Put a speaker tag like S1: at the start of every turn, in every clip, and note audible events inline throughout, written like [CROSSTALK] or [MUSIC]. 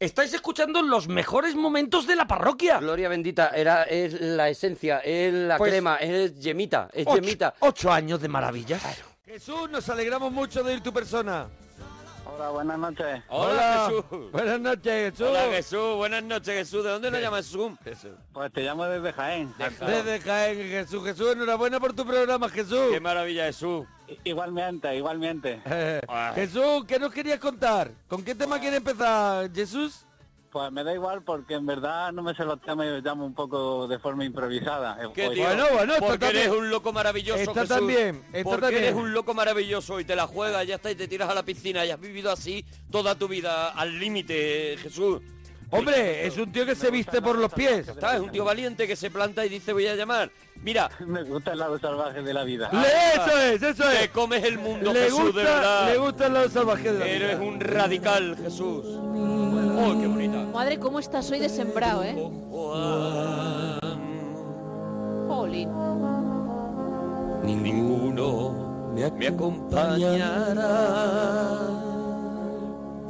S1: Estáis escuchando los mejores momentos de la parroquia.
S2: Gloria bendita, era, es la esencia, es la
S1: Pues-
S2: crema, es yemita, es
S1: Ocho-
S2: yemita.
S1: Ocho años de maravillas.
S3: Jesús, nos alegramos mucho de ir tu persona.
S4: Hola, buenas noches.
S5: Hola,
S3: Hola,
S5: Jesús.
S3: Buenas noches, Jesús.
S5: Hola Jesús, buenas noches Jesús. ¿De dónde nos llamas Jesús?
S4: Pues te llamo desde Jaén.
S3: Desde Jaén, Jesús. Jesús, enhorabuena por tu programa, Jesús.
S5: Qué maravilla Jesús. Ah.
S4: Igualmente, igualmente. Ah.
S3: Eh,
S5: Ay.
S3: Jesús, ¿qué nos querías contar? ¿Con qué tema quieres empezar, Jesús?
S4: Pues me da igual porque en verdad no me sé los temas y los llamo un poco de forma improvisada. Eh, pues,
S5: ¿Qué
S4: Hoy-
S5: tío?
S3: Bueno, bueno, está
S5: Porque
S3: también-
S5: eres un loco maravilloso.
S3: Está
S5: Jesús.
S3: también, está
S5: Porque
S3: también.
S5: eres un loco maravilloso y te la juegas, ya está, y te tiras a la piscina y has vivido así toda tu vida al límite, eh, Jesús.
S3: Hombre, es un tío que se viste por los pies.
S5: Ya está, es un tío valiente que se planta y dice voy a llamar. Mira,
S4: [LAUGHS] Me gusta el lado salvaje de la vida.
S3: Le- eso es, eso
S5: te
S3: es.
S5: comes el mundo,
S3: Le
S5: Jesús, de
S3: gusta,
S5: verdad.
S3: le gusta el lado salvaje de la
S5: Eres
S3: vida.
S5: un radical, Jesús. Oh, qué bonita.
S6: Madre, cómo estás hoy de sembrado, ¿eh? Jolín.
S5: Ninguno me acompañará.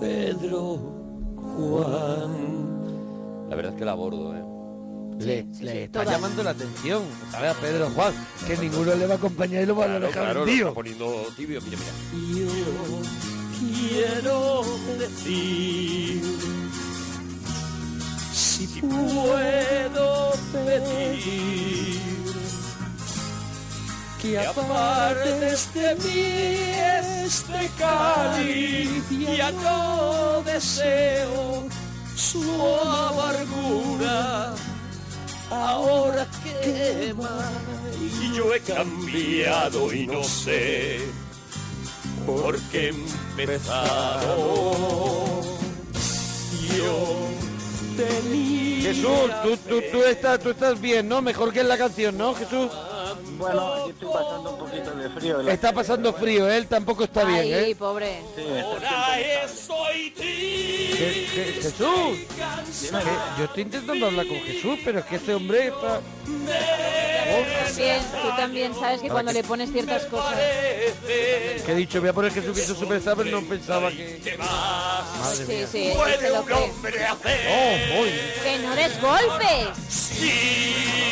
S5: Pedro, Juan. La verdad es que la abordo, ¿eh?
S3: Le,
S6: Sí, sí,
S3: le
S6: sí,
S3: está
S6: todas.
S3: llamando la atención, ¿sabes? A Pedro Juan, que ninguno le va a acompañar y lo van a dejar
S5: claro, lo
S3: vendido.
S5: está poniendo tibio, mira, mira. Yo quiero decir si puedo pedir que apartes de mí este cáliz ya no deseo su amargura ahora quema y yo he cambiado y no sé por qué he empezado. Yo tenía
S3: Jesús, tú, tú, tú, estás, tú estás bien, ¿no? Mejor que en la canción, ¿no, Jesús?
S4: Bueno, aquí estoy pasando un poquito de frío. La-
S3: Está pasando frío, ¿eh? él tampoco está bien,
S6: Ay,
S3: ¿eh?
S6: pobre.
S4: Sí, está-
S5: Ahora estoy
S3: Je- Je- Jesús, que yo estoy intentando hablar con Jesús, pero es que este hombre está...
S6: Bien, tú también sabes que cuando le pones ciertas cosas.
S3: Que he dicho, voy a poner Jesucristo Superstar, pero no pensaba que... Madre
S6: Sí,
S3: mía.
S6: sí, él se lo cree.
S3: ¡Oh, uy.
S6: ¡Que no des golpes!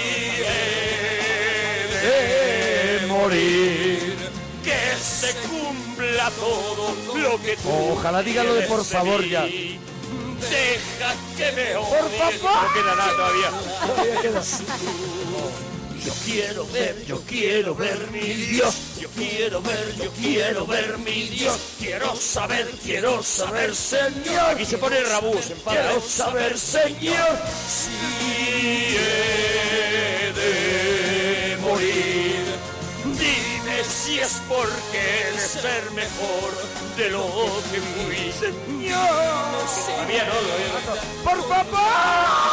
S3: de morir.
S5: que se cumpla todo lo que tú
S3: Ojalá diga lo de por
S5: quieres
S3: favor
S5: mí.
S3: ya.
S5: Deja que me Por favor. No queda nada todavía. Yo quiero ver, yo quiero ver mi Dios. Yo quiero ver, yo quiero ver mi Dios. Quiero saber, quiero saber, Señor. Y se pone rabú, se enfada. Quiero saber, Señor, si he de morir. Dime si es porque el ser mejor de lo que fui, Señor. Todavía no, todavía
S3: ¡Por papá!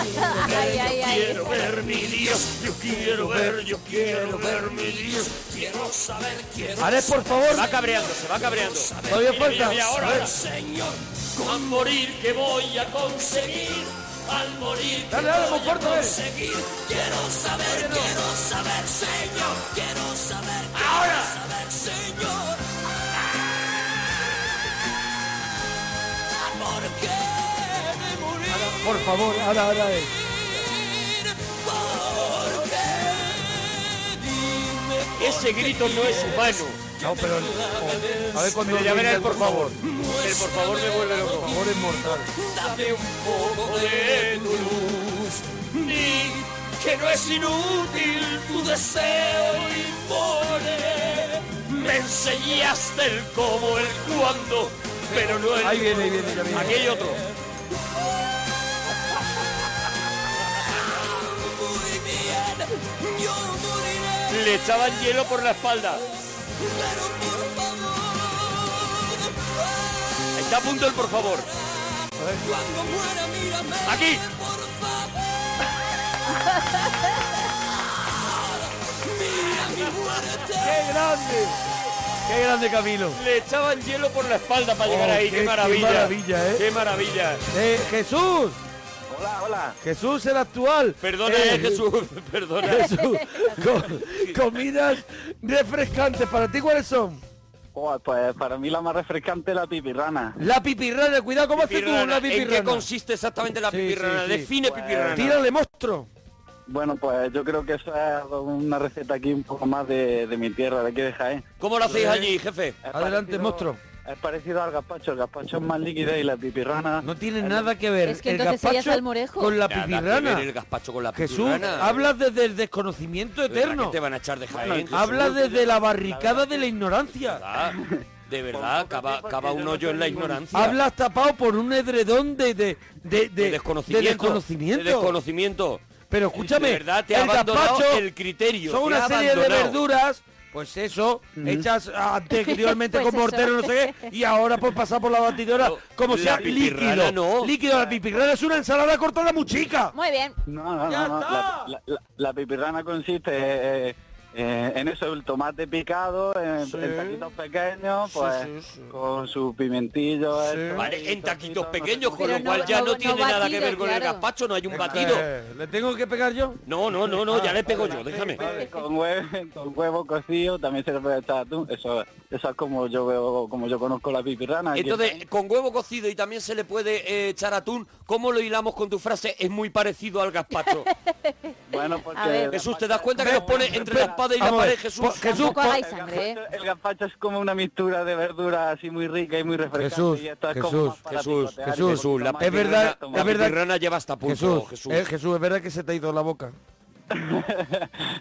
S6: [LAUGHS] Ay, ay,
S5: no. Quiero
S6: ay.
S5: ver mi Dios, yo quiero ver, yo quiero ver mi Dios. Quiero saber, quiero
S3: Ares, por favor.
S5: cabreando, se va cabreando.
S3: Todavía falta.
S5: Y
S3: A
S5: ahora,
S3: ver.
S5: Señor, con morir que voy a conseguir, al morir que
S3: Dale, dale,
S5: voy a
S3: conforto, eh.
S5: conseguir, quiero saber, quiero saber, Señor, quiero saber, ahora, saber, Señor. ¿Por qué me morir?
S3: Por favor, ahora, ahora. eh.
S5: Ese grito no es humano.
S3: No, pero... oh, A ver, cuando
S5: Ya verás,
S3: venga,
S5: por favor. El por favor me vuelve loco.
S3: Por favor, es mortal.
S5: Dame un poco de tu luz. Di que no es inútil tu deseo impone. Me enseñaste el cómo, el cuándo, pero no el...
S3: Ahí viene, ahí viene, ya viene.
S5: Aquí hay otro. Le echaban hielo por la espalda. Está a punto el por favor. Aquí.
S3: ¡Qué grande! ¡Qué grande, Camilo!
S5: Le echaban hielo por la espalda para llegar
S3: Oh,
S5: ahí.
S3: qué-
S5: Qué,
S3: qué
S5: maravilla.
S3: maravilla, ¿eh?
S5: Qué maravilla.
S3: Eh, ¡Jesús!
S4: Hola, hola.
S3: ¡Jesús, el actual!
S5: Perdona,
S3: Eh,
S5: eh,
S2: [LAUGHS]
S5: Jesús. Perdona.
S3: Jesús, co- comidas refrescantes, ¿para ti cuáles son?
S4: Joder, pues para mí la más refrescante es la pipirrana.
S3: La pipirrana, cuidado, ¿cómo haces tú
S2: Pipirrana,
S3: la
S2: ¿En
S3: pipirrana?
S2: qué consiste exactamente la
S3: Sí,
S2: pipirrana?
S3: sí, sí.
S2: Define
S4: Pues,
S2: pipirrana.
S3: Tírale, monstruo.
S4: Bueno, pues yo creo que esa es una receta aquí un poco más de, de mi tierra, de aquí de Jaén.
S2: ¿Cómo lo hacéis allí, jefe?
S4: Es
S3: Eh, Adelante, monstruo.
S4: Es parecido al gazpacho, el gazpacho es más líquido y la pipirrana...
S3: No tiene nada que ver
S6: Es que
S3: el
S6: entonces sería
S3: gazpacho
S6: salmorejo.
S3: con la
S2: Ah, Nada que
S3: pipirrana.
S2: ver el gazpacho con la
S3: Jesús,
S2: pipirrana.
S3: hablas desde el desconocimiento
S2: ¿De verdad
S3: eterno.
S2: que te van a echar de Jaén? Jesús?
S3: Hablas desde la barricada de la ignorancia. [LAUGHS]
S2: Ah, De verdad,
S4: poco
S2: cava,
S4: tiempo es
S2: cava
S4: que yo
S2: un
S4: no
S2: hoyo
S4: soy
S2: en la
S4: ningún-
S2: ignorancia.
S3: Hablas tapado por un edredón de, de, de, de-
S2: de desconocimiento.
S3: de desconocimiento.
S2: de desconocimiento.
S3: Pero escúchame,
S2: de verdad, te ha
S3: el
S2: abandonado
S3: gazpacho
S2: el criterio.
S3: son
S2: te
S3: una
S2: ha
S3: serie de
S2: abandonado.
S3: verduras. Pues eso, hechas
S6: [LAUGHS]
S3: anteriormente
S6: Mm. Pues
S3: con mortero, no
S6: eso.
S3: sé
S6: [LAUGHS]
S3: qué, y ahora pues pasar por la batidora
S2: No,
S3: como
S2: la
S3: sea
S2: pipirrana
S3: líquido.
S2: no.
S3: Líquido, la pipirrana es una ensalada cortada muy chica.
S6: Muy bien.
S4: No, no, no,
S3: ¡Ya
S4: no,
S3: está!
S4: La, la- la- la pipirrana consiste eh, eh, en eso, el tomate picado, en,
S3: Sí.
S4: en taquitos pequeños,
S3: Sí,
S4: pues
S3: sí, sí.
S4: con su pimentillo.
S3: Sí.
S4: esto,
S2: Vale, en
S4: y
S2: taquitos
S4: trocitos,
S2: pequeños, con
S6: Pero
S2: lo
S6: no-
S2: cual ya no,
S6: no- no
S2: tiene nada que
S6: batido,
S2: ver con el
S6: claro.
S2: gazpacho, no hay un batido.
S3: Eh, ¿Le tengo que pegar yo? Ah,
S2: No, no, no, no, ya le pego yo, déjame.
S4: Con huevo, con huevo cocido también se le puede echar atún. Eso, eso es como yo veo, como yo conozco la pipirrana. aquí en
S2: Entonces,
S4: Jaén.
S2: con huevo cocido y también se le puede eh, echar atún, ¿cómo lo hilamos con tu frase? Es muy parecido al gazpacho.
S4: bueno, porque
S6: A ver.
S4: el
S2: Jesús, ¿te
S4: gazpacho
S2: das cuenta que
S4: es
S2: nos pone
S4: como-
S2: entre la espada y la
S3: Vamos a ver,
S2: pared, Jesús?
S3: po- Jesús,
S6: Tampoco hagáis
S4: El
S6: sangre, ¿eh?
S4: gazpacho- El gazpacho es como una mixtura de verduras así muy rica y muy refrescante.
S3: Jesús,
S4: y esto es como
S3: Jesús,
S4: más para
S2: Jesús,
S4: picotear y
S3: Jesús,
S4: un poquito
S2: Jesús, la
S4: más
S3: es
S4: de
S3: verdad,
S4: tomate.
S2: La
S3: es verdad.
S2: pipirrana lleva hasta punto,
S3: Jesús,
S2: Jesús.
S3: eh, Jesús, es verdad que se te ha ido la boca.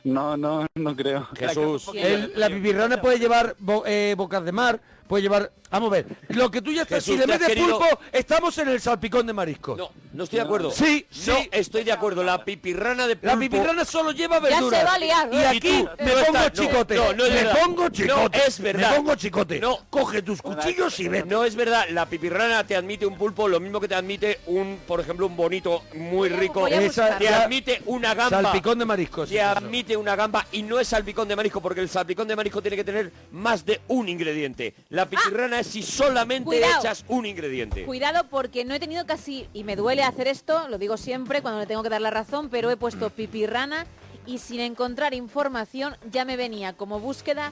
S4: No, no, no creo.
S2: Jesús.
S6: Sí.
S3: El- la pipirrana puede llevar bo- eh, bocas de mar, puede llevar... Vamos a ver, lo que tú ya estás...
S2: Jesús,
S3: si le
S2: te has
S3: metes
S2: querido-
S3: pulpo, estamos en el salpicón de mariscos.
S2: No, no estoy de acuerdo.
S3: Sí, sí.
S2: No estoy de acuerdo. La pipirrana de pulpo.
S3: La pipirrana solo lleva
S6: se
S3: verduras.
S6: va a liar.
S3: Y aquí
S2: tú
S3: me
S2: no
S3: pongo
S2: estás- no,
S3: chicote.
S2: no, no es
S3: me
S2: verdad.
S3: pongo chicote.
S2: No, es verdad.
S3: Me pongo chicote.
S2: No.
S3: Coge tus cuchillos y vete.
S2: No es verdad, la pipirrana te admite un pulpo lo mismo que te admite un, por ejemplo, un bonito muy
S6: Voy a-
S2: rico.
S6: voy a Esa
S2: te
S3: ya-
S2: admite una gamba.
S3: Salpicón de mariscos.
S2: Te admite una gamba y no es salpicón de marisco porque el salpicón de marisco tiene que tener más de un ingrediente. La pipirrana es si solamente le
S6: Ah. Cuidado.
S2: echas un ingrediente.
S6: Cuidado porque no he tenido casi, y me duele hacer esto, lo digo siempre cuando le tengo que dar la razón, pero he puesto pipirrana y sin encontrar información ya me venía como búsqueda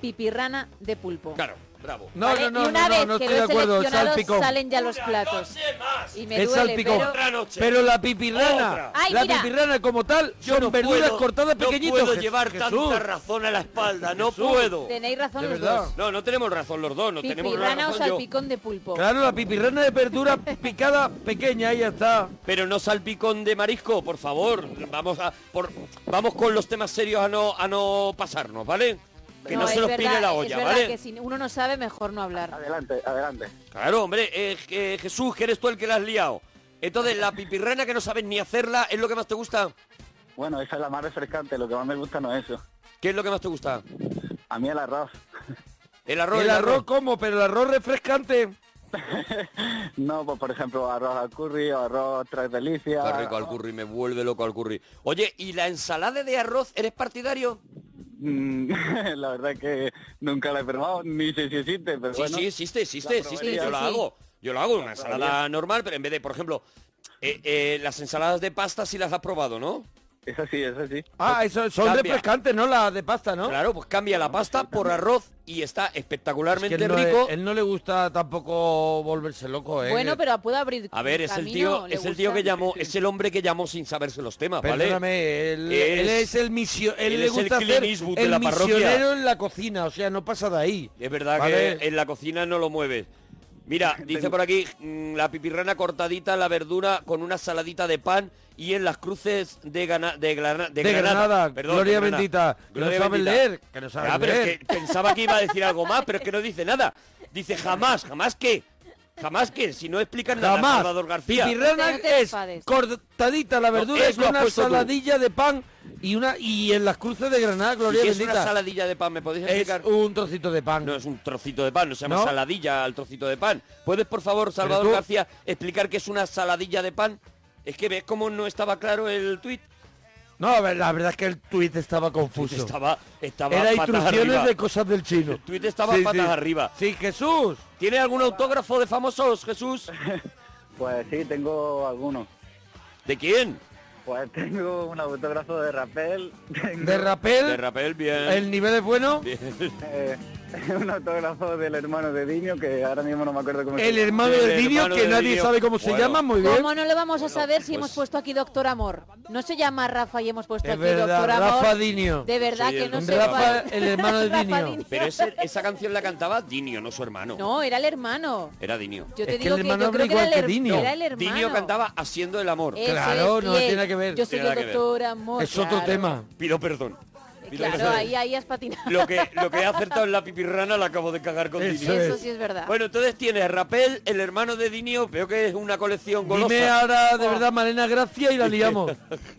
S6: pipirrana de pulpo.
S2: Claro, bravo.
S3: No,
S6: ¿Vale?
S3: no, no,
S6: y una
S3: no, no,
S6: vez
S3: no
S6: que
S3: estoy de
S6: lo he
S3: acuerdo.
S6: seleccionado
S3: Salpicón.
S6: salen ya los platos. Y me
S3: es
S6: duele,
S3: salpicón.
S6: pero-
S2: Otra noche.
S3: Pero la pipirrana,
S2: Otra.
S6: Ay,
S3: la
S6: mira.
S3: pipirrana como tal, son
S2: no
S3: verduras
S2: puedo-
S3: cortadas pequeñitos.
S2: No puedo
S3: Je-
S2: llevar
S3: Jesús.
S2: tanta razón a la espalda, no puedo.
S6: Tenéis razón
S3: De
S6: los
S3: verdad.
S6: dos.
S2: No, no tenemos razón los dos, no tenemos la
S6: Pipirrana o
S2: razón yo.
S6: salpicón de pulpo.
S3: Claro, la pipirrana de verdura picada pequeña, ahí ya está.
S2: Pero no salpicón de marisco, por favor. Vamos a por, vamos con los temas serios a no a no pasarnos, ¿vale? Que no,
S6: es
S2: se nos
S6: verdad,
S2: pide la
S6: es
S2: olla,
S6: verdad
S2: ¿vale?
S6: que si uno no sabe, mejor no hablar.
S4: Adelante, adelante.
S2: Claro, hombre, eh, eh, Jesús, que eres tú el que la has liado. Entonces, la pipirrana que no sabes ni hacerla, ¿es lo que más te gusta?
S4: Bueno, esa es la más refrescante, lo que más me gusta no es eso.
S2: ¿Qué es lo que más te gusta?
S4: A mí el arroz.
S2: El arroz.
S3: el arroz como, pero el arroz refrescante.
S4: [LAUGHS] No, pues por ejemplo, arroz al curry o arroz tres delicias.
S2: Qué rico al curry, me vuelve loco al curry. Oye, ¿y la ensalada de arroz eres partidario?
S4: Mm, [LAUGHS] la verdad es que nunca la he probado, ni sé si existe, pero
S2: Sí,
S4: bueno.
S2: sí, existe, existe,
S4: la
S2: existe.
S6: probaría.
S2: yo la
S6: Sí, sí.
S2: hago. Yo la hago una ensalada normal, pero en vez de, por ejemplo, eh, eh, las ensaladas de pasta sí las has probado, ¿no?
S4: Es así, es así.
S3: Ah, eso, son
S2: Cambia.
S3: refrescantes, ¿no? La de pasta, ¿no?
S2: Claro, pues cambia la pasta por arroz y está
S3: Es que
S2: espectacularmente
S3: él no,
S2: rico.
S3: él no le gusta tampoco volverse loco, ¿eh?
S6: Bueno, pero puedo abrir
S2: A ver, es el tío,
S6: camino, ¿le
S2: es el tío
S6: gusta?
S2: que llamó, es el hombre que llamó sin saberse los temas, ¿vale?
S3: Perdóname, él él
S2: Es-
S3: es, el misio, él,
S2: él
S3: le
S2: es el
S3: gusta
S2: Clint
S3: hacer
S2: Eastwood de
S3: el
S2: la parroquia.
S3: misionero en la cocina, o sea, no pasa de ahí.
S2: Es verdad
S3: ¿vale?
S2: que en la cocina no lo mueves.
S3: [LAUGHS]
S2: Mira, dice por aquí, mm, la pipirrana cortadita, la verdura con una saladita de pan y en las cruces de, Gana- de, Glana- de
S3: De Granada,
S2: perdón,
S3: Gloria
S2: de Granada.
S3: bendita, que no saben leer, que no saben
S2: Ah, pero es
S3: leer.
S2: que pensaba que iba a decir algo más, pero es que no dice nada. Dice jamás, jamás qué, jamás qué, si no explica nada
S3: Jamás.
S2: Salvador García.
S3: Pipirrana
S6: No te- no te
S3: es
S6: enfades.
S3: cortadita la verdura
S2: eso
S3: es
S2: lo has
S3: una
S2: puesto tú.
S3: saladilla de pan y una y en las cruces de Granada,
S2: ¿Y
S3: Gloria
S2: qué es una
S3: bendita.
S2: saladilla de pan? ¿Me podéis
S3: Es
S2: explicar?
S3: un trocito de pan.
S2: No es un trocito de pan, no se llama
S3: ¿No?
S2: saladilla al trocito de pan. ¿Puedes, por favor, Salvador
S3: tú-
S2: García, explicar qué es una saladilla de pan? Es que ves cómo no estaba claro el tuit.
S3: No, a ver, la verdad es que el tuit estaba confuso.
S2: Estaba, estaba
S3: Era
S2: patas
S3: instrucciones
S2: arriba.
S3: de cosas del chino.
S2: El tuit estaba patas arriba.
S3: Sí, Jesús.
S2: ¿Tiene algún autógrafo de famosos,
S6: [LAUGHS]
S2: Jesús?
S4: Pues sí, tengo algunos.
S2: ¿De quién?
S4: Pues [LAUGHS] tengo un autógrafo de Rapel. tengo,
S3: De rapel,
S2: De Rapel, bien.
S3: el nivel es bueno.
S2: Bien.
S4: eh, [LAUGHS] un autógrafo del hermano de Diño, que ahora mismo no me acuerdo cómo
S3: El
S4: se llama.
S3: hermano de
S2: El
S3: Didio,
S2: hermano
S3: que
S2: de
S3: nadie
S2: Didio.
S3: sabe cómo se
S2: Bueno.
S3: llama, muy bien.
S6: ¿Cómo no lo vamos a saber si
S2: pues-
S6: hemos puesto aquí Doctor Amor? No se llama Rafa y hemos puesto
S3: Es
S6: aquí
S3: verdad,
S6: Doctor
S3: Rafa
S6: Amor.
S3: Diño.
S6: De verdad
S2: Soy
S6: que
S2: el
S6: no sé
S2: Rafa-
S6: cuál.
S3: el hermano de
S6: [LAUGHS] Rafa
S3: Dinio.
S2: Pero ese- esa canción la cantaba Dinio, no su hermano.
S6: No, era el hermano.
S2: Era Dinio.
S6: Yo
S3: Es que
S6: te digo
S3: el
S6: que,
S3: hermano
S6: yo
S3: habla
S6: creo que era
S3: igual
S6: el,
S3: que
S6: her-
S3: Dinio.
S6: era el hermano.
S2: Dinio cantaba Haciendo el amor.
S6: Eso
S3: Claro,
S6: es,
S3: no
S6: y
S3: tiene
S6: él-
S3: nada que ver.
S6: Yo soy
S2: Tiene
S6: el
S2: nada que ver.
S6: doctor amor.
S3: Es otro
S6: claro. Eh,
S3: tema.
S2: Pido perdón. Pido
S6: Claro,
S2: perdón.
S6: ahí, ahí has patinado.
S2: Lo que, lo que he acertado en la pipirrana la acabo de cagar con
S3: Eso
S2: Dinio.
S3: es.
S6: Eso [LAUGHS] sí es verdad.
S2: Bueno, entonces tienes Rapel, el hermano de Dinio, veo que es una colección golosa. Oh.
S3: Dime ahora
S6: Oh.
S3: de verdad, Malena Gracia, y la
S2: [LAUGHS]
S3: liamos.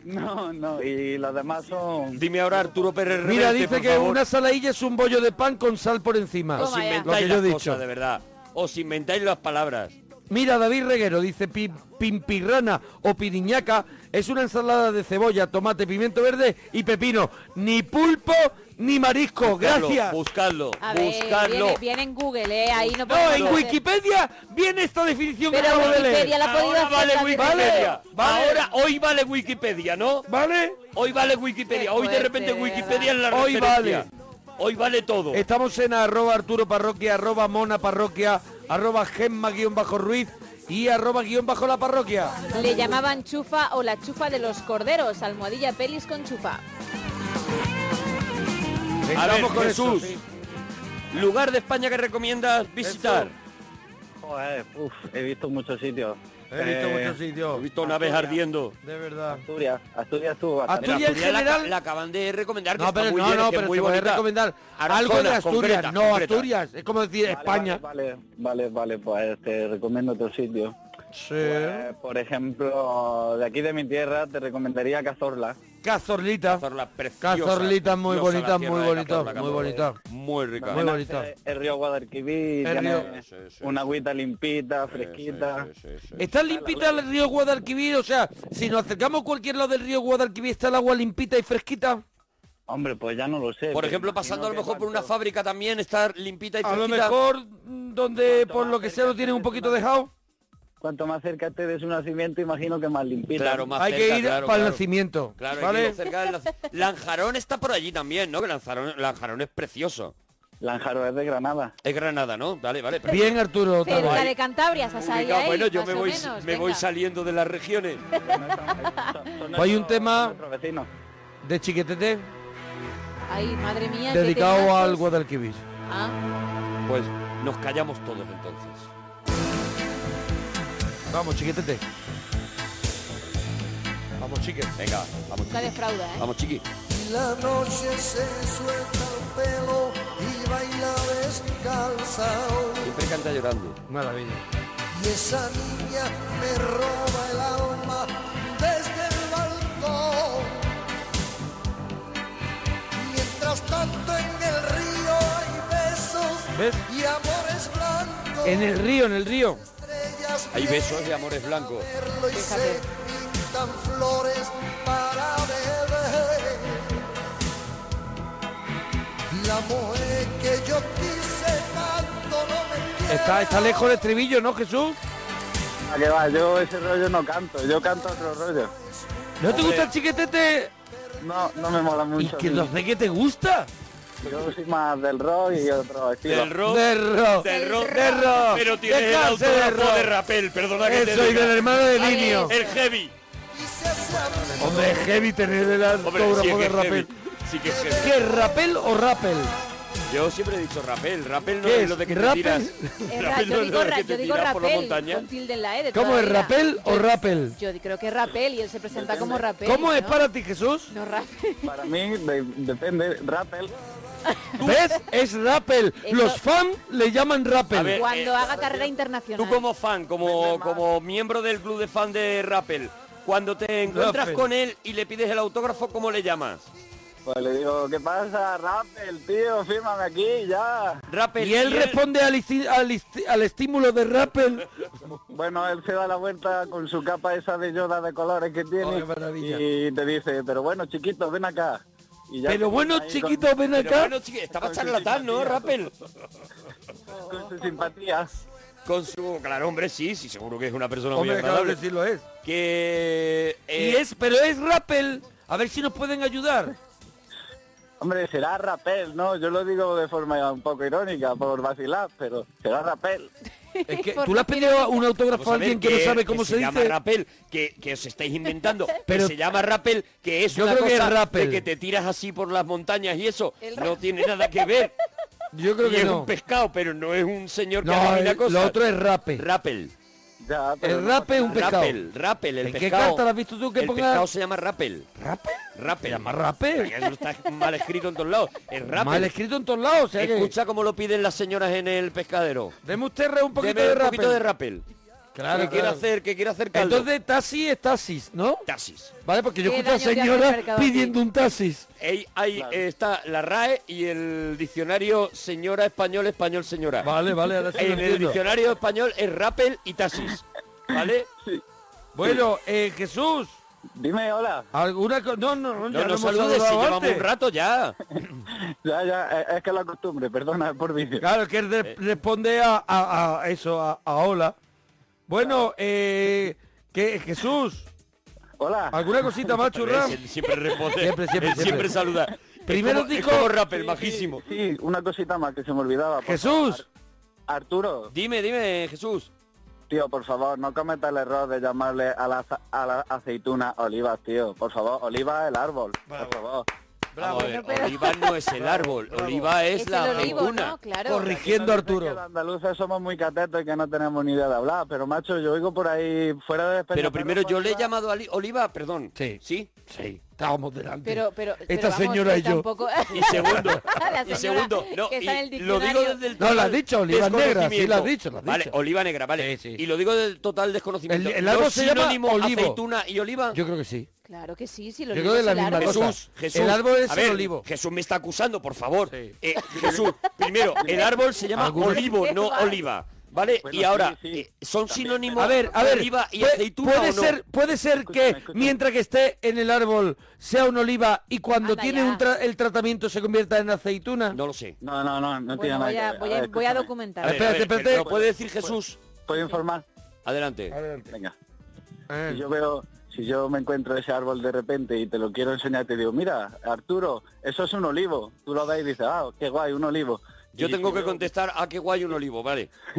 S4: No, no, y los demás son...
S2: Dime ahora Arturo Pérez Reverte,
S3: Mira, dice
S2: por
S3: que
S2: favor.
S3: una saladilla es un bollo de pan con sal por encima.
S2: Os
S6: Toma ya.
S3: Lo
S2: inventáis
S3: que yo he
S2: las
S3: dicho.
S2: cosas, de verdad. Os inventáis las palabras.
S3: Mira, David Reguero dice "Pi- pimpirrana o piriñaca es una ensalada de cebolla, tomate, pimiento verde y pepino. Ni pulpo ni marisco.
S2: Buscadlo,
S3: Gracias.
S2: Buscadlo,
S6: A ver,
S2: buscadlo.
S6: Viene, viene en Google, ¿eh? Ahí no
S3: No,
S6: podemos
S3: en
S6: hacer-
S3: Wikipedia viene esta definición que
S6: Pero
S3: acabo de
S6: Wikipedia
S3: leer.
S6: la ha podido
S2: Ahora
S6: hacer
S2: vale
S6: también.
S2: Wikipedia.
S3: Vale.
S2: Ahora, hoy vale Wikipedia, ¿no?
S3: ¿Vale?
S2: Hoy vale Wikipedia.
S6: Qué
S2: hoy de
S6: fuerte,
S2: repente
S6: de
S2: Wikipedia es la
S3: Hoy
S2: referencia. Hoy vale todo.
S3: Estamos en arroba Arturo Parroquia, arroba Mona Parroquia, arroba Gemma guión bajo Ruiz y arroba guión bajo la parroquia.
S6: Le llamaban chufa o la chufa de los corderos, almohadilla pelis con chufa.
S2: A ver,
S3: Estamos con
S2: Jesús.
S3: eso, sí.
S2: Lugar de España que recomiendas visitar.
S4: Joder, uf, he visto muchos sitios.
S3: He visto
S4: Eh,
S3: muchos
S2: He
S3: sitios,
S2: visto naves ardiendo.
S3: de verdad.
S4: Asturias, Asturias estuvo bastante.
S3: Asturias en
S2: Asturias la,
S3: general-
S2: ca- la acaban de recomendar. que
S3: No,
S2: está
S3: pero
S2: muy
S3: no,
S2: bien,
S3: no,
S2: que es
S3: pero
S2: muy
S3: te voy a
S2: bonita.
S3: recomendar
S2: Ahora,
S3: algo de
S2: zonas
S3: Asturias,
S2: concretas,
S3: no
S2: concretas.
S3: Asturias, es como decir
S4: Vale,
S3: España.
S4: Vale, vale, vale, vale, pues te recomiendo otro sitio.
S3: Sí.
S4: Pues, por ejemplo, de aquí de mi tierra te recomendaría Cazorla.
S3: Cazorlita.
S2: Cazorla preciosa.
S3: Cazorlita, muy
S2: Preciosa la
S3: bonita,
S2: tierra
S3: muy
S2: de
S3: bonita,
S2: Cazorla,
S3: muy
S2: Cazorla.
S3: bonita.
S2: Muy rica.
S3: Muy
S4: Además,
S3: bonita.
S4: eh, El río Guadalquivir,
S3: El
S4: tiene
S3: río.
S2: Sí, sí, sí.
S4: una agüita limpita,
S2: Sí, sí,
S4: fresquita.
S2: sí, sí, sí.
S3: Está limpita el río Guadalquivir, o sea, si nos acercamos a cualquier lado del río Guadalquivir, está el agua limpita y fresquita.
S4: Hombre, pues ya no lo sé.
S2: Por
S4: pero
S2: ejemplo,
S4: imagino
S2: pasando a lo
S4: que
S2: mejor por una
S4: cuanto-
S2: fábrica también, estar limpita y
S3: A
S2: fresquita.
S3: lo mejor mm, donde por lo que sea lo tienen un poquito dejado.
S4: Cuanto más cerca esté de su nacimiento, imagino que más limpita.
S2: Claro, más
S3: Hay
S2: cerca,
S3: que ir
S2: claro,
S3: para el
S2: claro.
S3: nacimiento.
S2: Claro, hay que
S3: ¿vale?
S2: ir cerca del lanz- Lanjarón está por allí también, ¿no? Que Lanjarón, Lanjarón es precioso.
S4: Lanjaro es de Granada.
S2: Es Granada, ¿no? Vale, vale. perfecto.
S3: Bien, Arturo. otra vez.
S6: Cerca de Cantabria, estás ahí,
S2: Venga,
S6: ahí,
S2: bueno, yo
S6: más
S2: me
S6: o
S2: voy,
S6: menos,
S2: me voy
S6: venga.
S2: saliendo de las regiones.
S4: Son
S3: Hay un
S4: nuestros-
S3: tema-
S4: son nuestros vecinos.
S3: De Chiquetete,
S6: Ay, madre mía. qué
S3: dedicado
S6: temazos.
S3: al Guadalquivir.
S6: Ah,
S2: Pues nos callamos todos entonces.
S3: Vamos, Chiquetete. Vamos, chique.
S2: Venga, vamos.
S6: nunca
S2: chiqui.
S6: defrauda, ¿eh?
S2: Vamos, chiqui.
S7: La noche se suelta el pelo y baila descalzado.
S2: Siempre canta llorando.
S3: Maravilla.
S7: Y esa niña me roba el alma desde el balcón. Mientras tanto en el río hay besos
S3: ¿Ves?
S7: y amores blancos.
S3: En el río, en el río.
S7: Estrellas
S2: Hay besos de
S7: vienen
S2: amores blancos.
S7: a verlo y se pintan flores para beber. La mujer que yo quise tanto no me quiere.
S3: Está, está lejos el estribillo, ¿no, Jesús?
S4: Ah, que va, yo ese rollo no canto, yo canto otro rollo.
S3: ¿No te gusta el chiquetete?
S4: No, no me mola
S3: ¿Y
S4: mucho.
S3: que no sé qué te gusta?
S4: Yo soy más del rock y otro estilo.
S2: Del rock.
S3: De rock.
S2: Del rock.
S3: Del rock.
S2: Pero tiene el
S3: Dejarse de
S2: autógrafo
S3: rock.
S2: de rapel, perdona que te
S3: Eso, y
S2: diga.
S3: del hermano de
S6: Vale.
S3: niño.
S2: El heavy.
S7: Y se hace amigo
S3: Hombre, es heavy tener el
S2: Hombre, sí
S3: autógrafo
S2: que
S3: de
S2: es heavy.
S3: rapel.
S2: Sí que es heavy.
S3: ¿Qué, rapel o rapel?
S2: Yo siempre he dicho rapel, rapel no
S3: ¿Qué
S2: es
S3: es?
S2: lo de que te
S3: ¿Rapel?
S2: tiras. [LAUGHS]
S6: Es ra-
S2: Rapel no es
S6: yo
S2: lo
S6: digo,
S2: de
S6: ra-
S2: que
S6: yo
S2: te
S6: digo
S2: tiras por la
S6: rapel,
S2: montaña.
S6: con tilde en la E de
S3: ¿Cómo
S6: toda
S3: es,
S6: la vida.
S3: rapel o
S6: Yo-
S3: rapel?
S6: Yo creo que es rapel y él se presenta como rapel.
S3: ¿Cómo es
S6: ¿no?
S3: para ti, Jesús?
S6: No, rapel.
S4: Para mí de- depende, rappel.
S3: ¿Ves? Es rappel.
S6: Eso-
S3: Los fans le llaman
S2: A
S3: rappel.
S2: ver,
S6: Cuando
S2: eh,
S6: haga carrera internacional.
S2: Tú como fan, como, como miembro del club de fan de Rappel, cuando te encuentras
S3: Rappel.
S2: con él y le pides el autógrafo, ¿cómo le llamas?
S4: Pues le digo, ¿qué pasa, rappel, tío? Fírmame aquí, ya.
S2: Rappel.
S3: Y él responde al, isti- al isti- al estímulo de rappel.
S4: Bueno, él se da la vuelta con su capa esa de yoda de colores que
S3: Oh,
S4: tiene
S3: qué maravilla.
S4: y te dice, pero bueno, chiquito, ven acá. Y ya
S3: Pero
S4: te pone
S3: bueno,
S4: ahí con-
S3: chiquito, ven
S2: Pero
S3: acá.
S2: bueno, chiqui, estaba
S4: Con su
S2: charlatán, ¿no,
S4: simpatía.
S2: Rappel?
S4: Con su simpatía.
S2: Con su... Claro, hombre, sí, sí, seguro que es una persona muy
S3: Hombre, claro
S2: agradable.
S3: que sí lo es.
S2: Que... eh,
S3: Y es, pero es rappel. A ver si nos pueden ayudar.
S4: Hombre, será rapel, ¿no? Yo lo digo de forma un poco irónica, por vacilar, pero será rapel.
S3: Es que
S6: Por
S3: tú le has pedido un autógrafo a alguien que, no sabe cómo se,
S2: llama
S3: dice.
S2: rappel, que, que os estáis inventando, pero
S3: Pero-
S2: se llama rappel, que es
S3: Yo
S2: una
S3: creo que es
S2: cosa
S3: rappel.
S2: de que te tiras así por las montañas y eso
S6: El
S2: no tiene nada que ver.
S3: [LAUGHS] Yo creo
S2: Y
S3: que
S2: es
S3: no.
S2: un pescado, pero no es un señor que
S3: No,
S2: adivina
S3: el-
S2: cosas.
S3: lo otro es rape.
S2: rappel.
S4: Ya, pero
S3: el
S4: no
S3: rape es un pescado.
S2: Rappel, rappel, el
S3: ¿En qué
S2: pescado.
S3: carta la has visto tú que
S2: el
S3: ponga-
S2: pescado se llama rappel.
S3: ¿Rape?
S2: Rappel.
S3: ¿Se llama rape?
S2: Eso está mal escrito en todos lados. El rappel.
S3: Mal escrito en todos lados. O sea que...
S2: Escucha cómo lo piden las señoras en el pescadero.
S3: Deme usted re- un poquito
S2: Deme
S3: de
S2: un
S3: rape.
S2: poquito de rappel.
S3: Claro,
S2: que quiere
S3: claro.
S2: hacer, que quiere hacer caldo.
S3: Entonces taxi es taxis, ¿no?
S2: taxis.
S3: Vale, porque yo
S6: ¿Qué
S3: escucho a
S6: daño te hace el
S3: señora
S6: mercado aquí?
S3: pidiendo un taxis.
S2: Ahí, ahí,
S4: Claro.
S2: eh, está la RAE y el diccionario señora español español señora.
S3: Vale, vale, ahora sí lo
S2: En el
S3: entiendo.
S2: diccionario español es rappel y taxis. ¿Vale?
S3: Bueno, eh, Jesús,
S4: Dime hola.
S3: alguna co- no, no, no,
S2: No
S3: ya lo
S2: nos
S3: hemos
S2: saludes si
S3: saludado
S2: llevamos
S3: antes.
S2: un rato ya.
S4: [LAUGHS] Ya, ya, eh, es, es que es la costumbre, perdona es por vídeo.
S3: Claro, que él re-
S2: Eh.
S3: responde a, a- a eso, a, a hola. Bueno, eh, que Jesús,
S4: Hola.
S3: alguna cosita más, churram.
S2: Sie- Siempre responde.
S3: Siempre, siempre,
S2: Él
S3: siempre.
S2: saluda.
S3: Primero
S2: es como, es
S3: dijo-
S2: como rappel, majísimo.
S4: Sí, una cosita más que se me olvidaba. por
S3: Jesús,
S4: favor. Arturo,
S2: Dime, dime, Jesús.
S4: tío, por favor, no cometas el error de llamarle a la, aza- a la aceituna olivas, tío. Por favor, oliva el árbol. Por favor.
S2: Bravo,
S3: eh.
S6: Bueno, pero-
S2: Oliva no es el árbol, oliva es,
S6: Es
S2: la
S6: el olivo,
S2: aceituna.
S6: ¿no? Claro.
S3: corrigiendo a
S4: Que los
S3: Arturo.
S4: andaluces somos muy catetos y que no tenemos ni idea de hablar, pero macho, yo oigo por ahí fuera de
S2: Pero
S4: Despeñaperros,
S2: primero yo le he
S4: Oliva,
S2: llamado a li- Oliva, perdón.
S3: Sí.
S2: ¿Sí?
S3: Sí, estábamos delante.
S6: Pero, pero,
S3: Esta
S6: pero vamos,
S3: señora
S6: que
S3: y yo.
S6: Tampoco...
S2: Y segundo,
S6: [LAUGHS] La
S2: y
S6: señora
S2: segundo, no,
S6: que está en
S2: y
S6: el
S2: lo digo
S6: diccionario.
S2: desde el
S3: No,
S2: total
S3: la has dicho, oliva negra, sí, la has
S2: desconocimiento.
S3: dicho, la has
S2: Vale,
S3: dicho.
S2: oliva negra, vale.
S3: Sí, sí.
S2: Y lo digo del total desconocimiento.
S3: El- el
S2: ¿No
S3: árbol
S2: es
S3: se llama
S2: sinónimo
S3: olivo.
S2: aceituna y oliva?
S3: Yo creo que sí.
S6: Claro que sí, sí,
S3: Yo
S6: lo
S3: creo que es la misma
S2: Jesús,
S3: cosa.
S2: Jesús.
S3: El árbol es
S2: a
S3: el
S2: ver,
S3: olivo.
S2: Jesús me está acusando, por favor.
S3: Sí.
S2: Eh, Jesús, primero, el árbol se llama
S3: Algunos-
S2: olivo, no
S6: Vale.
S2: oliva. ¿Vale?
S4: Bueno,
S2: y ahora,
S4: sí, sí.
S2: eh, ¿son sinónimos
S3: A ver, a ver,
S2: oliva y
S3: pue-
S2: aceituna
S3: puede
S2: o no?
S3: ser, puede ser que
S4: Escúchame, escúchame.
S3: mientras que esté en el árbol sea un oliva y cuando
S6: Anda
S3: tiene
S6: ya.
S3: un tra- el tratamiento se convierta en aceituna.
S2: No lo sé.
S4: No, no, no, no tiene
S6: Bueno,
S4: nada
S6: Pues voy,
S4: que ver. A
S6: a, voy, a,
S4: ver,
S6: voy
S4: escúchame.
S6: a
S2: A ver,
S6: documentar.
S2: a ver,
S3: espérate.
S2: pero ¿Lo puede decir Jesús?
S4: ¿Puedo informar?
S2: Adelante.
S4: Venga.
S3: Eh.
S4: Si yo veo, si yo me encuentro ese árbol de repente y te lo quiero enseñar, te digo, mira, Arturo, eso es un olivo. Tú lo ves y dices, ah, qué guay, un olivo.
S2: Yo
S4: Y
S2: tengo
S4: si
S2: que
S4: veo-
S2: contestar a qué guay un olivo, vale.
S4: [LAUGHS]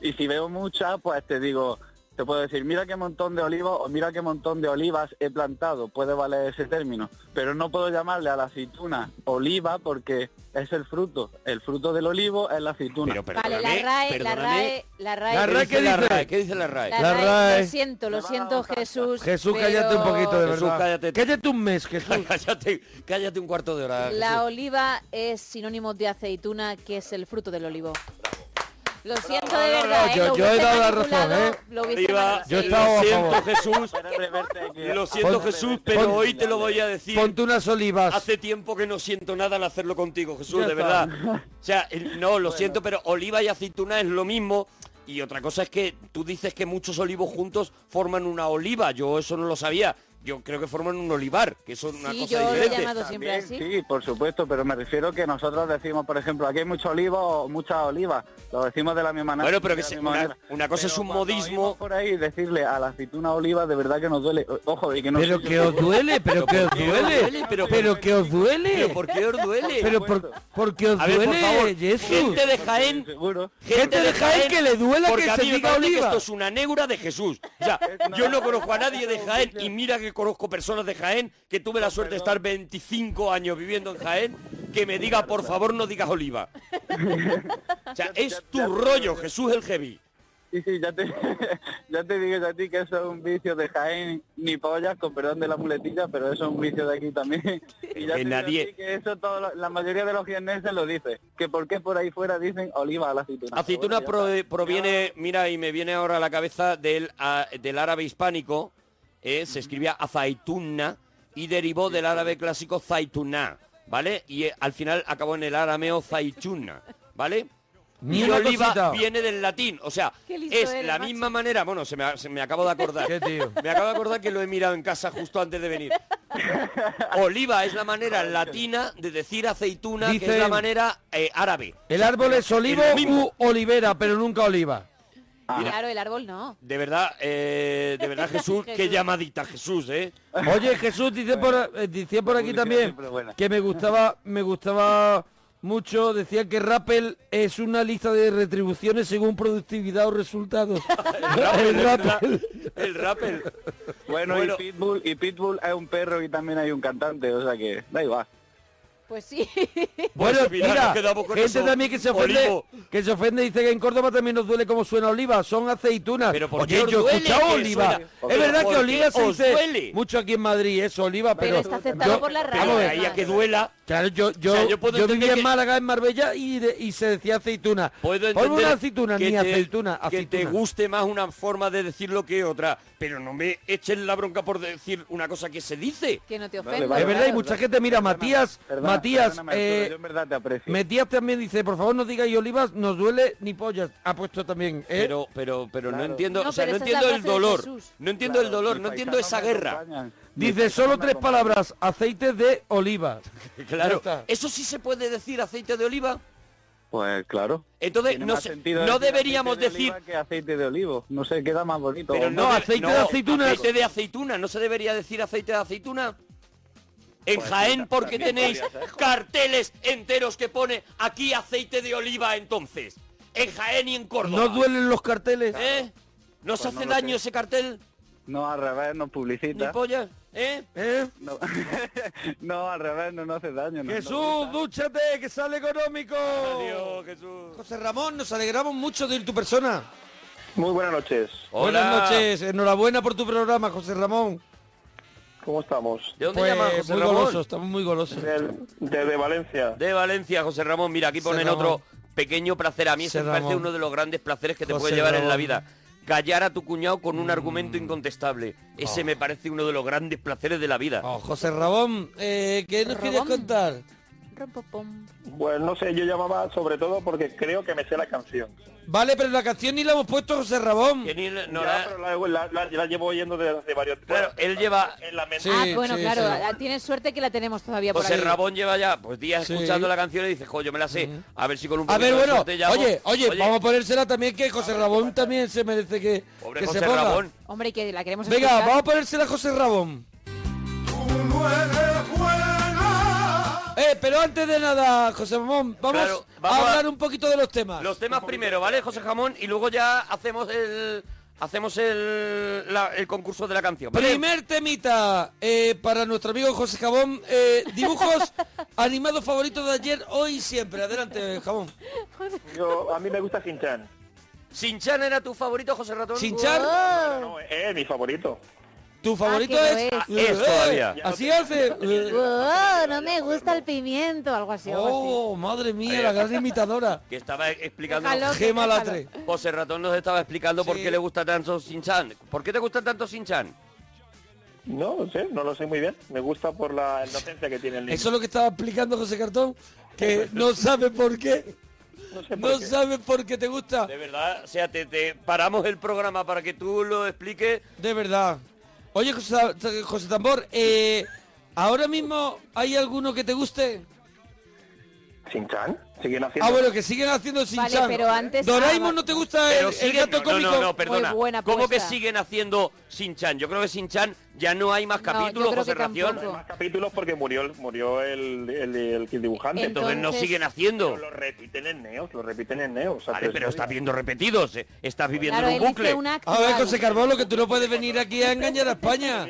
S4: Y si veo muchas, pues te digo, te puedo decir, mira qué montón de olivos o mira qué montón de olivas he plantado, puede valer ese término. Pero no puedo llamarle a la aceituna oliva porque es el fruto. El fruto del olivo es la aceituna.
S2: Pero
S6: Vale,
S2: perdóname,
S6: la RAE, la
S2: perdóname.
S6: RAE, la RAE...
S3: La
S2: ¿Qué
S3: RAE
S2: dice la
S3: dice?
S2: RAE? ¿Qué dice la RAE?
S6: La
S3: La
S6: RAE,
S3: RAE.
S6: Lo siento, lo
S4: Me va
S6: siento,
S4: a-
S6: Jesús.
S3: Jesús,
S6: pero
S3: cállate un poquito, de
S2: Jesús,
S3: verdad.
S2: cállate.
S3: un
S2: [LAUGHS]
S3: mes, Jesús.
S2: cállate, cállate un cuarto de hora.
S6: La
S2: Jesús.
S6: oliva es sinónimo de aceituna, que es el fruto del olivo. Lo siento de
S3: no, no,
S6: verdad, ¿eh?
S3: yo-
S6: Lo
S3: yo he
S6: hubiese
S3: dado la
S6: manipulado,
S3: razón, ¿eh?
S6: Lo hubiese
S2: Oliva,
S6: manipulado,
S3: Yo
S6: sí.
S3: estaba-
S2: lo
S3: a
S2: siento
S3: favor.
S2: Jesús,
S4: Espera, reverte aquí.
S2: lo siento
S3: Pon-
S2: Jesús,
S4: pon-
S2: pero hoy te lo voy a decir.
S3: Ponte unas olivas.
S2: Hace tiempo que no siento nada al hacerlo contigo, Jesús,
S3: Ya
S2: de
S3: está.
S2: verdad.
S3: [LAUGHS]
S2: O sea, eh, no, lo siento, pero oliva y aceituna es lo mismo. Y otra cosa es que tú dices que muchos olivos juntos forman una oliva. Yo eso no lo sabía. Yo creo que forman un olivar, que eso es una
S6: Sí,
S2: cosa
S6: yo lo he
S2: diferente.
S6: llamado siempre
S4: También,
S6: así.
S4: Sí, por supuesto, pero me refiero que nosotros decimos, por ejemplo, aquí hay muchos olivos o muchas olivas, lo decimos de la misma manera.
S2: Bueno, pero
S4: de
S2: que
S4: la
S2: se-
S4: misma
S2: una-
S4: manera.
S2: una cosa es
S4: Pero
S2: un
S4: cuando
S2: modismo.
S4: oímos Por ahí decirle a la aceituna oliva, de verdad que nos duele. O- Ojo, y que no
S3: Pero
S4: soy
S3: que
S4: yo. [LAUGHS]
S3: os duele, pero que os duele.
S2: Pero-
S3: Pero que os duele.
S2: ¿Pero por qué os duele?
S3: Pero por, porque os
S2: A ver, por
S3: duele,
S2: favor,
S3: Jesús.
S2: gente de Jaén,
S4: Seguro.
S3: Gente de Jaén que le duela
S2: porque
S3: que
S2: a
S3: se
S2: mí me
S3: diga
S2: parece que
S3: oliva.
S2: esto es una neura de Jesús. O sea, yo no conozco a nadie de Jaén y mira que conozco personas de Jaén que tuve la suerte de estar 25 años viviendo en Jaén que me diga, por favor, no digas oliva. O sea, es tu rollo, Jesús el heavy.
S4: Sí, sí, ya te, [LAUGHS] ya te digo yo a ti que eso es un vicio de Jaén, ni pollas, con perdón de la muletilla, pero eso es un vicio de aquí
S2: [LAUGHS]
S4: también. Y ya
S2: Que
S4: te digo a ti
S2: nadie-
S4: que eso todo, lo- la mayoría de los jienenses lo dice, que por qué por ahí fuera dicen oliva a la
S6: pues,
S4: aceituna.
S2: Aceituna
S4: Pero bueno, ya
S2: pro-
S4: está.
S2: proviene, mira, y me viene ahora a la cabeza del, a- del árabe hispánico, eh, se escribía azaituna y derivó del árabe clásico zaituna, ¿vale? Y eh, al final acabó en el arameo zaichuna, ¿vale?
S3: Ni
S2: y
S3: una
S2: oliva
S3: cosita.
S2: viene del latín, o sea,
S6: Qué listo
S2: es
S6: eres,
S2: la
S6: macho.
S2: misma manera, bueno, se me, ha- se me acabo de acordar.
S3: Qué tío.
S2: Me acabo de acordar que lo he mirado en casa justo antes de venir. Oliva es la manera latina de decir aceituna, que es
S3: Dicen-
S2: la manera eh, árabe.
S3: El árbol es olivo
S2: Es lo mismo.
S3: u olivera, pero nunca oliva.
S2: Ah.
S6: Claro, el árbol no.
S2: De verdad, eh, de verdad
S6: [LAUGHS]
S2: Jesús, qué
S6: Jesús.
S2: llamadita Jesús, [LAUGHS] ¿eh?
S3: Oye, Jesús, dice por, eh, dice por aquí
S4: Publicidad
S3: también
S4: siempre buena.
S3: que me gustaba, me gustaba mucho, decía que Rappel es una lista de retribuciones según productividad
S4: [LAUGHS]
S3: o resultados. El Rappel.
S2: El rapper.
S4: Bueno,
S2: Bueno.
S4: Y, Pitbull, y Pitbull es un perro y también hay un cantante, o sea que da igual.
S6: Pues sí.
S3: Bueno,
S2: Pues mira,
S3: mira,
S2: nos quedamos con
S3: gente
S2: eso.
S3: también que se ofende,
S2: Olivo.
S3: que se ofende, dice que en Córdoba también nos duele como suena oliva, son aceitunas.
S2: Pero ¿por qué
S3: Oye,
S2: os
S3: yo he
S2: duele
S3: escuchado
S2: que
S3: oliva.
S2: suena?
S3: Es verdad
S2: ¿Por
S3: que
S2: qué
S3: oliva se
S2: os
S3: dice
S2: duele?
S3: mucho aquí en Madrid, eso, oliva, pero...
S6: Pero está aceptado
S3: yo-
S6: por la
S3: Vamos a
S2: Pero de
S3: ver,
S2: ahí a que duela.
S3: Claro, yo, yo,
S2: sea, yo puedo
S3: yo
S2: entender
S3: vivía en
S2: que-
S3: Málaga, en Marbella, y, de- y se decía aceituna.
S2: Puedo
S3: Ponme
S2: entender
S3: una aceituna,
S2: que
S3: ni
S2: te-
S3: aceituna,
S2: que te
S3: aceituna.
S2: guste más una forma de decirlo que otra, pero no me echen la bronca por decir una cosa que se dice.
S6: Que no te
S4: Vale,
S6: ofendas.
S4: vale,
S3: Es verdad, hay
S4: vale,
S3: mucha
S4: vale.
S3: gente, mira,
S4: Perdona,
S3: Matías,
S4: perdona,
S3: Matías,
S4: perdóname, Arturo,
S3: eh,
S4: yo en verdad te aprecio.
S3: Metías también dice, por favor no digáis olivas, nos duele ni pollas. Ha puesto también, ¿eh?
S2: Pero, pero, pero no
S4: Claro.
S2: entiendo,
S6: No,
S2: o sea,
S6: pero
S2: no
S6: esa es la
S2: entiendo el
S6: frase de
S2: dolor,
S6: Jesús.
S2: no entiendo el
S4: Claro,
S2: dolor,
S4: mis
S2: no entiendo esa
S4: paisanos me
S2: guerra.
S4: acompañan. Mis
S3: Dice
S4: paisanos
S3: solo
S4: me
S3: tres
S4: acompañan.
S3: palabras, aceite de oliva. Ya
S2: [LAUGHS] Claro,
S3: está.
S2: eso sí se puede decir aceite de oliva.
S4: Pues claro.
S2: Entonces
S4: Tiene
S2: no,
S4: más
S2: se-
S4: sentido
S2: no
S4: decir
S2: deberíamos
S4: aceite de
S2: decir,
S4: oliva que aceite de olivo. No sé, queda más bonito.
S2: pero
S3: no,
S2: de-
S3: aceite de aceitunas.
S2: Aceite de aceituna, no se debería decir aceite de aceituna. En
S4: Pues,
S2: Jaén,
S4: mira,
S2: porque
S4: también
S2: tenéis
S4: podría ser.
S2: carteles enteros que pone aquí aceite de oliva entonces. En Jaén y en Córdoba.
S3: ¿No duelen los carteles?
S2: ¿Eh? ¿Nos
S4: Pues no
S2: hace
S4: lo
S2: daño
S4: sé.
S2: ese cartel,
S4: No, al revés, nos
S2: ni
S4: publicita.
S2: pollas? ¿Eh?
S3: ¿Eh?
S4: No, [LAUGHS] no, al revés, no nos hace daño. no-
S3: Jesús, dúchate, que sale económico.
S2: Adiós, Jesús.
S3: José Ramón, nos alegramos mucho de ir tu persona.
S8: Muy buenas noches.
S3: Buenas noches, enhorabuena por tu programa, José Ramón.
S8: ¿Cómo estamos?
S2: ¿De dónde
S3: Pues,
S2: llamas, José
S3: muy
S2: Ramón?
S3: golosos, estamos muy golosos.
S8: Del- Desde Valencia.
S2: De Valencia, José Ramón. Mira, aquí
S3: José
S2: ponen
S3: Ramón.
S2: otro pequeño placer. A mí
S3: José
S2: ese me parece
S3: Ramón.
S2: uno de los grandes placeres que te
S3: José
S2: puede llevar en la
S3: Ramón. Mm.
S2: vida. Callar a tu cuñado con un argumento incontestable. Ese me parece uno de los grandes placeres de la vida.
S3: Oh, José Ramón, eh, ¿qué nos quieres
S6: Ramón.
S3: contar?
S6: Rompopom.
S8: Pues no sé, yo llamaba sobre todo porque creo que me sé la canción.
S3: Vale, pero la canción ni la hemos puesto, José Ramón.
S2: Que ni- no,
S8: Ya,
S2: la-
S8: pero Ah, la, la- la- la llevo oyendo desde hace varios
S2: Claro,
S8: bueno,
S2: él lleva...
S8: en la mente.
S3: Sí,
S6: ah, bueno,
S3: sí,
S6: claro.
S3: sí.
S6: ah, Tienes suerte que la tenemos todavía por
S2: José
S6: aquí.
S2: Ramón lleva ya pues días
S3: Sí.
S2: escuchando la canción y dice, jo, yo me la sé. A ver si con un
S3: A
S2: poquito
S3: ver,
S2: de
S3: bueno,
S2: suerte llamo".
S3: oye, oye, vamos a ponérsela también que José Ramón también se merece que,
S2: Pobre
S3: que
S2: José
S3: se ponga.
S2: Ramón.
S6: Hombre, que la queremos
S3: Venga,
S6: escuchar.
S3: vamos a ponérsela a José Ramón. Eh, pero antes de nada, José Ramón, vamos,
S2: Claro, vamos
S3: a
S2: a-
S3: hablar un poquito de los temas.
S2: Los temas primero, ¿vale, José Ramón? Y luego ya hacemos el... Hacemos el, la- el concurso de la canción. ¿vale?
S3: Primer temita eh, para nuestro amigo José Jabón. eh,
S2: [LAUGHS]
S3: dibujos animados favoritos de ayer, hoy y siempre. Adelante, Jabón.
S8: Yo- a mí me gusta
S3: [LAUGHS]
S8: Sinchan.
S2: ¿Sinchan era tu favorito, José Ratón?
S3: Sinchar,
S8: No, es, es mi favorito.
S3: tu favorito
S6: Ah,
S3: es... Eh,
S6: que lo
S2: es. Es todavía.
S3: Así hace... eh,
S6: Wow, Oh, no me gusta el pimiento, algo así. algo
S3: Oh, madre mía, la gran [LAUGHS] imitadora.
S2: Que estaba explicando...
S6: Déjalo.
S3: Gema Latre.
S2: José Ratón nos estaba explicando por
S3: Sí.
S2: qué le gusta tanto Sinchan. ¿Por qué te gusta tanto Sinchan?
S8: No sé, no lo sé muy bien. Me gusta por la inocencia que tiene el niño. Eh,
S3: Eso es lo que estaba explicando José Cartón, que Eh, no sabe por qué.
S8: No sé por
S3: No
S8: qué.
S3: sabe por qué te gusta.
S2: De verdad, o sea, te, te paramos el programa para que tú lo expliques.
S3: De verdad. Oye, José, José Tambor, eh, ¿ahora mismo hay alguno que te guste?
S8: ¿Sinchan? ¿Siguen haciendo?
S3: Ah, bueno, que siguen haciendo sin
S6: Vale,
S3: chan.
S6: pero antes-
S3: Doraemon
S6: ah,
S3: no te gusta el,
S2: Pero
S3: el
S2: siguen-
S3: gato
S2: no,
S3: cómico.
S2: no, no, perdona.
S6: Muy buena
S2: ¿Cómo que
S6: apuesta.
S2: siguen haciendo Sinchan? Yo creo que Sinchan ya no hay más
S6: No, yo
S2: capítulos,
S6: creo
S2: José
S6: que
S2: Ración.
S6: tampoco.
S8: Más capítulos porque murió el, murió el, el, el- el dibujante.
S6: Entonces-
S2: Entonces no siguen haciendo.
S8: Pero lo repiten en Neos, lo repiten en Neos. o sea,
S2: Vale, pero
S8: eso-
S2: estás viendo repetidos, eh, estás viviendo
S6: Claro,
S2: en
S6: él
S2: un
S6: hizo
S2: bucle.
S6: un acto,
S3: A ver,
S6: algo.
S3: José Carbolo, que tú no puedes venir aquí a engañar
S8: [LAUGHS]
S3: a España.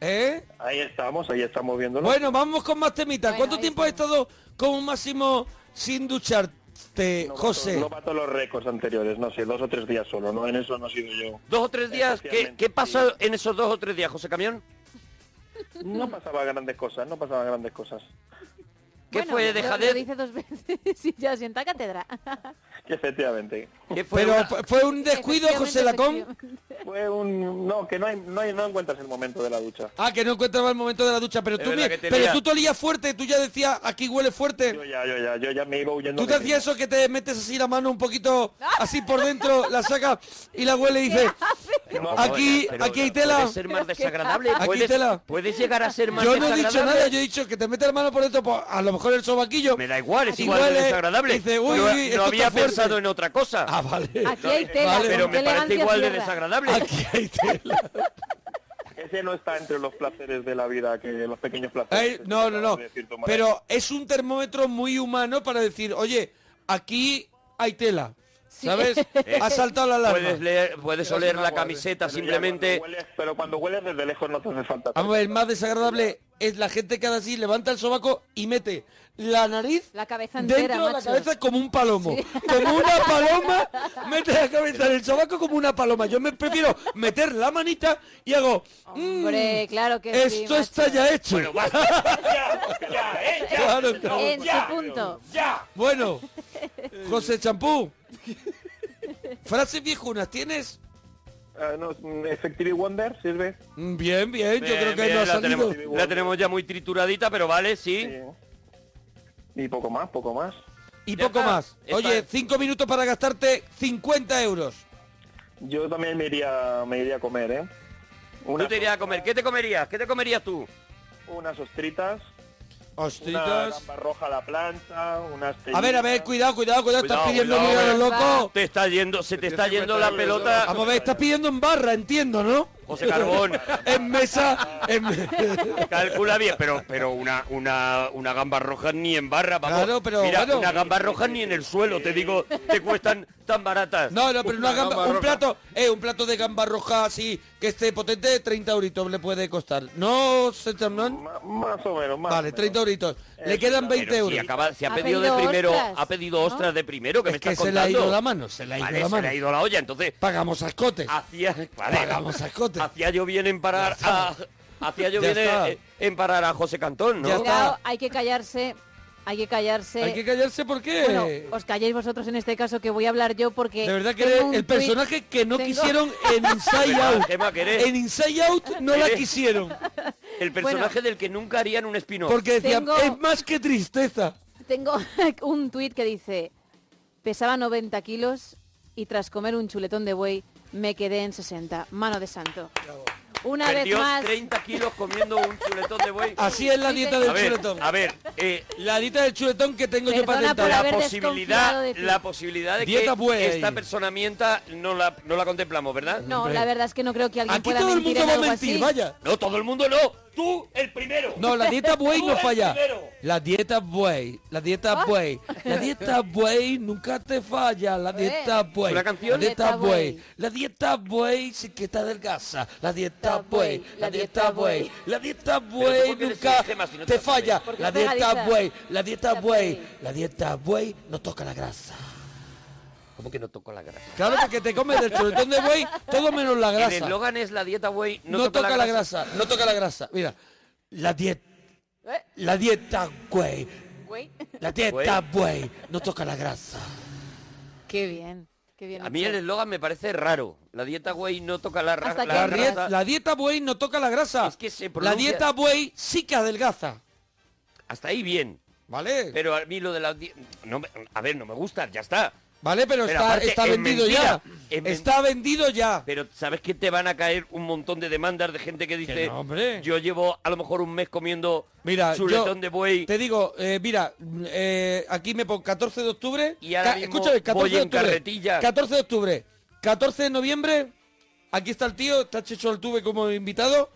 S3: ¿Eh?
S8: Ahí estamos, ahí estamos viéndolo.
S3: Bueno, vamos con más temitas.
S6: Bueno,
S3: ¿Cuánto
S6: ahí
S3: tiempo has estado como máximo sin ducharte,
S8: no
S3: José?
S8: Bato, no bato los récords anteriores, no sé, dos o tres días solo, ¿no? En eso no he sido yo.
S2: Dos o tres días, ¿qué,
S8: Especialmente,
S2: qué pasa
S8: sí.
S2: en esos dos o tres días, José Camión?
S8: No pasaba grandes cosas, no pasaba grandes cosas. [LAUGHS]
S2: ¿Qué
S6: Bueno,
S2: fue
S6: lo-
S2: de
S6: Lo
S2: Jadez?
S6: dice dos veces [LAUGHS] y ya sienta cátedra.
S8: Efectivamente.
S2: ¿Qué fue
S3: Pero
S2: una-
S3: fue- fue un descuido, José Lacón.
S8: Fue un... No, que no, hay, no, hay- no encuentras el momento de la ducha.
S3: Ah, que no encontraba el momento de la ducha, pero
S2: Es
S3: tú,
S2: verdad
S3: bien-
S2: que te
S3: pero
S2: lía.
S3: tú te olías fuerte, tú ya decías, aquí huele
S8: Yo
S3: fuerte.
S8: ya, yo ya, yo ya me iba huyendo.
S3: Tú te
S8: de
S3: hacías
S6: [LAUGHS]
S3: eso que te metes así la mano un poquito, así por dentro, la sacas y la huele y dices,
S8: No,
S3: Aquí,
S2: Pero
S3: aquí hay tela.
S2: Puede ser más desagradable.
S3: Aquí,
S2: puedes,
S3: tela.
S2: puedes llegar a ser más
S3: Yo no he dicho
S2: desagradable.
S3: nada, yo he dicho que te mete la mano por dentro, pues, a lo mejor el sobaquillo.
S2: Me da igual, es
S3: Aquí
S2: igual de
S3: huele,
S2: desagradable.
S3: dice, uy,
S2: no
S3: uy,
S2: no
S3: esto
S2: había
S3: está fuerte.
S2: pensado en otra cosa.
S3: Ah, vale.
S6: Aquí hay tela,
S3: vale,
S2: pero
S6: con qué
S2: me parece
S6: elegancia
S2: igual de
S6: cierra.
S2: desagradable.
S3: Aquí hay tela.
S8: Ese no está entre los placeres de la vida, que los pequeños placeres.
S3: Ay, Ah, no, no, no.
S8: de cierta manera.
S3: Pero es un termómetro muy humano para decir, oye, aquí hay tela.
S6: Sí. [LAUGHS]
S3: ¿Sabes? Ha saltado la
S2: Puedes,
S3: alarma.
S2: leer, puedes
S8: Pero
S2: oler
S8: si no
S2: la
S8: huele,
S2: camiseta
S8: pero ya
S2: simplemente.
S8: cuando hueles- pero cuando hueles desde lejos no te hace falta.
S3: Vamos a ver, más desagradable es la gente que hace así, levanta el sobaco y mete la nariz
S6: La cabeza entera,
S3: dentro de la
S6: macho.
S3: cabeza como un palomo. Como una paloma, mete la cabeza en el sobaco como una paloma. Yo me prefiero meter la manita y hago... "Mm,
S6: Hombre, claro que Oh, sí,
S3: esto
S6: macho.
S3: está ya hecho. Bueno,
S2: Ah, eh.
S3: Claro, claro.
S6: En su punto.
S3: [LAUGHS] Bueno, José Champú. Frases viejunas, ¿tienes?
S8: Ah, no, mm, Effective Wonder sirve.
S3: Mm, Bien, bien, yo
S2: Bien,
S3: creo que
S2: bien,
S3: no ha
S2: la,
S3: salido.
S2: tenemos, la tenemos ya muy trituradita, pero vale, sí.
S8: Sí. Y poco más, poco más.
S3: Y
S2: Ya
S3: poco
S2: está,
S3: más.
S2: está.
S3: Oye, cinco minutos para gastarte 50 euros.
S8: Yo también me iría, me iría a comer, ¿eh?
S2: Tú
S8: Unas,
S2: te irías a comer. ¿Qué te comerías? ¿Qué te comerías tú?
S8: unas ostritas, una
S3: Hostitas.
S8: gamba roja a la plancha, unas
S3: A ver, a ver,
S8: telitas.
S3: cuidado, cuidado, cuidado. Estás
S2: Cuidado,
S3: pidiendo
S2: cuidado,
S3: dinero a los
S6: cuidado.
S3: locos.
S2: Te está yendo, se te está yendo la pelota.
S3: Vamos a ver, estás pidiendo en barra, entiendo, ¿no?
S2: José Carbón.
S3: [LAUGHS] en mesa. En... me-
S2: Calcula bien, pero pero una una una gamba roja ni en barra, vamos.
S3: Claro, pero
S2: Mira,
S3: bueno.
S2: una gamba roja ni en el suelo, te digo, te cuestan tan baratas.
S3: No, no, pero una
S4: Una
S3: gamba-
S4: gamba
S3: un
S4: roja.
S3: plato, eh, un plato de gamba roja así, que esté potente, 30 euritos le puede costar. ¿No, Sechamnon?
S8: Ma- más o menos, más
S3: Vale,
S8: o menos.
S3: 30 euritos. Le
S8: Eso,
S3: quedan
S8: claro.
S3: 20
S2: Pero si
S3: euros.
S2: acaba, se ha,
S6: Ha
S2: pedido, de
S6: pedido
S2: primero,
S6: ostras,
S2: ha pedido
S6: ¿no?
S2: ostras de primero, que me
S3: Es que
S2: estás
S3: se le
S2: contando.
S3: ha ido la mano, se le ha ido
S2: Vale,
S3: la
S2: se le
S3: mano.
S2: ha ido la olla, entonces
S3: Pagamos a escote. [LAUGHS]
S2: hacía, vale,
S3: Pagamos a escote.
S2: hacía yo bien en parar a hacía yo
S3: Ya
S2: bien
S3: está.
S2: en, en parar a José Cantón, ¿no?
S3: Ya está.
S6: Cuidado, hay que callarse, hay que callarse.
S3: Hay que callarse porque...
S6: Bueno, os calléis vosotros en este caso que voy a hablar yo porque...
S3: De verdad que
S6: tengo
S3: eres
S6: un
S3: el
S6: tuit-
S3: personaje que no
S6: tengo- [LAUGHS]
S3: quisieron en Inside
S2: ¿Verdad,
S3: Out.
S2: Gemma, que eres?
S3: En Inside Out no la
S2: Eres-
S3: quisieron.
S2: El personaje del que nunca harían un spin-off.
S3: Porque decían,
S6: Tengo-
S3: es más que tristeza.
S6: Tengo [LAUGHS] un tuit que dice, pesaba 90 kilos y tras comer un chuletón de buey me quedé en 60. Mano de santo. Una
S2: Perdió
S6: vez más...
S2: 30 kilos comiendo un chuletón de buey.
S3: Así es la
S6: Sí,
S3: dieta
S6: señor.
S3: del
S2: a ver,
S3: chuletón.
S2: a ver, eh,
S3: La dieta del chuletón que tengo yo
S6: Perdona por
S3: patentada.
S2: la
S6: haber desconfiado
S2: posibilidad,
S6: de ti.
S2: la posibilidad de
S3: Dieta
S2: que
S3: buey.
S2: esta personamienta no la, no la contemplamos, ¿verdad?
S6: No,
S3: Hombre.
S6: la verdad es que no creo que alguien
S3: Aquí
S6: pueda
S3: todo el
S6: mentir
S3: mundo
S6: en
S3: va a
S6: algo
S3: mentir,
S6: así.
S3: vaya.
S2: No, todo el mundo no. Tú, el primero.
S3: No, la dieta buey no
S2: Tú
S3: falla.
S2: el primero.
S3: La dieta buey, la dieta buey, la dieta buey nunca te falla. La dieta buey,
S2: ¿Una canción?
S3: la dieta
S6: Dieta buey.
S3: buey, la dieta buey sí que está delgaza. La dieta
S6: La
S3: buey,
S6: buey,
S3: la
S6: la
S3: dieta
S6: dieta
S3: buey,
S6: buey.
S3: la dieta
S2: Pero
S3: buey
S2: ¿cómo que
S3: nunca
S2: decís, Gemma, si no te
S3: te
S2: la sabes?
S3: falla.
S6: Porque
S3: La
S6: es
S3: dieta
S6: pegadiza.
S3: buey, la dieta
S6: La
S3: buey,
S6: buey.
S3: la dieta buey no toca la grasa.
S2: ¿Cómo que no tocó la grasa?
S3: Claro, porque te comes del chuletón de buey todo menos la
S2: El
S3: grasa.
S2: eslogan es la dieta buey
S3: No,
S2: no,
S3: toca, la, grasa. no toca la grasa. Mira, la dieta,
S6: ¿Eh?
S3: la dieta buey.
S6: Güey.
S3: La dieta buey no toca la grasa.
S6: Qué bien, qué bien.
S2: A mí
S6: hecho.
S2: el eslogan me parece raro. La dieta buey no toca la, ra-
S6: Hasta
S2: la
S6: que-
S3: La,
S6: Claro.
S3: rie-
S2: grasa.
S3: la dieta buey no toca la grasa.
S2: Es que se
S3: la
S2: pronuncia-
S3: dieta buey sí que adelgaza.
S2: Hasta ahí bien.
S3: ¿Vale?
S2: Pero a mí lo de la... di- No, me- a ver, no me gusta, ya está.
S3: vale, pero,
S2: pero
S3: está,
S2: aparte
S3: está
S2: es
S3: vendido
S2: mentira.
S3: ya.
S2: Es men-
S3: Está vendido ya.
S2: Pero sabes que te van a caer un montón de demandas de gente que dice,
S3: no, hombre.
S2: yo llevo a lo mejor un mes comiendo
S3: Mira,
S2: chuletón
S3: yo
S2: de buey
S3: Te digo, eh, mira, mm, eh, aquí me pongo 14 de octubre.
S2: Y ahora
S3: Ca-
S2: mismo
S3: escúchame, 14
S2: voy
S3: de
S2: en
S3: octubre.
S2: carretilla.
S3: 14 de octubre. 14 de noviembre. Aquí está el tío, está Checho Altuve como invitado.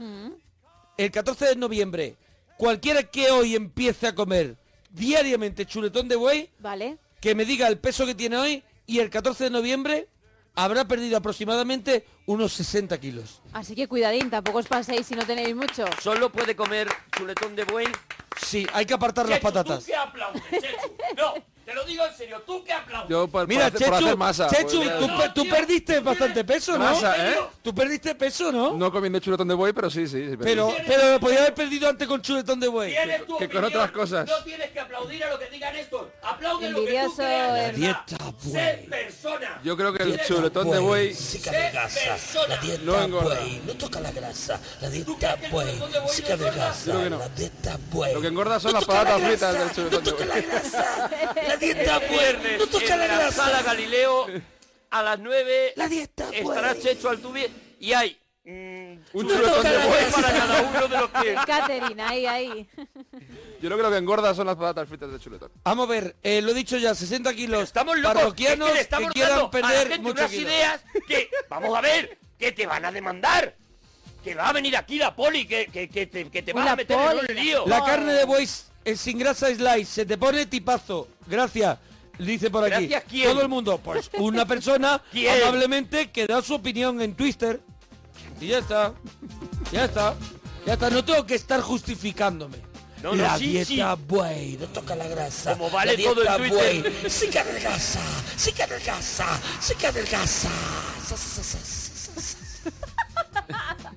S3: El 14 de noviembre. Cualquiera que hoy empiece a comer diariamente chuletón de buey,
S6: Vale,
S3: que me diga el peso que tiene hoy y el 14 de noviembre habrá perdido aproximadamente unos 60 kilos.
S6: así que cuidadín, tampoco os paséis si no tenéis mucho.
S2: solo puede comer chuletón de buey.
S3: Sí, hay que apartar las patatas.
S2: aplaudes, Chechu? No, te lo digo en serio, tú que aplaudes.
S9: Yo por,
S3: Mira,
S9: por hacer, por
S3: Chechu,
S9: hacer masa.
S3: Chechu,
S9: pues,
S3: tú, pe- tú perdiste bastante peso, ¿no?
S9: Masa, ¿eh?
S3: Tú perdiste peso, ¿no?
S9: no comiendo chuletón de buey, pero sí, sí. sí,
S3: Pero, pero lo podía haber perdido antes con chuletón de buey.
S9: tu que con opinión, otras cosas. no
S2: tienes que aplaudir a lo que digan estos. Aplaude
S6: lo que tú Envidioso creas, de
S3: La dieta buey.
S2: persona.
S9: Yo creo que el chuletón de buey...
S1: Sí que adelgaza. La
S9: No
S1: dieta
S9: engorda.
S1: buey no toca la grasa. La dieta pues. buey sí que adelgaza.
S9: Creo que no.
S1: La dieta buey.
S9: Lo que engorda son
S1: no
S9: las
S1: toca la
S9: patatas
S1: grasa,
S9: fritas del chuletón
S1: No toca
S9: de
S1: la
S9: buey.
S1: grasa.
S2: [LAUGHS]
S1: La dieta buey
S2: Este Viernes
S1: no toca
S2: en
S1: la
S2: la
S1: grasa.
S2: sala Galileo a las 9
S1: La dieta buey.
S2: estará Checho Altuve y y hay mm,
S9: Un
S2: chuletón
S9: chuletón de buey.
S2: para cada uno de los que...
S6: [LAUGHS] Catherine, ahí, ahí.
S9: [LAUGHS] Yo creo que lo que engorda son las patatas fritas de chuletón.
S3: Vamos a ver, eh, lo he dicho ya, 60 kilos
S2: Estamos locos, es que
S3: parroquianos
S2: le estamos
S3: que quieran
S2: dando a la
S3: perder
S2: gente
S3: muchos
S2: unas
S3: kilos.
S2: ideas que, vamos a ver, que te van a demandar. Que va a venir aquí la poli, que, que, que te, que te
S6: Uy,
S2: vas
S6: la
S2: a meter
S6: poli,
S2: en un
S6: la-
S2: lío.
S3: La carne de buey s- eh, sin grasa slice se te pone tipazo. Gracias. Dice por aquí.
S2: ¿Gracias quién?
S3: Todo el mundo. Pues
S2: [LAUGHS]
S3: una persona
S2: ¿Quién?
S3: amablemente que da su opinión en Twitter. Y ya está. Ya está. Ya está. No tengo que estar justificándome.
S2: No, no,
S3: la
S2: sí,
S3: dieta buey.
S1: No toca la grasa.
S2: Como vale
S1: la dieta
S2: todo el Twitter.
S1: buey. Sí que adelgaza, sí que adelgaza, sí que adelgaza. Sa, sa, sa, sa, sa, sa.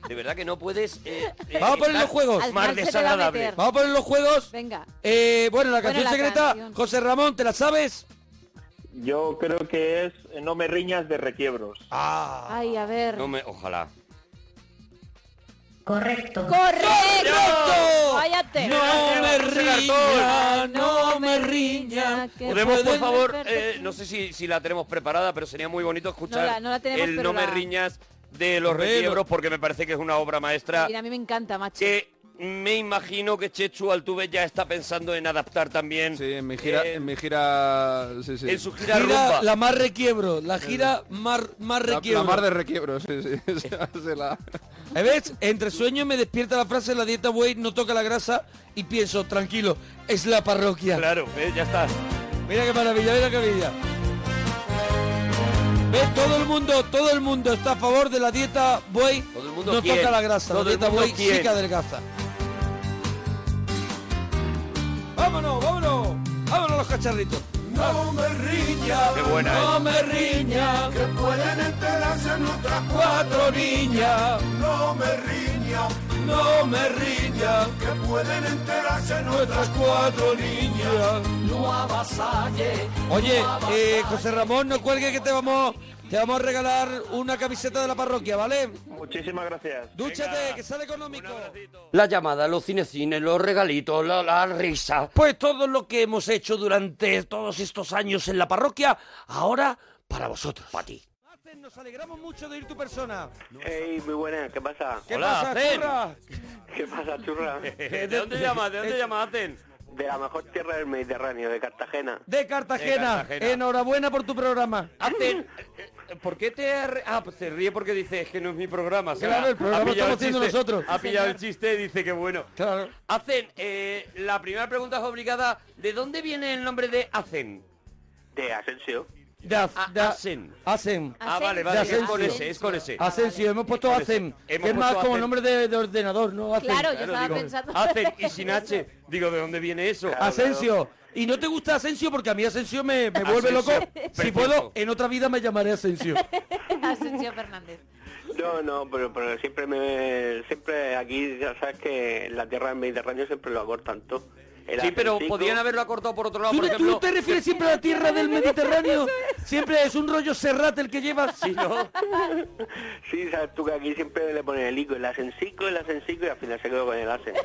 S2: De verdad que no puedes... eh,
S3: [LAUGHS]
S2: eh,
S3: Vamos a poner
S2: estar
S3: los juegos.
S6: Al
S2: Más
S6: final se te va a
S2: desagradable.
S6: meter.
S3: Vamos a poner los juegos.
S6: Venga.
S3: Eh, bueno, la canción
S6: la
S3: secreta.
S6: canción.
S3: José Ramón, ¿te la sabes?
S8: Yo creo que es eh, No me riñas de requiebros.
S3: Ah.
S6: Ay, a ver.
S2: No me... Ojalá.
S6: ¡Correcto!
S3: ¡Correcto!
S6: ¡Váyate!
S3: No me
S2: José
S3: riña,
S2: Garzón.
S3: no me riña.
S6: que
S2: Podemos, por
S6: pueden
S2: favor,
S6: verte
S2: eh, no sé si, si la tenemos preparada, pero sería muy bonito escuchar
S6: No la- no la tenemos,
S2: el
S6: pero
S2: No me
S6: la-
S2: riñas de los
S3: Hombre,
S2: requiebros,
S3: lo-
S2: porque me parece que es una obra maestra
S6: Mira, a mí me encanta, macho. [LAUGHS]
S2: que me imagino que Chechu Altuve ya está pensando en adaptar también
S9: Sí, en mi gira...
S2: eh,
S9: En mi gira... Sí, sí.
S2: en su gira,
S3: Gira
S2: rumba.
S3: la más requiebro, la gira más, más
S9: La,
S3: requiebro.
S9: la mar de requiebros, sí, sí. [LAUGHS] Esa se la-
S3: Eh, ¿Ves? Entre sueños me despierta la frase la dieta buey no toca la grasa y pienso, tranquilo, es la parroquia.
S2: Claro, eh, ya está.
S3: Mira qué maravilla, mira qué maravilla. ¿Ves? Todo el mundo, todo el mundo está a favor de la dieta buey
S2: Todo el mundo
S3: no
S2: quiere.
S3: toca la grasa,
S2: Todo
S3: la
S2: el
S3: dieta
S2: mundo
S3: buey sí
S2: quiere.
S3: que adelgaza. Vámonos, vámonos, vámonos los cacharritos. No me riña,
S2: Qué buena
S3: no me riña, que pueden enterarse nuestras cuatro niñas. No me riña, no me riña, que pueden enterarse nuestras cuatro niñas. No avasalle. Oye, eh, José Ramón, no cuelgue que te vamos, te vamos a regalar una camiseta de la parroquia, ¿vale?
S8: Muchísimas gracias.
S3: Dúchate, que sale económico.
S10: La llamada, los cinecines, los regalitos, la, la risa.
S1: Pues todo lo que hemos hecho durante todos estos años en la parroquia, ahora para vosotros. Para ti.
S3: Hacen, Nos alegramos mucho de ir tu persona.
S11: Hey, muy buena, ¿qué pasa?
S3: ¿Qué
S2: Hola,
S3: pasa,
S2: Hacen.
S3: churra?
S11: ¿Qué pasa, churra?
S2: [LAUGHS] ¿De dónde llamas? ¿De dónde llamas, Aten?
S11: De la mejor tierra del Mediterráneo, de Cartagena.
S3: De Cartagena.
S2: De Cartagena.
S3: Enhorabuena por tu programa.
S2: Aten, eh, eh, ¿por qué te... ha re- Ah, pues se ríe porque dice, es que no es mi programa. se
S3: Claro,
S2: va.
S3: el programa
S2: Ha pillado
S3: estamos
S2: el chiste,
S3: haciendo nosotros.
S2: Ha pillado el chiste y dice que bueno.
S3: Claro.
S2: Hacen, eh, la primera pregunta es obligada. ¿De dónde viene el nombre de Hacen?
S11: De Asensio.
S3: De,
S2: A- Asen.
S3: Hacen.
S2: Ah, vale,
S3: De
S2: vale, es
S3: Asensio.
S2: con ese, es con ese. Ah,
S3: Asensio, hemos puesto
S2: Vale.
S3: Hacen.
S2: Hemos
S3: Que es más
S2: puesto
S3: como
S2: Hacen.
S3: nombre de, de ordenador, ¿no? Hacen.
S6: Claro, yo
S2: Claro,
S6: estaba
S2: digo,
S6: pensando.
S2: Hacen y sin H.
S6: [LAUGHS]
S2: Digo, ¿de dónde viene eso?
S3: Asensio. Y no te gusta Asensio porque a mí Asensio me, me vuelve loco.
S2: Asensio,
S3: Si
S2: perfecto.
S3: puedo, en otra vida me llamaré
S2: [LAUGHS]
S3: Asensio.
S6: Asensio Fernández.
S11: No, no, pero, pero siempre me, siempre aquí ya sabes que la tierra del Mediterráneo siempre lo acortan todo. El
S2: Sí, pero
S11: Asensico-
S2: podían haberlo acortado por otro lado,
S3: ¿Tú,
S2: por
S3: tú
S2: ejemplo.
S3: te
S2: [LAUGHS]
S3: refieres siempre a la tierra del Mediterráneo? Siempre es un rollo serrat el que llevas.
S2: [LAUGHS] Sí, ¿no?
S11: Sí, sabes tú que aquí siempre le ponen el ico, el asensico, el asensico y al final se quedó con el asen.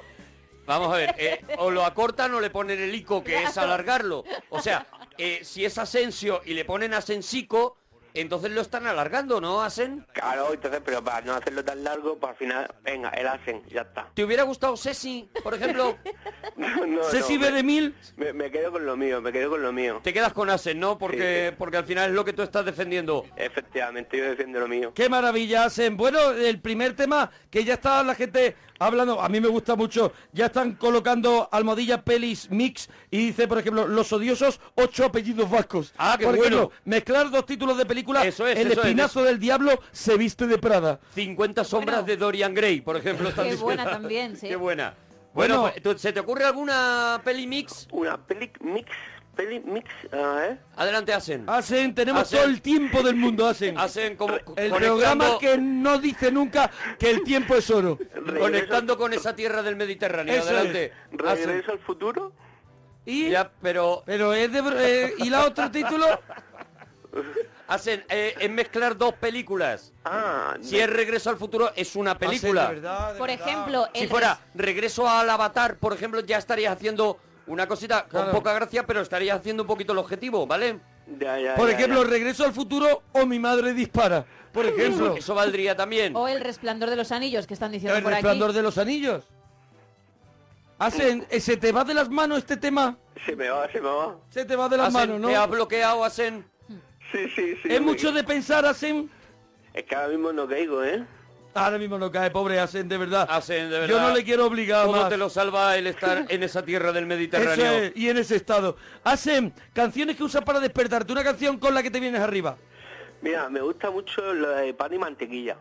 S2: Vamos a ver, eh, o lo acortan o le ponen el ico, que es alargarlo. O sea, eh, si es Asensio y le ponen Asensico, entonces lo están alargando, ¿no, Asen?
S11: Claro, entonces, pero para no hacerlo tan largo, pues al final, venga, el asen, ya está.
S2: ¿Te hubiera gustado Sesi, por ejemplo?
S11: [LAUGHS] No, no,
S3: Ceci
S11: no, me,
S3: Bedemil.
S11: me- me quedo con lo mío, me quedo con lo mío.
S2: Te quedas con Asen, ¿no? Porque,
S11: Sí, sí.
S2: porque al final es lo que tú estás defendiendo.
S11: Efectivamente, yo defiendo lo mío.
S3: Qué maravilla hacen. Bueno, el primer tema que ya está la gente hablando, a mí me gusta mucho. Ya están colocando almohadilla pelis mix y dice, por ejemplo, los odiosos ocho apellidos vascos.
S2: Ah, qué
S3: por
S2: bueno.
S3: ejemplo, mezclar dos títulos de película.
S2: Eso es,
S3: el
S2: eso es,
S3: espinazo del diablo se viste de Prada.
S2: 50 sombras
S6: Bueno.
S2: de Dorian Gray, por ejemplo. están
S6: Qué
S2: diciendo. [LAUGHS]
S6: buena también, sí.
S2: Qué buena.
S3: Bueno.
S2: Bueno, pues, ¿tú- ¿se te ocurre alguna peli mix?
S11: Una peli mix, peli mix, ah, ¿eh?
S2: Adelante, Asen.
S3: Hacen, tenemos
S2: Hacen.
S3: todo el tiempo del mundo, hacen.
S2: Hacen como
S3: El
S2: conectando-
S3: programa que no dice nunca que el tiempo es
S2: [LAUGHS]
S3: oro.
S2: conectando con esa tierra del Mediterráneo.
S3: Eso es.
S2: Adelante.
S11: Regreso al futuro.
S3: Y,
S2: Ya, pero
S3: pero es de... eh, ¿Y la otro
S11: [LAUGHS]
S3: título?
S2: hacen eh, es mezclar dos películas.
S11: Ah,
S2: Si es Regreso al futuro es una
S3: Hacen, de
S2: película.
S3: verdad, de
S6: Por
S3: verdad.
S6: ejemplo, el
S2: Si fuera Regreso al Avatar, por ejemplo, ya estarías haciendo una cosita con
S3: Claro.
S2: poca gracia, pero estarías haciendo un poquito el objetivo, ¿vale?
S11: ya, ya,
S3: Por
S11: ya,
S3: ejemplo,
S11: ya.
S3: Regreso al futuro o Mi madre dispara. por ejemplo.
S2: Eso valdría también.
S6: O el resplandor de los anillos que están diciendo
S3: El
S6: por aquí.
S3: resplandor de los anillos. Hacen, eh, ¿Se te va de las manos este tema?
S11: Se me va, se me va.
S3: Se te va de las
S11: Hacen,
S3: manos, ¿no?
S11: te ha
S3: bloqueado, Asen.
S11: Sí, sí, sí.
S3: Es mucho de pensar, Asen.
S11: Es que ahora mismo no caigo, ¿eh?
S3: Ahora mismo no cae, pobre Asen, de verdad.
S2: Asen, de
S3: Yo
S2: verdad.
S3: no le quiero obligar
S2: ¿Cómo
S3: más.
S2: te lo salva el estar en esa tierra del Mediterráneo?
S3: Eso es, y en ese estado. Asen, canciones que usas para despertarte. Una canción con la que te vienes arriba.
S11: Mira, me gusta mucho lo de pan y mantequilla.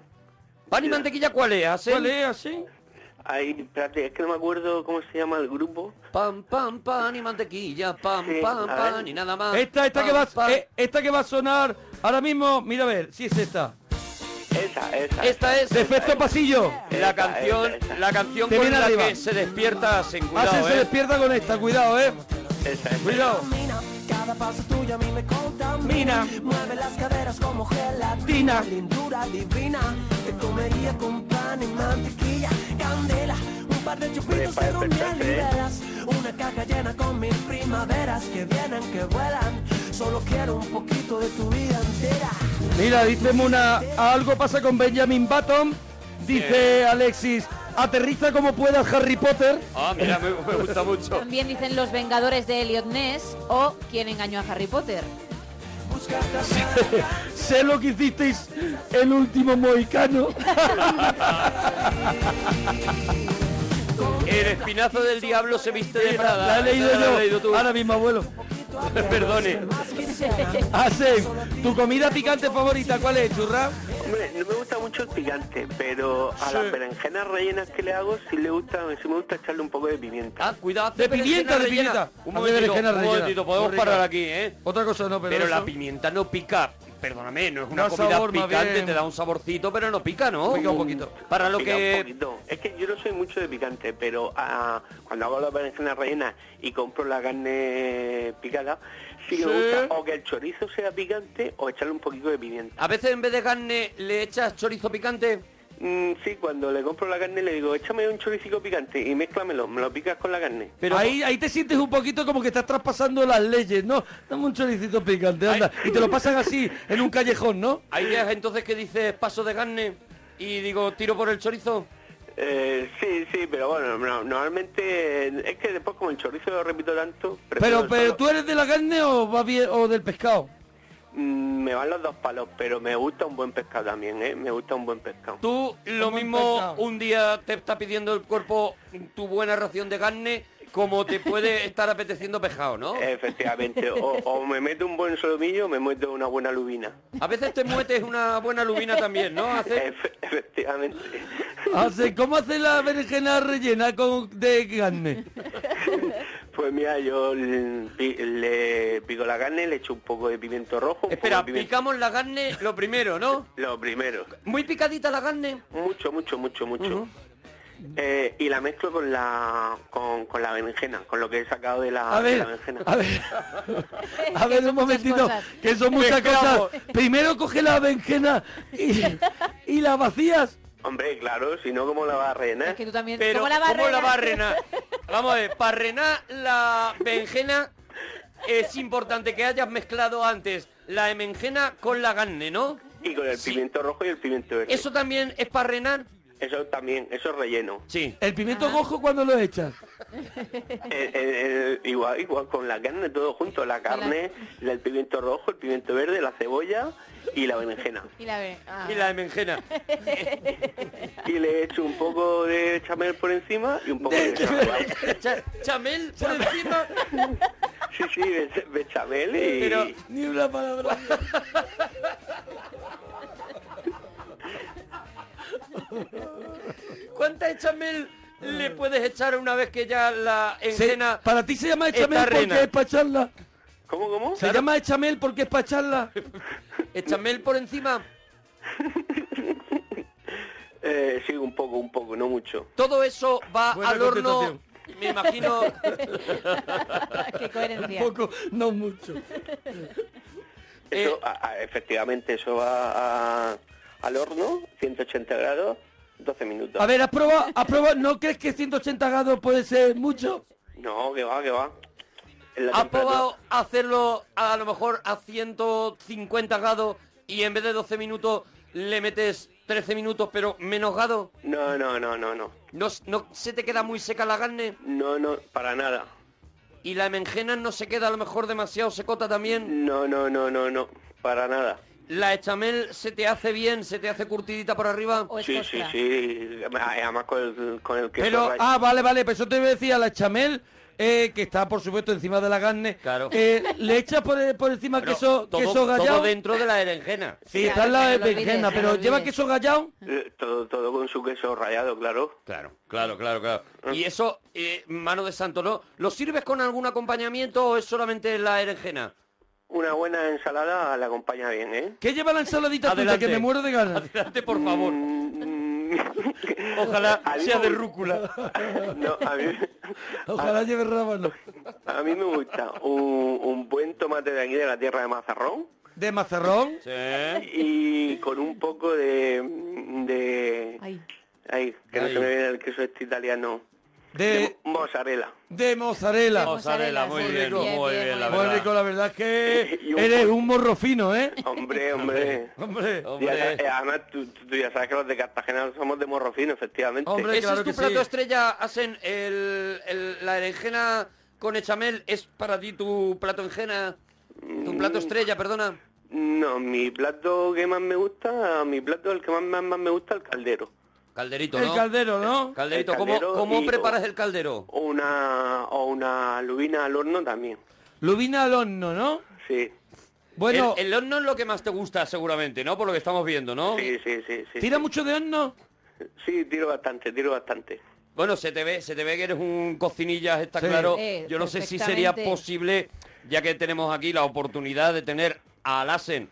S2: ¿Pan y mantequilla cuál es, Asen?
S11: ¿Cuál es,
S3: Asen?
S11: Ahí, espérate, es que no me acuerdo cómo se llama el grupo.
S2: Pam, pam, pan y mantequilla, pam,
S11: Sí,
S2: pam,
S11: a ver.
S2: pan y nada más.
S3: Esta, esta
S2: Pam,
S3: que va, eh, esta que va a sonar ahora mismo. Mira a ver, si es esta.
S11: Esa, esa.
S2: Esta es
S3: Defecto pasillo.
S11: Ah,
S2: la canción, la canción
S3: Te
S2: con
S3: viene
S2: la
S3: arriba.
S2: que se despierta Asen,
S3: Asen
S2: cuidado,
S3: se
S2: eh.
S3: despierta con esta, cuidado, eh. Cuidado.
S5: Cada paso tuyo a mí me
S3: Mina.
S5: contamina. Mueve las caderas como gelatina. Lindura divina. Te comería con pan y mantequilla. Candela. Un par de chupitos
S11: para
S5: en un día
S11: despertarte, ¿eh?
S5: liberas. Una caja llena con mil primaveras que vienen, que vuelan. Solo quiero un poquito de tu vida entera.
S3: Mira, dice Muna, algo pasa con Benjamin Button. Dice Alexis, aterriza como puedas Harry Potter.
S2: Ah, mira, me, me
S3: [LAUGHS]
S2: gusta mucho.
S6: También dicen Los Vengadores de Elliot Ness o Quién engañó a Harry Potter.
S3: [LAUGHS] sé lo que hicisteis el último
S5: [LAUGHS]
S3: mohicano.
S2: El espinazo del diablo se viste de
S3: Mira,
S2: Prada.
S3: la he leído
S2: Esta [LAUGHS] la
S3: yo.
S2: has leído tú.
S3: Ahora mismo, abuelo.
S2: Perdone.
S3: Hace, tu comida picante favorita, ¿cuál es, churra?
S11: Hombre, no me gusta mucho el picante, pero a las berenjenas rellenas que le hago sí le gusta, sí me gusta echarle un poco de pimienta.
S2: Ah, cuidado.
S3: De pimienta, de
S2: rellena.
S3: pimienta.
S2: Un
S3: Hace
S2: momentito,
S3: berenjena
S2: un
S3: rellena.
S2: momentito, podemos
S3: Muy rica.
S2: parar aquí, ¿eh?
S3: Otra cosa no, pero
S2: Pero la
S3: eso-
S2: pimienta no pica. Perdóname, no es una
S3: Da
S2: comida
S3: sabor, más
S2: picante,
S3: bien.
S2: te da un saborcito, pero no pica, ¿no?
S3: Pica un poquito.
S2: Para lo
S11: Pica un
S2: que...
S11: poquito. Es que yo no soy mucho de picante, pero ah, cuando hago las berenjenas rellenas y compro la carne picada, sí que me
S2: Sí.
S11: gusta o que el chorizo sea picante o echarle un poquito de pimienta.
S2: A veces en vez de carne le echas chorizo picante.
S11: Mm, sí, cuando le compro la carne le digo, échame un choricico picante y mézclamelo, me lo picas con la carne.
S3: Pero ahí, ahí te sientes un poquito como que estás traspasando las leyes, ¿no? Dame un choricito picante, anda. Y te lo pasan así, en un callejón, ¿no?
S2: Hay días entonces que dices paso de carne y digo tiro por el chorizo.
S11: Eh, sí, sí, pero bueno, no- normalmente eh, es que después como el chorizo lo repito tanto, prefiero
S3: Pero,
S11: el
S3: pero
S11: solo-
S3: tú eres de la carne o, va bien, o del pescado.
S11: Mm, me van los dos palos, pero me gusta un buen pescado también, ¿eh? Me gusta un buen pescado.
S2: Tú lo mismo un día te está pidiendo el cuerpo tu buena ración de carne como
S3: [LAUGHS]
S2: te puede estar apeteciendo pescado, ¿no?
S11: Efectivamente, o, o me meto un buen solomillo o me meto una buena lubina.
S2: A veces te muetes una buena lubina también, ¿no? Hace...
S11: Efe- efectivamente.
S3: Hace, Ah, ¿Cómo hace la berenjena rellena con, de carne?
S11: Pues mira, yo le, pi- le pico la carne, le echo un poco de pimiento rojo, un
S2: Espera,
S11: poco de pimiento...
S2: picamos la carne lo primero, ¿no?
S11: Lo primero.
S2: Muy picadita la carne.
S11: Mucho, mucho, mucho, mucho. Eh, y la mezclo con la con, con la berenjena, con lo que he sacado de la,
S3: A
S11: de
S3: ver,
S11: la berenjena.
S3: a ver, a ver un momentito,
S6: cosas.
S3: que son muchas
S2: Mezclamos.
S3: cosas. Primero coge la berenjena y, y la vacías.
S11: Hombre, claro, si no, ¿cómo la vas a rellenar?
S6: Es que tú también...
S2: Pero
S6: ¿Cómo la va a
S2: va a renar?
S6: rellenar?
S2: Vamos a ver, para renar la berenjena es importante que hayas mezclado antes la berenjena con la carne, ¿no?
S11: Y con el pimiento rojo y el pimiento verde.
S2: ¿Eso también es para renar?
S11: Eso también, eso es relleno.
S2: Sí.
S3: El pimiento rojo cuando lo echas.
S11: El- el- el- Eh, igual, igual con la carne, todo junto, la carne, el pimiento rojo, el pimiento verde, la cebolla y la berenjena.
S6: Y la ve- ah.
S2: Y la berenjena.
S11: [LAUGHS] Y le echo un poco de chamel por encima y un poco de
S2: [LAUGHS]
S11: chamel.
S2: Cha- chamel por encima.
S11: Sí, sí, de, de chamel y...
S2: Pero-
S3: Ni una palabra.
S2: ¿Cuánta chamel le puedes echar una vez que ya la
S3: Se-
S2: berenjena...
S3: Mm. para ti se llama echamel
S2: Está
S3: porque
S2: rena.
S3: es para echarla.
S11: ¿Cómo, cómo?
S3: Se llama echamel porque es para echarla.
S2: Chamel por encima.
S11: Eh, sí, un poco, un poco, no mucho.
S2: Todo eso va
S3: Buena
S2: al horno,
S3: contestación.
S2: me imagino,
S6: [LAUGHS]
S11: [LAUGHS]
S6: Qué coherencia.
S3: Poco, no mucho. Eh.
S11: Eso, a- a- efectivamente, eso va a- al horno, 180 grados, 12 minutos.
S3: A ver, ¿has probado, has probado- ¿No crees que 180 grados puede ser mucho?
S11: No, que va, que va. En la
S2: ha
S11: temperatura-
S2: probado hacerlo a lo mejor a 150 grados y en vez de 12 minutos le metes 13 minutos pero menos gado?
S11: No, no, no, no, no.
S2: ¿No, s- no se te queda muy seca la carne?
S11: No, no, para nada.
S2: ¿Y la menjena no se queda a lo mejor demasiado secota también?
S11: No, no, no, no, no, para nada.
S2: ¿La echamel se te hace bien, se te hace curtidita por arriba?
S11: Sí, sí, sí, Eh, además con el, con el queso
S3: Pero,
S11: ray-
S3: ah, vale, vale, pues yo te decía la chamel, eh, que está por supuesto encima de la carne. Eh, le echas por, por encima queso,
S2: Todo,
S3: queso
S2: todo
S3: gallado.
S2: dentro de la berenjena.
S3: Sí, está en la berenjena, pero lleva queso gallado.
S11: eh, todo, todo con su queso rallado, claro. Ah.
S2: Claro, claro, claro, claro. Y eso, eh, mano de santo, ¿no? ¿Lo sirves con algún acompañamiento o es solamente la berenjena?
S11: Una buena ensalada la acompaña bien, ¿eh?
S3: ¿Qué lleva la ensaladita tuya?
S2: Adelante.
S3: Que me muero de ganas.
S2: Adelante, por favor. [LAUGHS] Ojalá
S11: Mm. A mí
S2: sea
S11: me
S2: de
S11: gusta.
S2: rúcula.
S11: [LAUGHS] No, a mí, Ah.
S3: Ojalá lleve rábano.
S11: a mí me gusta un, un buen tomate de aquí de la tierra de Mazarrón
S3: ¿De mazarrón?
S11: y con un poco de... de ay, que no
S3: Ay.
S11: se me viene el queso este italiano.
S3: De,
S11: mozzarella.
S3: de mozzarella.
S11: De mozzarella, muy bien,
S3: rico.
S11: bien, muy bien, la
S3: Muy
S11: verdad.
S3: rico, la verdad es que
S11: [LAUGHS] un
S3: eres un morro fino, ¿eh?
S11: Hombre, hombre.
S3: [LAUGHS] Hombre,
S11: Ya sabes- eh, además, tú, tú- tú ya sabes que los de Cartagena somos de morrofino, efectivamente.
S2: ¿Ese es tu plato estrella? ¿Hacen el, el- la berenjena con echamel? ¿Es para ti tu plato enjena?
S11: Mm.
S2: ¿Tu plato estrella, perdona?
S11: No, mi plato que más me gusta, mi plato el que más, más, más me gusta, el caldero.
S2: Calderito,
S11: El
S2: ¿no?
S11: caldero,
S3: ¿no?
S2: Calderito,
S11: El
S2: ¿cómo,
S11: caldero
S2: cómo
S11: y-
S2: preparas el caldero?
S11: O una, o una lubina al horno también,
S3: Lubina al horno, ¿no?
S11: sí.
S3: Bueno-
S2: El, el horno es lo que más te gusta seguramente, ¿no? Por lo que estamos viendo, ¿no?
S11: Sí, sí, sí. sí
S3: ¿Tira mucho de horno?
S11: Sí, tiro bastante, tiro bastante.
S2: Bueno, se te ve, se te ve que eres un cocinillas, está
S11: Sí.
S2: claro.
S11: Eh,
S2: Yo no sé si sería
S11: perfectamente.
S2: posible, ya que tenemos aquí la oportunidad de tener a Alasen,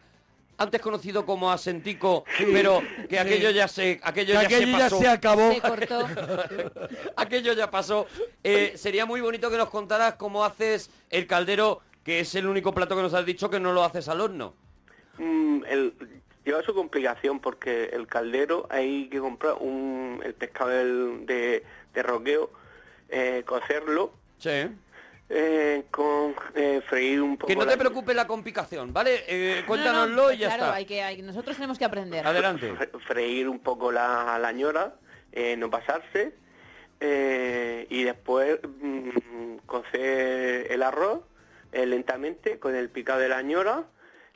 S2: antes conocido como Asentico, pero que aquello ya se, aquello
S3: Que
S2: ya
S3: aquello
S2: se
S3: ya
S2: pasó.
S3: se acabó. Se
S6: cortó.
S2: [LAUGHS] aquello ya pasó. Eh, sería muy bonito que nos contaras cómo haces el caldero, que es el único plato que nos has dicho que no lo haces al horno.
S11: Mm, el, lleva su complicación porque el caldero hay que comprar un, el pescado del- de, de roqueo, eh, cocerlo,
S2: Sí.
S11: eh, con eh, freír un poco.
S2: Que no
S11: la-
S2: te preocupe la complicación, ¿vale? Eh, cuéntanoslo
S6: No, no,
S2: y ya
S6: claro,
S2: está.
S6: Hay que, hay- nosotros tenemos que aprender.
S11: Fre- Freír un poco la, la ñora, eh, no pasarse, eh, y después mm, cocer el arroz eh, lentamente con el picado de la ñora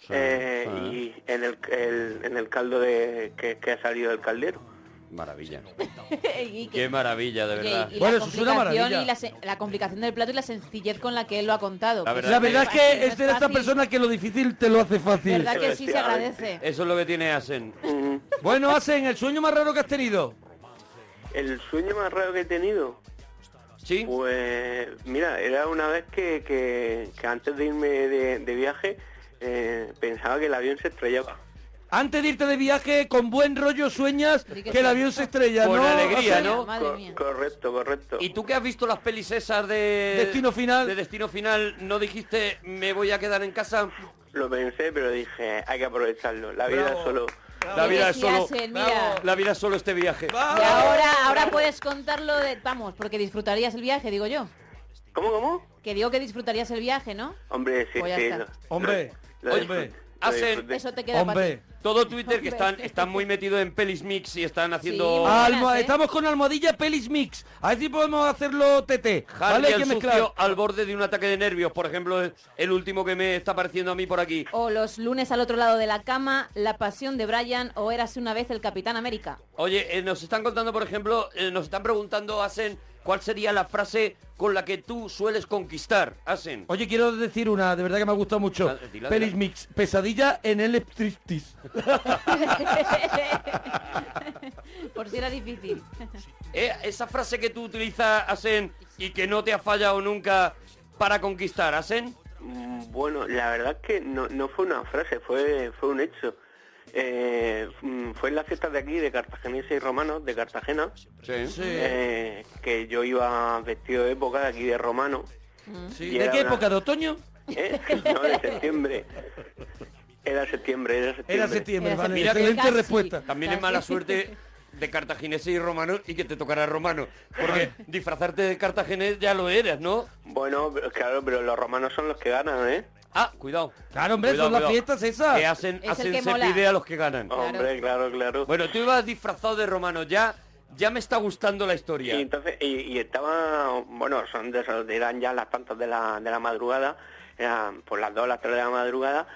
S11: eh, y en el, el- en el caldo de, que, que ha salido del caldero.
S2: Maravilla.
S6: [LAUGHS] Y que-
S2: Qué maravilla, de
S6: oye,
S2: verdad.
S6: y la complicación y la, se- la complicación del plato y la sencillez con la que él lo ha contado.
S2: La verdad,
S3: La verdad es que es de
S6: esta
S3: esta persona que lo difícil te lo hace fácil.
S6: verdad que sí se agradece.
S2: Eso es lo que tiene Asen.
S3: Bueno, hacen el sueño más raro que has tenido.
S11: El sueño más raro que he tenido.
S2: Sí.
S11: Pues mira, era una vez que, que- que antes de irme de, de viaje eh, pensaba que el avión se estrellaba.
S3: Antes de irte de viaje, con buen rollo sueñas que el avión se estrella,
S2: Con
S3: ¿no?
S2: alegría,
S3: Hacen?
S2: ¿no?
S11: Co- correcto, correcto.
S2: ¿Y tú que has visto las pelis esas de...
S11: Destino
S2: Final? De Destino Final, ¿no dijiste me voy a quedar en casa?
S11: Lo pensé, pero dije, hay que aprovecharlo. La vida
S2: Bravo.
S11: es solo.
S2: La vida
S6: Oye,
S2: es
S6: sí,
S2: solo...
S6: Asen, mira.
S2: La vida es solo este viaje.
S6: Y ahora, ahora puedes contarlo de... Vamos, porque disfrutarías el viaje, digo yo.
S11: ¿Cómo, cómo?
S6: Que digo que disfrutarías el viaje, ¿no?
S11: Hombre, sí,
S6: Pues ya
S11: sí.
S6: está.
S11: lo-
S3: Hombre,
S11: lo- lo disfruté, lo
S2: Asen,
S11: disfruté.
S6: Eso te queda para ti.
S2: Todo Twitter que están, están muy metidos en pelis mix y están haciendo...
S11: ¿eh?
S6: ¿eh?
S3: Almoha- Estamos con almohadilla pelis mix. A ver si podemos hacerlo TT.
S2: Harry
S3: ¿Vale? Hay
S2: el
S3: que
S2: sucio
S3: mezclar.
S2: al borde de un ataque de nervios, por ejemplo, es el último que me está apareciendo a mí por aquí.
S6: O los lunes al otro lado de la cama, la pasión de Brian o érase una vez el Capitán América. [LAUGHS]
S2: Oye, eh, nos están contando, por ejemplo, eh, nos están preguntando, Asen, ¿cuál sería la frase con la que tú sueles conquistar, Asen?
S3: Oye, quiero decir una, de verdad que me ha gustado mucho.
S2: Dila, dila.
S3: Pelis mix, pesadilla en el
S6: [LAUGHS]
S3: striptease.
S6: Por si era difícil.
S2: Eh, esa frase que tú utilizas, Asen, y que no te ha fallado nunca para conquistar, Asen.
S11: Mm, Bueno, la verdad es que no, no fue una frase, fue, fue un hecho. Eh, mm, fue en las fiestas de aquí, de cartageneses y romanos, de Cartagena, eh, que yo iba vestido de época de aquí de romano.
S3: Sí,
S11: Y
S3: ¿De
S11: era
S3: qué
S11: una-
S3: época? ¿De otoño?
S11: ¿eh? No,
S3: [LAUGHS]
S11: de septiembre. Era septiembre, era septiembre.
S3: Era septiembre, vale.
S2: Mira que-
S3: Excelente respuesta.
S2: También es mala suerte de cartaginés y romanos y que te tocará romano. Porque disfrazarte de cartaginés ya lo eres, ¿no?
S11: Bueno, pero- claro, pero los romanos son los que ganan, ¿eh?
S2: Ah, cuidado.
S3: Claro, hombre, son las fiestas esas.
S2: Que hacen,
S3: Es el
S2: hacen
S3: que
S2: se
S3: mola.
S2: pide a los que ganan.
S11: Hombre, claro, claro.
S2: Bueno, tú ibas disfrazado de romano, ya, ya me está gustando la historia.
S11: Y entonces, y, y estaba, bueno, son de esos, eran ya las tantas de la, de la madrugada, eran por las dos, las tres de la madrugada,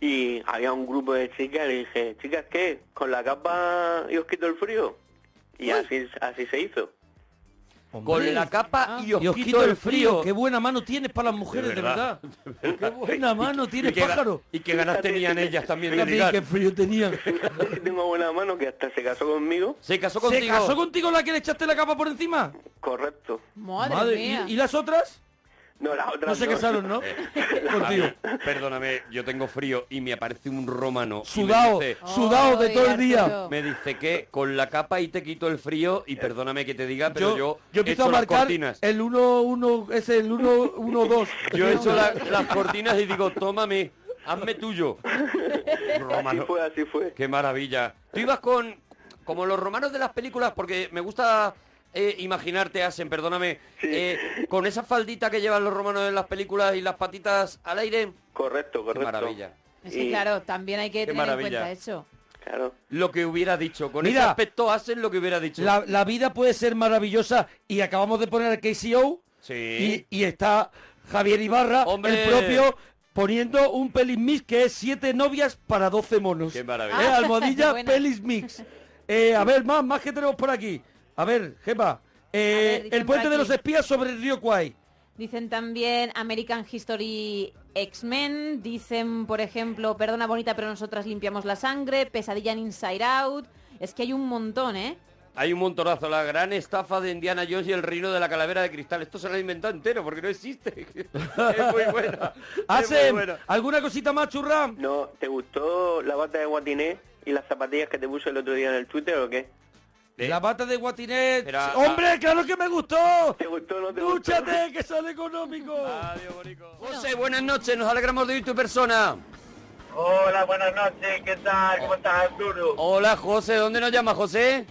S11: y había un grupo de chicas, y le dije, chicas, ¿qué? ¿Con la capa y os quito el frío? Y así, así se hizo.
S2: Con la capa y os,
S3: Ah, Y os
S2: quito el frío.
S3: Qué buena mano tienes para las mujeres, de verdad.
S2: [LAUGHS]
S3: Qué buena mano tienes,
S2: que ga-
S3: pájaro.
S2: y que ganas tenían ellas también de
S3: También,
S2: ligar.
S3: qué frío tenían.
S11: [LAUGHS] Tengo buena mano que hasta se casó conmigo.
S2: Se casó
S3: ¿Se casó contigo la que le echaste la capa por encima?
S11: Correcto.
S6: Madre,
S3: ¿y-
S6: mía.
S3: ¿Y, las otras?
S11: No, las otras
S3: No se casaron,
S2: [LAUGHS]
S3: ¿no? Contigo.
S2: Perdóname, yo tengo frío y me aparece un romano. y me
S3: Sudao,
S2: dice-
S3: sudao de todo el día. Eh,
S2: Me dice que con la capa y te quito el frío y perdóname que te diga, pero
S3: Yo,
S2: yo,
S3: yo,
S2: he
S3: empiezo
S2: hecho
S3: a
S2: las
S3: marcar
S2: cortinas.
S3: el 1-1, es el 1-1-2.
S2: [LAUGHS] Yo he hecho la- las cortinas y digo, tómame, hazme tuyo. Romano.
S11: Así fue, así fue.
S2: Qué maravilla. Tú ibas con, como los romanos de las películas, porque me gusta eh, imaginarte, hacen, perdóname, eh, con esa faldita que llevan los romanos en las películas y las patitas al aire.
S11: Correcto, correcto.
S2: Qué maravilla.
S6: Es que, claro, también hay que
S2: Qué
S6: tener
S2: maravilla.
S6: en cuenta eso.
S11: Claro.
S2: Lo que hubiera dicho. Con
S3: Mira.
S2: ese aspecto hacen lo que hubiera
S3: [LAUGHS]
S2: dicho.
S3: La, la vida puede ser maravillosa y acabamos de poner al KCO
S2: Sí.
S3: y, y está Javier Ibarra,
S2: Hombre.
S3: el propio, poniendo un pelis mix que es siete novias para 12 monos.
S2: Qué maravilla.
S3: Eh,
S2: Ah,
S6: [LAUGHS]
S3: almohadilla
S2: buena.
S3: pelis mix. Eh, a ver, más, más que tenemos por aquí. A ver, Gemma. eh,
S6: ver, dicen
S3: el puente
S6: por
S3: de
S6: aquí.
S3: los espías sobre el río Kwai.
S6: Dicen también American History X-Men, dicen, por ejemplo, Perdona Bonita, pero nosotras limpiamos la sangre, Pesadilla en Inside Out. Es que hay un montón, ¿eh?
S2: Hay un montonazo, la gran estafa de Indiana Jones y el reino de la calavera de cristal. Esto se lo ha inventado entero porque no existe. [LAUGHS] es muy buena.
S3: Hacen alguna cosita más, churra.
S11: No, ¿te gustó la bata de guatiné y las zapatillas que te puse el otro día en el Twitter o qué?
S2: Eh.
S3: La bata de guatinet.
S11: Espera,
S3: ¡Hombre, claro que me gustó!
S11: ¿Te gustó o no te
S3: ¡Dúchate, que sale económico!
S2: José, buenas noches, nos alegramos de oír tu persona.
S5: Hola, buenas noches, ¿qué tal? ¿Cómo estás, Arturo?
S2: Hola, José, ¿dónde nos llama José?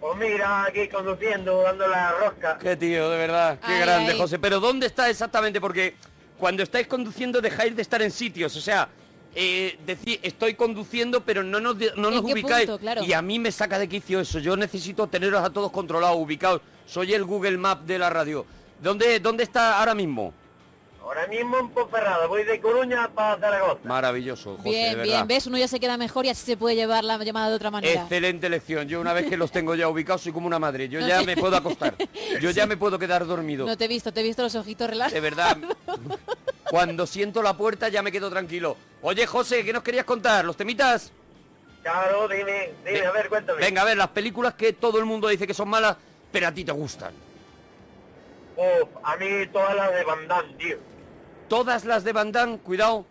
S5: Pues mira, aquí conduciendo, dando la rosca.
S2: Qué tío, de verdad, qué
S5: Ay,
S2: grande,
S5: ay.
S2: José. Pero ¿dónde está exactamente? Porque cuando estáis conduciendo dejáis de estar en sitios, o sea... eh, decir estoy conduciendo pero no nos, de- no
S6: ¿En
S2: nos
S6: qué
S2: ubicáis
S6: punto? Claro.
S2: y a mí me saca de quicio eso yo necesito teneros a todos controlados ubicados soy el Google Map de la radio ¿dónde, dónde está ahora mismo?
S5: Ahora mismo en Ponferrada, voy de Coruña para Zaragoza.
S2: maravilloso José, de
S6: bien,
S2: verdad Eh,
S6: bien, ves, uno ya se queda mejor y así se puede llevar la llamada de otra manera.
S2: Excelente elección. Yo una vez que los tengo ya ubicados soy como una madre. Yo ya
S6: No te-
S2: me puedo
S6: [LAUGHS]
S2: acostar. Yo ya me puedo quedar dormido.
S6: No te he visto, te he visto los ojitos
S2: De
S6: relajados.
S2: verdad. Cuando siento la puerta ya me quedo tranquilo. Oye, José, ¿qué nos querías contar? ¿Los temitas?
S5: Claro, dime, dime,
S2: Ve-
S5: a ver, cuéntame.
S2: Venga, a ver, las películas que todo el mundo dice que son malas, pero a ti te gustan.
S5: Uf, a mí todas las de Bandán, tío.
S2: Todas las de Van Damme, cuidado.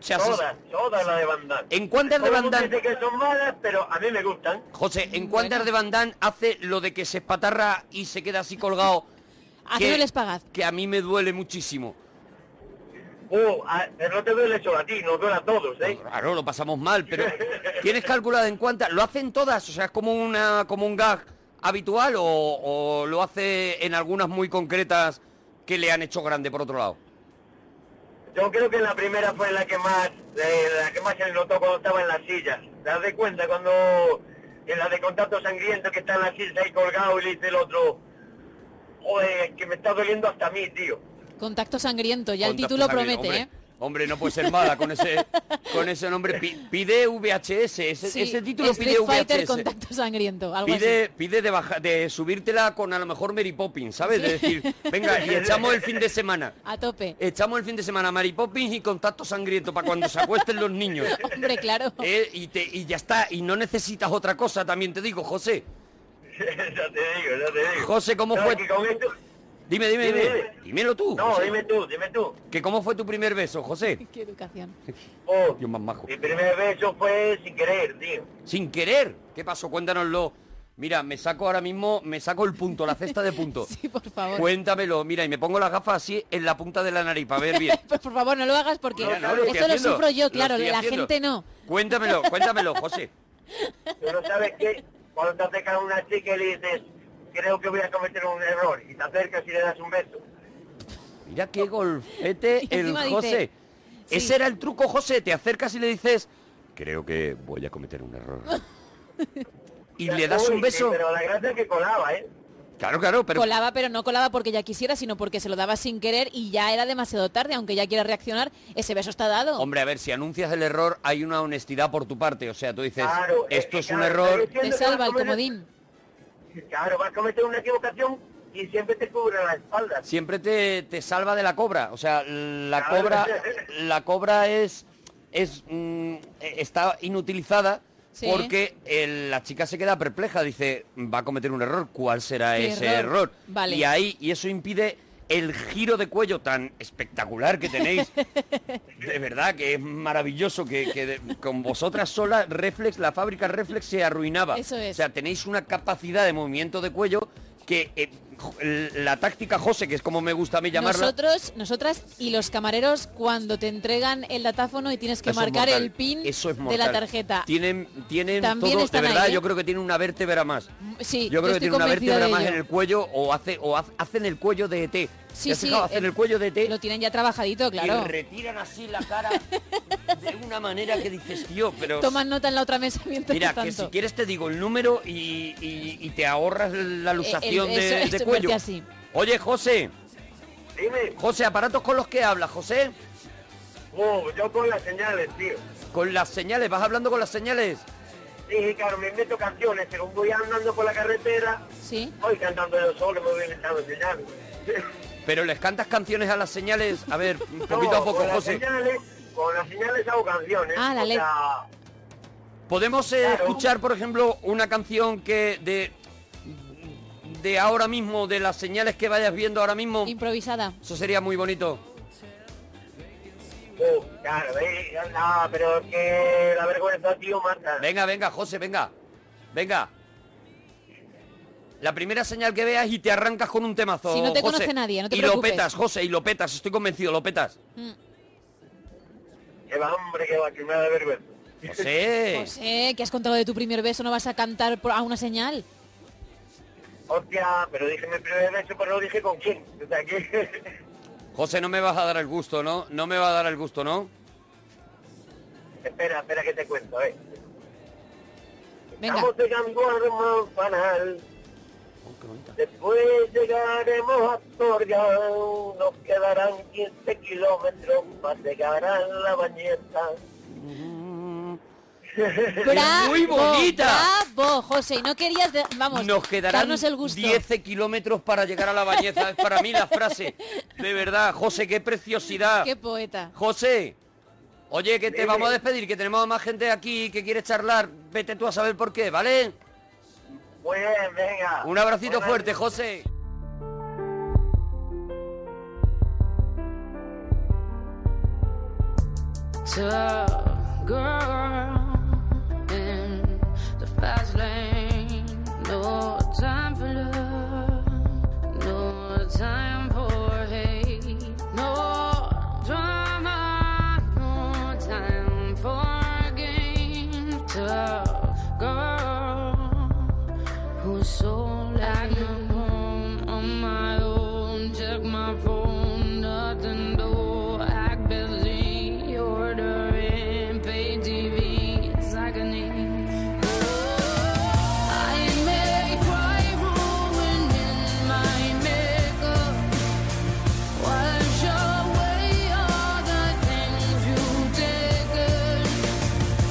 S2: Se ases-
S5: Todas, todas las de Bandán.
S2: ¿En cuántas de
S5: Todo el
S2: Van
S5: mundo
S2: Damme?
S5: dice que son malas, pero a mí me gustan.
S2: José, ¿en cuántas de Van Damme hace lo de que se espatarra y se queda así colgado?
S6: [LAUGHS] Haciendo el espagaz.
S2: Que a mí me duele muchíimo.
S5: Uf, a- Oh, ah, no te duele solo a ti, nos duele a todos, ¿eh?
S2: Claro, lo pasamos mal, pero ¿tienes calculado en cuántas? ¿Lo hacen todas? O sea, es como una como un gag habitual o, o lo hace en algunas muy concretas que le han hecho grande por otro lado.
S5: Yo creo que la primera fue la que más eh, la que más se le notó cuando estaba en las sillas. ¿Te das de cuenta cuando en la de contacto sangriento que está en la silla ahí colgado y le dice el otro, joder, es que me está doliendo hasta a mí, tío? [LAUGHS]
S6: Contacto sangriento, ya
S2: Contacto
S6: el título
S2: sangriento,
S6: promete, ¿eh?
S2: hombre, Hombre, no puede ser mala con ese con ese nombre. Pi- Pide VHS, ese,
S6: Sí,
S2: ese título
S6: Street
S2: pide
S6: Fighter,
S2: VHS.
S6: contacto sangriento, algo
S2: Pide, pide de, baja, de subírtela con a lo mejor Mary Poppins, ¿sabes? De decir, venga, y echamos el fin de semana.
S6: así. A tope.
S2: Echamos el fin de semana a Mary Poppins y contacto sangriento para cuando se acuesten los niños.
S6: [LAUGHS] Hombre, claro.
S2: Eh, y, te- y ya está, y no necesitas otra cosa, también te digo, José.
S5: ya te digo, ya te digo.
S2: José, ¿cómo
S5: ¿Sabes
S2: fue?
S5: que con esto-
S2: Dime, dime,
S5: Dime,
S2: dime.
S5: dime.
S2: Dímelo tú.
S5: No,
S2: José.
S5: dime tú, dime tú.
S2: ¿Que cómo fue tu primer beso, José?
S6: Qué educación.
S5: Oh,
S2: Dios más majo.
S5: mi primer beso fue sin querer, tío.
S2: Sin querer. ¿Qué pasó? Cuéntanoslo. Mira, me saco ahora mismo, me saco el punto, la cesta de punto.
S6: [LAUGHS] Sí, por favor.
S2: Cuéntamelo, mira, y me pongo las gafas así en la punta de la nariz para ver bien.
S6: Pues, [LAUGHS] por favor, no lo hagas porque
S2: No, no, lo estoy
S6: eso lo
S2: haciendo,
S6: sufro yo,
S2: lo
S6: claro,
S2: estoy
S6: la
S2: haciendo.
S6: gente no.
S2: Cuéntamelo, cuéntamelo, José.
S5: Pero ¿sabes qué? Cuando te acercas a una chica y le dices, creo que voy a cometer un error, y te acercas y le das un beso.
S2: Mira qué golfete
S12: [LAUGHS] Y
S2: el
S12: encima dice,
S2: José.
S12: sí.
S2: Ese era el truco, José. Te acercas y le dices, creo que voy a cometer un error. y le das
S5: Uy,
S2: un beso.
S5: sí, pero la gracia es que colaba, ¿eh?
S2: Claro, claro, pero...
S6: Colaba, pero no colaba porque ya quisiera, sino porque se lo daba sin querer y ya era demasiado tarde. Aunque ya quiera reaccionar, ese beso está dado.
S2: Hombre, a ver, si anuncias el error, hay una honestidad por tu parte. O sea, tú dices,
S5: Claro, es
S2: esto
S5: que
S2: es un
S5: claro,
S2: error.
S5: estoy
S6: Te
S5: diciendo
S6: salva el
S5: que vas a cometer-
S6: comodín.
S5: Claro, vas a cometer una equivocación y siempre te cubre la espalda.
S2: Siempre te, te salva de la cobra. O sea, la
S5: Claro.
S2: cobra, la cobra es, es mm, eh, está inutilizada
S12: Sí.
S2: porque el- la chica se queda perpleja. Dice, va a cometer un error. ¿Cuál será
S12: ¿Qué
S2: ese
S12: error?
S2: error?
S12: Vale.
S2: Y ahí, y eso impide el giro de cuello tan espectacular que tenéis. de verdad que es maravilloso que, que de- con vosotras sola Reflex, la fábrica Reflex se arruinaba.
S6: Eso
S2: O
S6: es.
S2: sea, tenéis una capacidad de movimiento de cuello que eh, jo- la táctica José, que es como me gusta a mí llamarla,
S6: Nosotros, nosotras y los camareros cuando te entregan el datáfono y tienes que
S2: Eso es
S6: marcar
S2: mortal.
S6: el pin
S2: Eso es
S6: de la
S2: mortal.
S6: tarjeta.
S2: Tienen, tienen
S6: También
S2: todo, de
S6: están ahí,
S2: verdad,
S6: ¿eh?
S2: yo creo que tienen una vértebra más.
S6: Sí,
S2: yo creo que
S6: estoy
S2: tienen una
S6: convencida
S2: vértebra
S6: de
S2: más en
S6: ello.
S2: el cuello o hace o haz- hacen el cuello de ET. ¿Te
S6: Sí,
S2: has
S6: sí,
S2: fijado? Hacen
S6: eh,
S2: el cuello de ET.
S6: Lo tienen ya trabajadito, claro.
S2: Y retiran así la
S6: [LAUGHS]
S2: cara de una manera que dices, tío, pero...
S6: Toman nota en la otra mesa mientras
S2: Mira,
S6: tanto.
S2: que si quieres te digo el número y, y- y te ahorras la luxación
S6: Eh, El- el-
S2: de,
S6: eso-
S2: de
S6: eso,
S2: cuello.
S6: verte así.
S2: Oye, José.
S5: Dime.
S2: José, aparatos con los que hablas, José.
S5: Oh, yo con las señales, tío.
S2: Con las señales, vas hablando con las señales.
S5: Dije, claro, me invento canciones, según voy andando por la carretera, voy cantando yo solo, me voy inventando señales.
S2: Pero les cantas canciones a las señales. A ver, un
S5: [LAUGHS]
S2: poquito
S5: No,
S2: a poco,
S5: con
S2: José.
S5: Las señales, con las señales hago canciones.
S2: Ah, la
S5: o
S2: ley.
S5: sea,
S2: Podemos eh, escuchar, por ejemplo, una canción que de de ahora mismo, de las señales que vayas viendo ahora mismo.
S6: Improvisada.
S2: Eso sería muy bonito.
S5: oh, claro, eh, no, pero es que la vergüenza, tío, mata.
S2: Venga, venga, José, venga. Venga. La primera señal que veas y te arrancas con un temazo.
S6: Si no te
S2: José.
S6: conoce nadie, no te
S2: Y lo
S6: preocupes.
S2: petas, José, y lo petas, estoy convencido, lo petas.
S5: Que va, hombre, que va, que me da vergüenza.
S6: [LAUGHS]
S2: José.
S6: José, que has contado de tu primer beso, no vas a cantar por- a una señal.
S5: Hostia, pero dije mi primer beso, pero no dije con quién. O sea, que...
S2: José, no me vas a dar el gusto, ¿no? No me va a dar el gusto, ¿no?
S5: espera, espera que te cuento, eh.
S6: Venga.
S5: Estamos llegando al Manfanal. Después llegaremos a Torreón, nos quedarán 15 kilómetros para llegar a la bañeta.
S6: ¡Bravo!
S2: muy bonita.
S6: ¡Bravo, José! Y No querías, de- vamos,
S2: Nos quedarán
S6: darnos el gusto.
S2: 10 kilómetros para llegar a la bañeza. Es para mí la frase. De verdad, José, qué preciosidad.
S6: ¡Qué poeta!
S2: José, oye, que te
S6: Dime.
S2: vamos a despedir, que tenemos a más gente aquí que quiere charlar. Vete tú a saber por qué, ¿vale?
S5: Muy bien, Pues venga.
S2: Un abracito fuerte, José.
S13: Tough girl in the fast lane. No time for love, no time for hate, no drama, no time for games. Tough
S6: Mm-hmm.
S13: girl who's so like I'm home on my own. Check my phone, nothing though. Act busy, ordering pay TV. It's agony. I may cry, ruin in my makeup. Wash away all the things you've taken.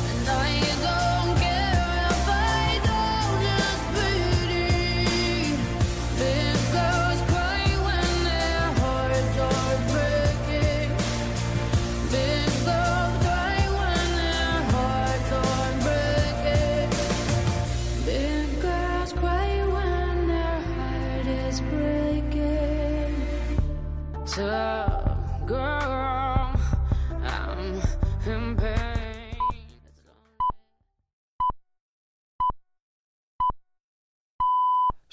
S13: And I don't care if I don't look pretty. Big girls cry when their hearts are breaking. Big girls cry when their hearts are breaking. Big girls cry when their heart is breaking. Tough girl, I'm in pain.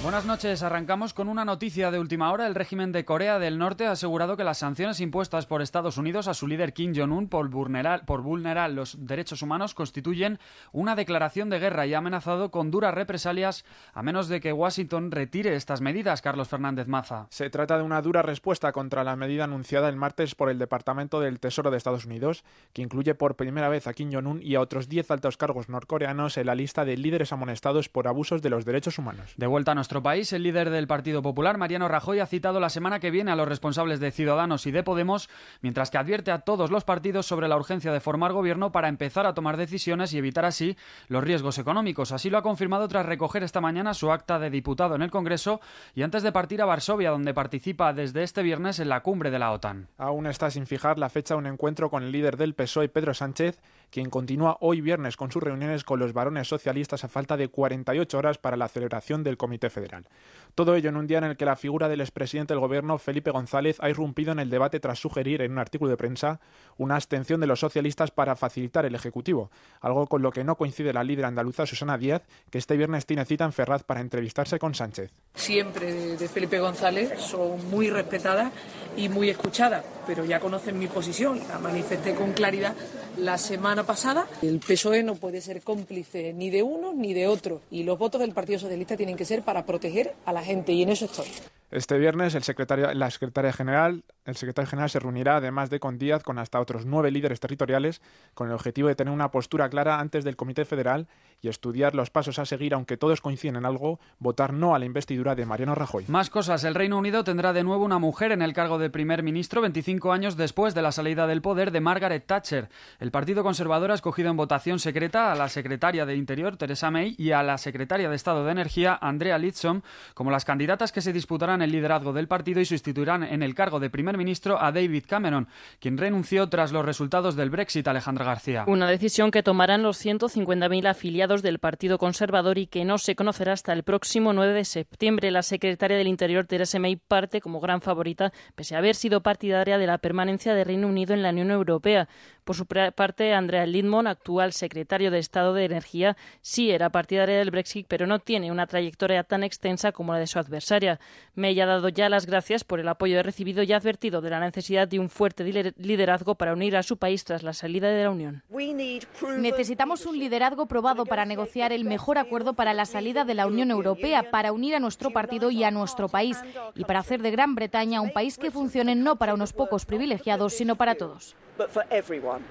S14: Buenas noches, arrancamos con una noticia de última hora. El régimen de Corea del Norte ha asegurado que las sanciones impuestas por Estados Unidos a su líder Kim Jong-un por vulnerar, por vulnerar los derechos humanos constituyen una declaración de guerra y ha amenazado con duras represalias a menos de que Washington retire estas medidas, Carlos Fernández Maza.
S15: Se trata de una dura respuesta contra la medida anunciada el martes por el Departamento del Tesoro de Estados Unidos, que incluye por primera vez a Kim Jong-un y a otros 10 altos cargos norcoreanos en la lista de líderes amonestados por abusos de los derechos humanos.
S14: De vuelta a nuestro país, el líder del Partido Popular, Mariano Rajoy, ha citado la semana que viene a los responsables de Ciudadanos y de Podemos, mientras que advierte a todos los partidos sobre la urgencia de formar gobierno para empezar a tomar decisiones y evitar así los riesgos económicos. Así lo ha confirmado tras recoger esta mañana su acta de diputado en el Congreso y antes de partir a Varsovia, donde participa desde este viernes en la cumbre de la OTAN.
S15: Aún está sin fijar la fecha de un encuentro con el líder del PSOE, E, Pedro Sánchez, quien continúa hoy viernes con sus reuniones con los varones socialistas a falta de 48 horas para la celebración del Comité Federal. Todo ello en un día en el que la figura del expresidente del Gobierno, Felipe González, ha irrumpido en el debate tras sugerir en un artículo de prensa una abstención de los socialistas para facilitar el Ejecutivo, algo con lo que no coincide la líder andaluza Susana Díaz, que este viernes tiene cita en Ferraz para entrevistarse con Sánchez.
S16: siempre de, de Felipe González son muy respetadas y muy escuchadas, pero ya conocen mi posición, la manifesté con claridad la semana pasada. El PSOE E no puede ser cómplice ni de uno ni de otro y los votos del Partido Socialista tienen que ser para proteger a la gente y en eso estoy.
S15: Este viernes, el secretario, la secretaria general, el secretario general se reunirá, además de con Díaz, con hasta otros nueve líderes territoriales, con el objetivo de tener una postura clara antes del Comité Federal y estudiar los pasos a seguir, aunque todos coinciden en algo, votar no a la investidura de Mariano Rajoy.
S14: Más cosas. El Reino Unido tendrá de nuevo una mujer en el cargo de primer ministro 25 años después de la salida del poder de Margaret Thatcher. El Partido Conservador ha escogido en votación secreta a la secretaria de Interior, Theresa May, y a la secretaria de Estado de Energía, Andrea Lidsom, como las candidatas que se disputarán el liderazgo del partido y sustituirán en el cargo de primer ministro a David Cameron, quien renunció tras los resultados del Brexit, Alejandra García.
S17: Una decisión que tomarán los 150.000 afiliados del Partido Conservador y que no se conocerá hasta el próximo 9 de septiembre. La secretaria del Interior, Theresa May, parte como gran favorita, pese a haber sido partidaria de la permanencia de Reino Unido en la Unión Europea. Por su pra- parte, Andrea Lindmon, actual secretario de Estado de Energía, sí era partidaria del Brexit, pero no tiene una trayectoria tan extensa como la de su adversaria. May ha dado ya las gracias por el apoyo recibido y ha advertido de la necesidad de un fuerte diler- liderazgo para unir a su país tras la salida de la Unión.
S18: Necesitamos un liderazgo probado para negociar el mejor acuerdo para la salida de la Unión Europea, para unir a nuestro partido y a nuestro país, y para hacer de Gran Bretaña un país que funcione no para unos pocos privilegiados, sino para todos.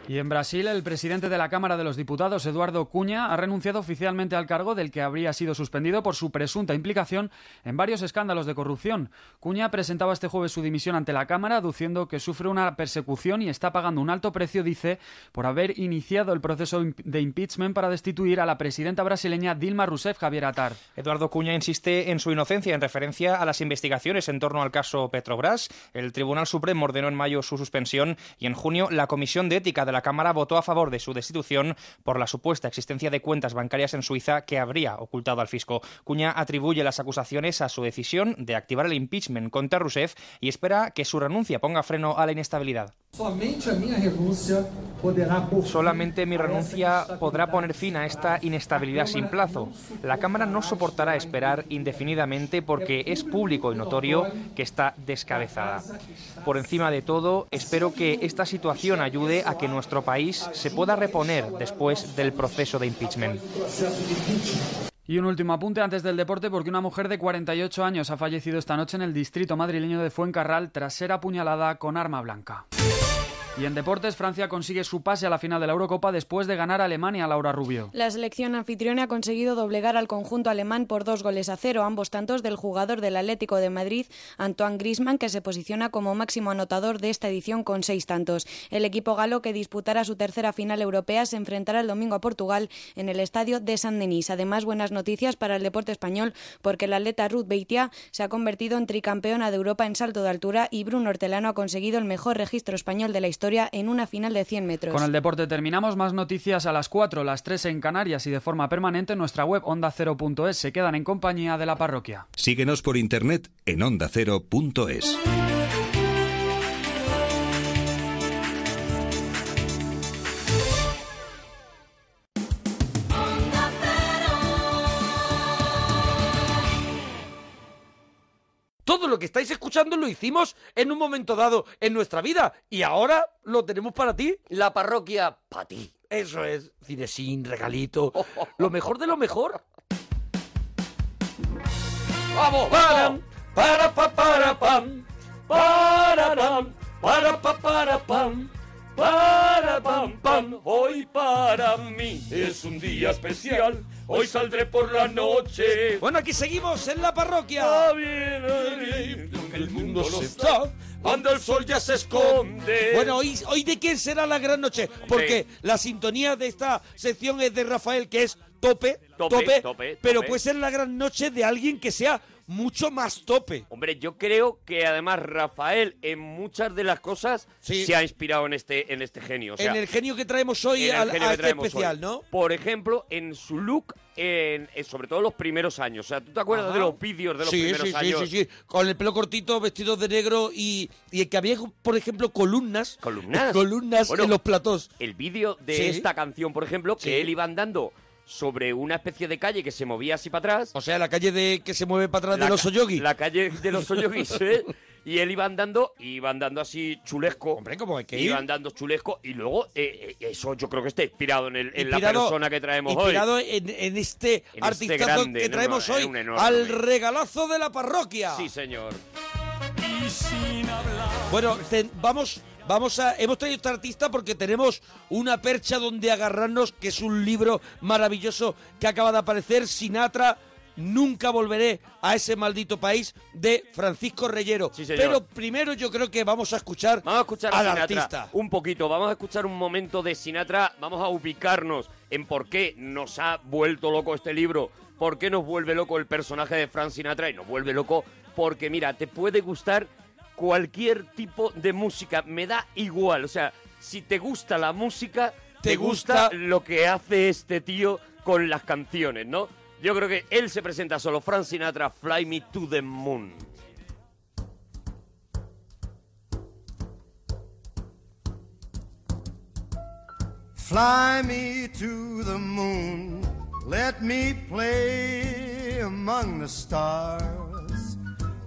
S14: Y en Brasil, el presidente de la Cámara de los Diputados, Eduardo Cunha, ha renunciado oficialmente al cargo del que habría sido suspendido por su presunta implicación en varios escándalos de corrupción. Cunha presentaba este jueves su dimisión ante la Cámara, aduciendo que sufre una persecución y está pagando un alto precio, dice, por haber iniciado el proceso imp- de impeachment para destituir a la presidenta brasileña Dilma Rousseff Javier Atar.
S19: Eduardo Cuña insiste en su inocencia en referencia a las investigaciones en torno al caso Petrobras. El Tribunal Supremo ordenó en mayo su suspensión y en junio la Comisión de Ética de la Cámara votó a favor de su destitución por la supuesta existencia de cuentas bancarias en Suiza que habría ocultado al fisco. Cuña atribuye las acusaciones a su decisión de activar el impeachment contra Rousseff y espera que su renuncia ponga freno a la inestabilidad.
S20: Somente a minha renúncia poderá pôr fim
S19: Solamente mi renuncia podrá poner fin a esta inestabilidad sin plazo. La Cámara no soportará esperar indefinidamente porque es público y notorio que está descabezada. Por encima de todo, espero que esta situación ayude a que nuestro país se pueda reponer después del proceso de impeachment.
S20: o processo de impeachment.
S14: Y un último apunte antes del deporte porque una mujer de 48 años ha fallecido esta noche en el distrito madrileño de Fuencarral tras ser apuñalada con arma blanca. Y en deportes, Francia consigue su pase a la final de la Eurocopa después de ganar a Alemania Laura Rubio.
S21: La selección anfitriona ha conseguido doblegar al conjunto alemán por dos goles a cero, ambos tantos del jugador del Atlético de Madrid, Antoine Griezmann, que se posiciona como máximo anotador de esta edición con seis tantos. El equipo galo, que disputará su tercera final europea, se enfrentará el domingo a Portugal en el estadio de San Denis. Además, buenas noticias para el deporte español, porque la atleta Ruth Beitia se ha convertido en tricampeona de Europa en salto de altura y Bruno Hortelano ha conseguido el mejor registro español de la historia en una final de 100 metros.
S14: Con el deporte terminamos. Más noticias a las 4, las 3 en Canarias y de forma permanente en nuestra web onda0.es. Se quedan en compañía de la parroquia.
S22: Síguenos por internet en ondacero.es.
S3: Todo lo que estáis escuchando lo hicimos en un momento dado en nuestra vida y ahora lo tenemos para ti. La parroquia para ti. Eso es, cine sin [LAUGHS] regalito, lo mejor de lo mejor.
S5: Vamos, para, para, pa, para, pam, para, pam, para, pa, para, pam, para, pam, pam. Hoy para mí es un día especial. Hoy saldré por la noche.
S3: Bueno, aquí seguimos en la parroquia.
S5: El mundo se está, anda el sol ya se esconde.
S3: Bueno, hoy, hoy de quién será la gran noche, porque la sintonía de esta sección es de Rafael, que es tope,
S2: Tope,
S3: tope,
S2: tope,
S3: pero
S2: tope.
S3: puede ser la gran noche de alguien que sea mucho más tope.
S2: Hombre, yo creo que además Rafael en muchas de las cosas se ha inspirado en este, en este genio. o sea,
S3: en el genio que traemos hoy
S2: en el
S3: al-
S2: genio
S3: a
S2: que
S3: este
S2: traemos
S3: especial,
S2: hoy.
S3: ¿no?
S2: Por ejemplo, en su look, en, en- sobre todo los primeros años. O sea, ¿tú te acuerdas
S3: Ajá.
S2: de los vídeos de los
S3: Sí,
S2: primeros
S3: sí, sí,
S2: años?
S3: Sí, sí, Con el pelo cortito, vestidos de negro y, y que había, por ejemplo, columnas.
S2: Columnas.
S3: Columnas
S2: Bueno,
S3: en los platós.
S2: El vídeo de
S3: Sí.
S2: esta canción, por ejemplo, que
S3: Sí.
S2: él iba andando sobre una especie de calle que se movía así para atrás.
S3: O sea, la calle de que se mueve para atrás
S2: La
S3: de los
S2: ca-
S3: Oyogi.
S2: La calle de los
S3: [LAUGHS]
S2: Oyogis, ¿eh? Y él iba andando, iba andando así chulesco. Hombre,
S3: ¿cómo es que
S2: Iba
S3: ir?
S2: andando chulesco y luego eh, eh, eso yo creo que está inspirado en, el- en la
S3: Inspirado-
S2: persona que traemos
S3: inspirado
S2: hoy.
S3: en, en este
S2: este
S3: artistazo
S2: grande,
S3: que
S2: en
S3: traemos
S2: un- en
S3: hoy
S2: un enorme.
S3: al regalazo de la parroquia.
S2: Sí, señor.
S3: Bueno, te- vamos, vamos a. Hemos traído este artista porque tenemos una percha donde agarrarnos, que es un libro maravilloso que acaba de aparecer, Sinatra. Nunca volveré a ese maldito país de Francisco Reyero.
S2: señor.
S3: Pero primero yo creo que vamos a escuchar,
S2: a
S3: al
S2: Sinatra,
S3: artista.
S2: Un poquito, vamos a escuchar un momento de Sinatra, vamos a ubicarnos en por qué nos ha vuelto loco este libro, por qué nos vuelve loco el personaje de Frank Sinatra y nos vuelve loco porque mira, te puede gustar cualquier tipo de música, me da igual, o sea, si te gusta la música, te, gusta lo que hace este tío con las canciones, ¿no? Yo creo que él se presenta solo, Frank Sinatra, Fly Me to the Moon.
S7: Fly me to the moon, let me play among the stars,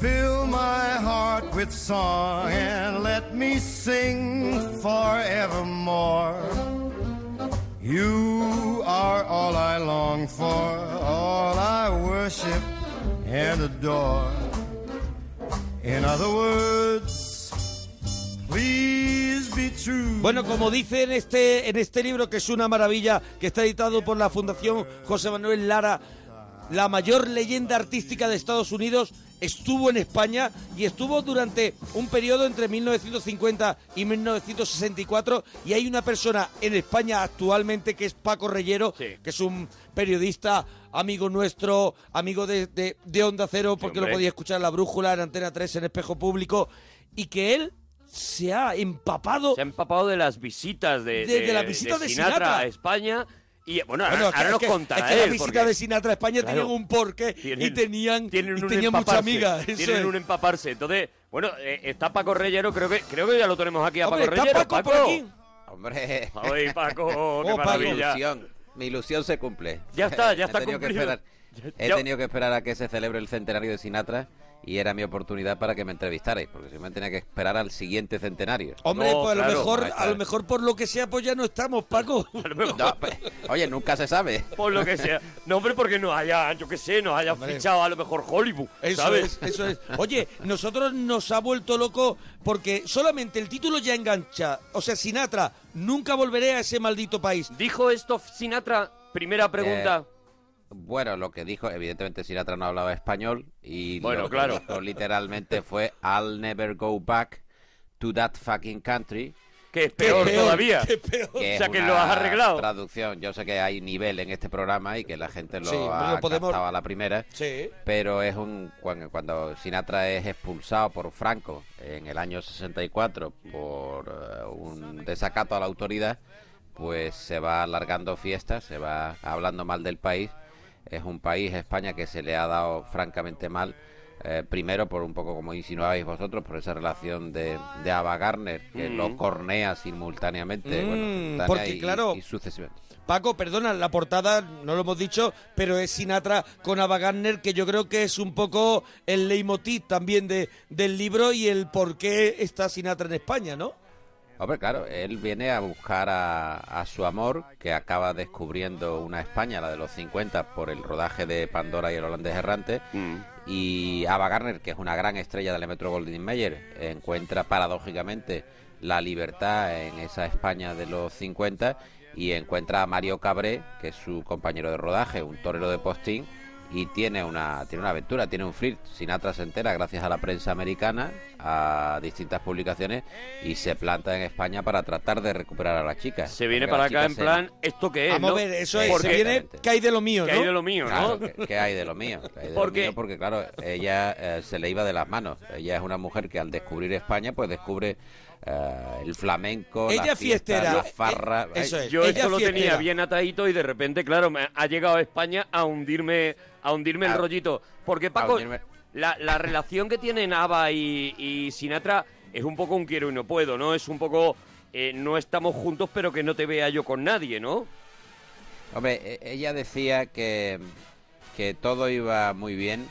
S7: Fill my heart with song and let me sing forevermore. You are all I long for, all I worship and adore. In other words, please be true.
S3: Bueno, como dice en este, en este libro, que es una maravilla, que está editado por la Fundación José Manuel Lara, la mayor leyenda artística de Estados Unidos estuvo en España y estuvo durante un periodo entre 1950 y 1964 y hay una persona en España actualmente que es Paco Reyero, que es un periodista amigo nuestro, amigo de, de- de Onda Cero, porque lo
S2: hombre.
S3: podía escuchar en La Brújula, en Antena 3, en Espejo Público, y que él se ha em- empapado
S2: Se ha empapado de las visitas de,
S3: De- de las visitas de
S2: Sinatra,
S3: Sinatra.
S2: a España. Y bueno, ahora,
S3: Bueno, es que-
S2: ahora
S3: es
S2: nos
S3: que-
S2: contará
S3: es que
S2: él,
S3: las visitas
S2: porque
S3: de Sinatra a España
S2: Claro.
S3: tenían un porqué y
S2: Tienen-
S3: tenían, y
S2: un
S3: tenían mucha
S2: empaparse,
S3: amiga. eso
S2: tienen
S3: es.
S2: un empaparse. Entonces, bueno, eh, está Paco Reyero, creo que, creo que ya lo tenemos aquí a
S12: Hombre,
S2: Paco
S12: ¿está
S2: Reyero.
S12: Paco por aquí? Hombre.
S2: Ay,
S12: [LAUGHS]
S2: Paco, qué
S12: Oh, Mi
S2: maravilla.
S12: ilusión, mi ilusión se cumple.
S2: Ya está, ya
S12: [LAUGHS]
S2: está
S12: He tenido que
S2: cumplido.
S12: esperar, he
S2: Ya-
S12: tenido que esperar a que se celebre el centenario de Sinatra y era mi oportunidad para que me entrevistarais, porque si me tenía que esperar al siguiente centenario.
S3: Hombre, pues a lo mejor,
S12: Ahí está.
S3: a lo mejor por lo que sea, pues ya no estamos,
S2: [LAUGHS]
S3: Paco.
S12: No, pues, oye, nunca se sabe.
S2: Por lo que sea. pues, eh, No, hombre, porque nos haya, yo qué sé, nos haya fichado a lo mejor Hollywood,
S3: Eso
S2: ¿sabes?
S3: es, eso es. Oye, nosotros nos ha vuelto loco porque solamente el título ya engancha. O sea, Sinatra, nunca volveré a ese maldito país.
S2: Dijo esto Sinatra, primera pregunta.
S12: eh, Bueno, lo que dijo, evidentemente Sinatra no hablaba español y
S2: Bueno,
S12: lo que
S2: claro. [LAUGHS]
S12: dijo literalmente fue I'll never go back to that fucking country.
S4: que es peor, todavía.
S12: Que
S4: O
S12: es
S4: sea, que
S12: una
S4: lo has arreglado.
S12: Traducción. Yo sé que hay nivel en este programa y que la gente lo
S4: Sí,
S12: ha
S4: lo podemos-
S12: captado a la primera.
S3: Sí.
S12: Pero es un cuando, cuando Sinatra es expulsado por Franco en el año 64 por eh, un desacato a la autoridad, pues se va alargando fiestas, se va hablando mal del país. Es un país, España, que se le ha dado francamente mal. eh, primero, por un poco como insinuabais vosotros, por esa relación de, de Ava Garner, que
S3: Mm.
S12: lo cornea simultáneamente. Este, bueno,
S3: Mm,
S12: simultánea
S3: porque,
S12: y-
S3: claro,
S12: y sucesivamente.
S3: Paco, perdona, la portada no lo hemos dicho, pero es Sinatra con Ava Gardner, que yo creo que es un poco el leitmotiv también de, del libro y el por qué está Sinatra en España, ¿no?
S12: Hombre, claro, él viene a buscar a, a su amor, que acaba descubriendo una España, la de los 50, por el rodaje de Pandora y el holandés errante.
S3: Mm.
S12: Y Ava Garner, que es una gran estrella del Metro Goldwyn Mayer, encuentra paradójicamente la libertad en esa España de los 50 y encuentra a Mario Cabré, que es su compañero de rodaje, un torero de postín, y tiene una, tiene una aventura, tiene un flirt. Sinatra se entera gracias a la prensa americana, a distintas publicaciones, y se planta en España para tratar de recuperar a la chica.
S4: Se viene para acá en plan, ¿esto qué es?
S12: Vamos a
S4: no?
S12: ver, eso es,
S4: Porque-
S12: se viene
S3: Que hay de lo mío,
S4: Que
S3: ¿no?
S4: hay de lo mío,
S12: Claro,
S4: ¿no?
S12: que, que hay de lo mío. que hay de lo
S4: Porque-
S12: mío, porque claro, ella eh, se le iba de las manos. Ella es una mujer que al descubrir España, pues descubre eh, el flamenco,
S4: Ella
S12: la fiesta,
S4: fiestera,
S12: la
S4: eh,
S12: farra.
S4: Yo esto lo tenía bien atadito y de repente, claro, me ha llegado a España a hundirme, a hundirme
S12: Ah.
S4: el rollito. Porque, Paco, la, la relación que tienen Ava y, y Sinatra es un poco un quiero y no puedo, ¿no? Es un poco, eh, no estamos juntos, pero que no te vea yo con nadie, ¿no?
S12: Hombre, e- ella decía que, que todo iba muy bien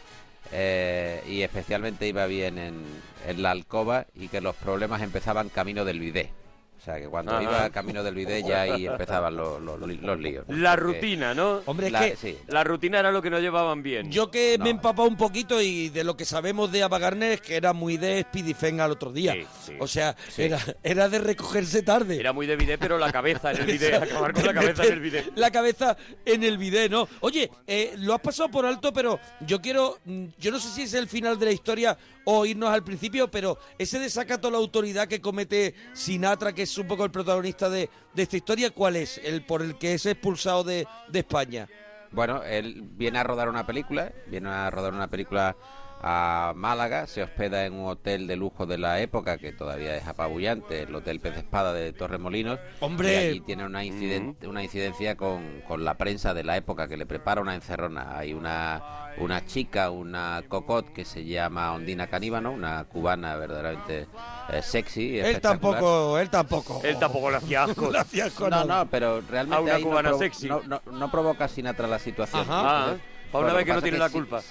S12: eh, y especialmente iba bien en, en la alcoba y que los problemas empezaban camino del bidé. O sea, que cuando
S4: Ajá.
S12: iba camino del bidé ya ahí empezaban los, los- los- los líos. ¿no?
S4: La
S12: Pues Porque-
S4: rutina, ¿no?
S12: Hombre, es La- que- sí.
S4: la rutina era lo que no llevaban bien.
S3: Yo que me he
S12: em-
S3: empapado un poquito y de lo que sabemos de Ava Gardner es que era muy de Speedy Feng al otro día. O sea, era, era de recogerse tarde.
S4: Era muy de bidet, pero la cabeza en el
S3: [LAUGHS]
S4: bidet, acabar con la cabeza en el bidet.
S3: La cabeza en el video, ¿no? Oye, eh, lo has pasado por alto, pero yo quiero. mm, Yo no sé si es el final de la historia o irnos al principio, pero ese desacato a la autoridad que comete Sinatra, que es un poco el protagonista de, de esta historia, ¿cuál es? El por el que es expulsado de, de España.
S12: Bueno, él viene a rodar una película, viene a rodar una película a Málaga, se hospeda en un hotel de lujo de la época que todavía es apabullante, el Hotel Pez de Espada de Torremolinos.
S3: Hombre.
S12: Y allí tiene una, inciden- una incidencia con, con la prensa de la época que le prepara una encerrona. Hay una, una chica, una cocot que se llama Ondina Caníbano, una cubana verdaderamente eh, sexy.
S3: Él
S12: espectacular.
S3: tampoco, él tampoco.
S4: Él tampoco le hacía asco.
S3: [LAUGHS] Le hacía asco,
S12: No,
S3: no.
S12: no, pero realmente
S4: A una
S12: ahí no
S4: cubana
S12: provo-
S4: sexy.
S12: No, no- no provoca Sinatra la situación.
S4: Ajá.
S12: ¿no?
S4: Ah,
S12: Entonces,
S4: para una
S12: lo
S4: vez que no
S12: pasa
S4: tiene
S12: es
S4: la
S12: sí-
S4: culpa.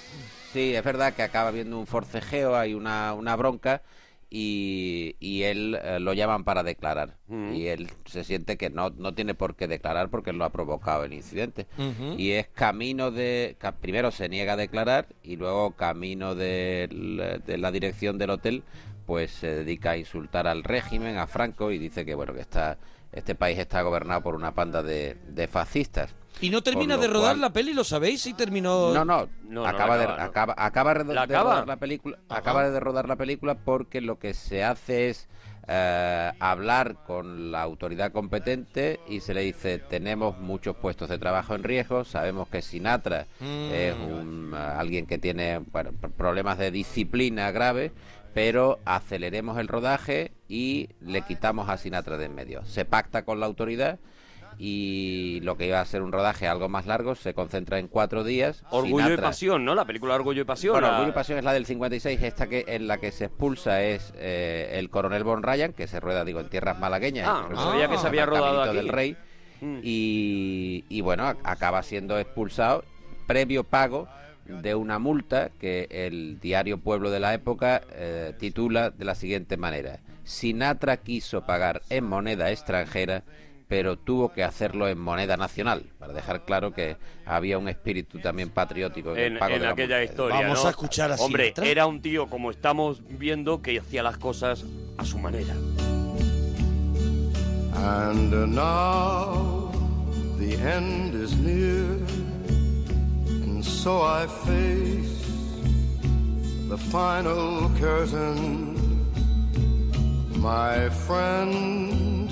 S12: Sí, es verdad que acaba habiendo un forcejeo, hay una, una bronca y, y él eh, lo llaman para declarar. Y él se siente que no, no tiene por qué declarar porque él lo ha provocado el incidente.
S2: Ujú.
S12: Y es camino de... ca- Primero se niega a declarar y luego camino del- de, la dirección del hotel pues se dedica a insultar al régimen, a Franco y dice que bueno que está este país está gobernado por una panda de, de fascistas.
S3: Y no
S12: Por
S3: termina
S12: lo
S3: de rodar
S12: cual-
S3: la peli, ¿lo sabéis? Si terminó.
S12: no, no, acaba, de, acaba, acaba de-
S3: ¿La
S12: de
S3: acaba?
S12: rodar la película, acaba de rodar la película porque lo que se hace es eh, hablar con la autoridad competente y se le dice tenemos muchos puestos de trabajo en riesgo, sabemos que Sinatra
S2: Mm.
S12: es un, eh, alguien que tiene bueno, pr- problemas de disciplina grave, pero aceleremos el rodaje y le quitamos a Sinatra de en medio. Se pacta con la autoridad y lo que iba a ser un rodaje algo más largo se concentra en cuatro días.
S4: Orgullo y
S12: Sinatra-
S4: pasión, ¿no? La película Orgullo y pasión.
S12: bueno,
S4: la-
S12: Orgullo y Pasión es la del 56, esta que en la que se expulsa es eh, el coronel Von Ryan, que se rueda, digo, en tierras malagueñas.
S4: Ah,
S12: en
S4: no sabía que se había rodado
S12: apartamento
S4: aquí.
S12: del rey.
S4: Mm.
S12: Y, y bueno, a- acaba siendo expulsado previo pago de una multa que el diario Pueblo de la época eh, titula de la siguiente manera. Sinatra quiso pagar en moneda extranjera pero tuvo que hacerlo en moneda nacional, para dejar claro que había un espíritu también patriótico en, el
S4: en,
S12: pago
S4: en
S12: de la
S4: aquella
S12: multa.
S4: historia. ¿no? Hombre, era un tío, como estamos viendo, que hacía las cosas a su manera.
S7: And now the end is near, and so I face the final curtain. My friend,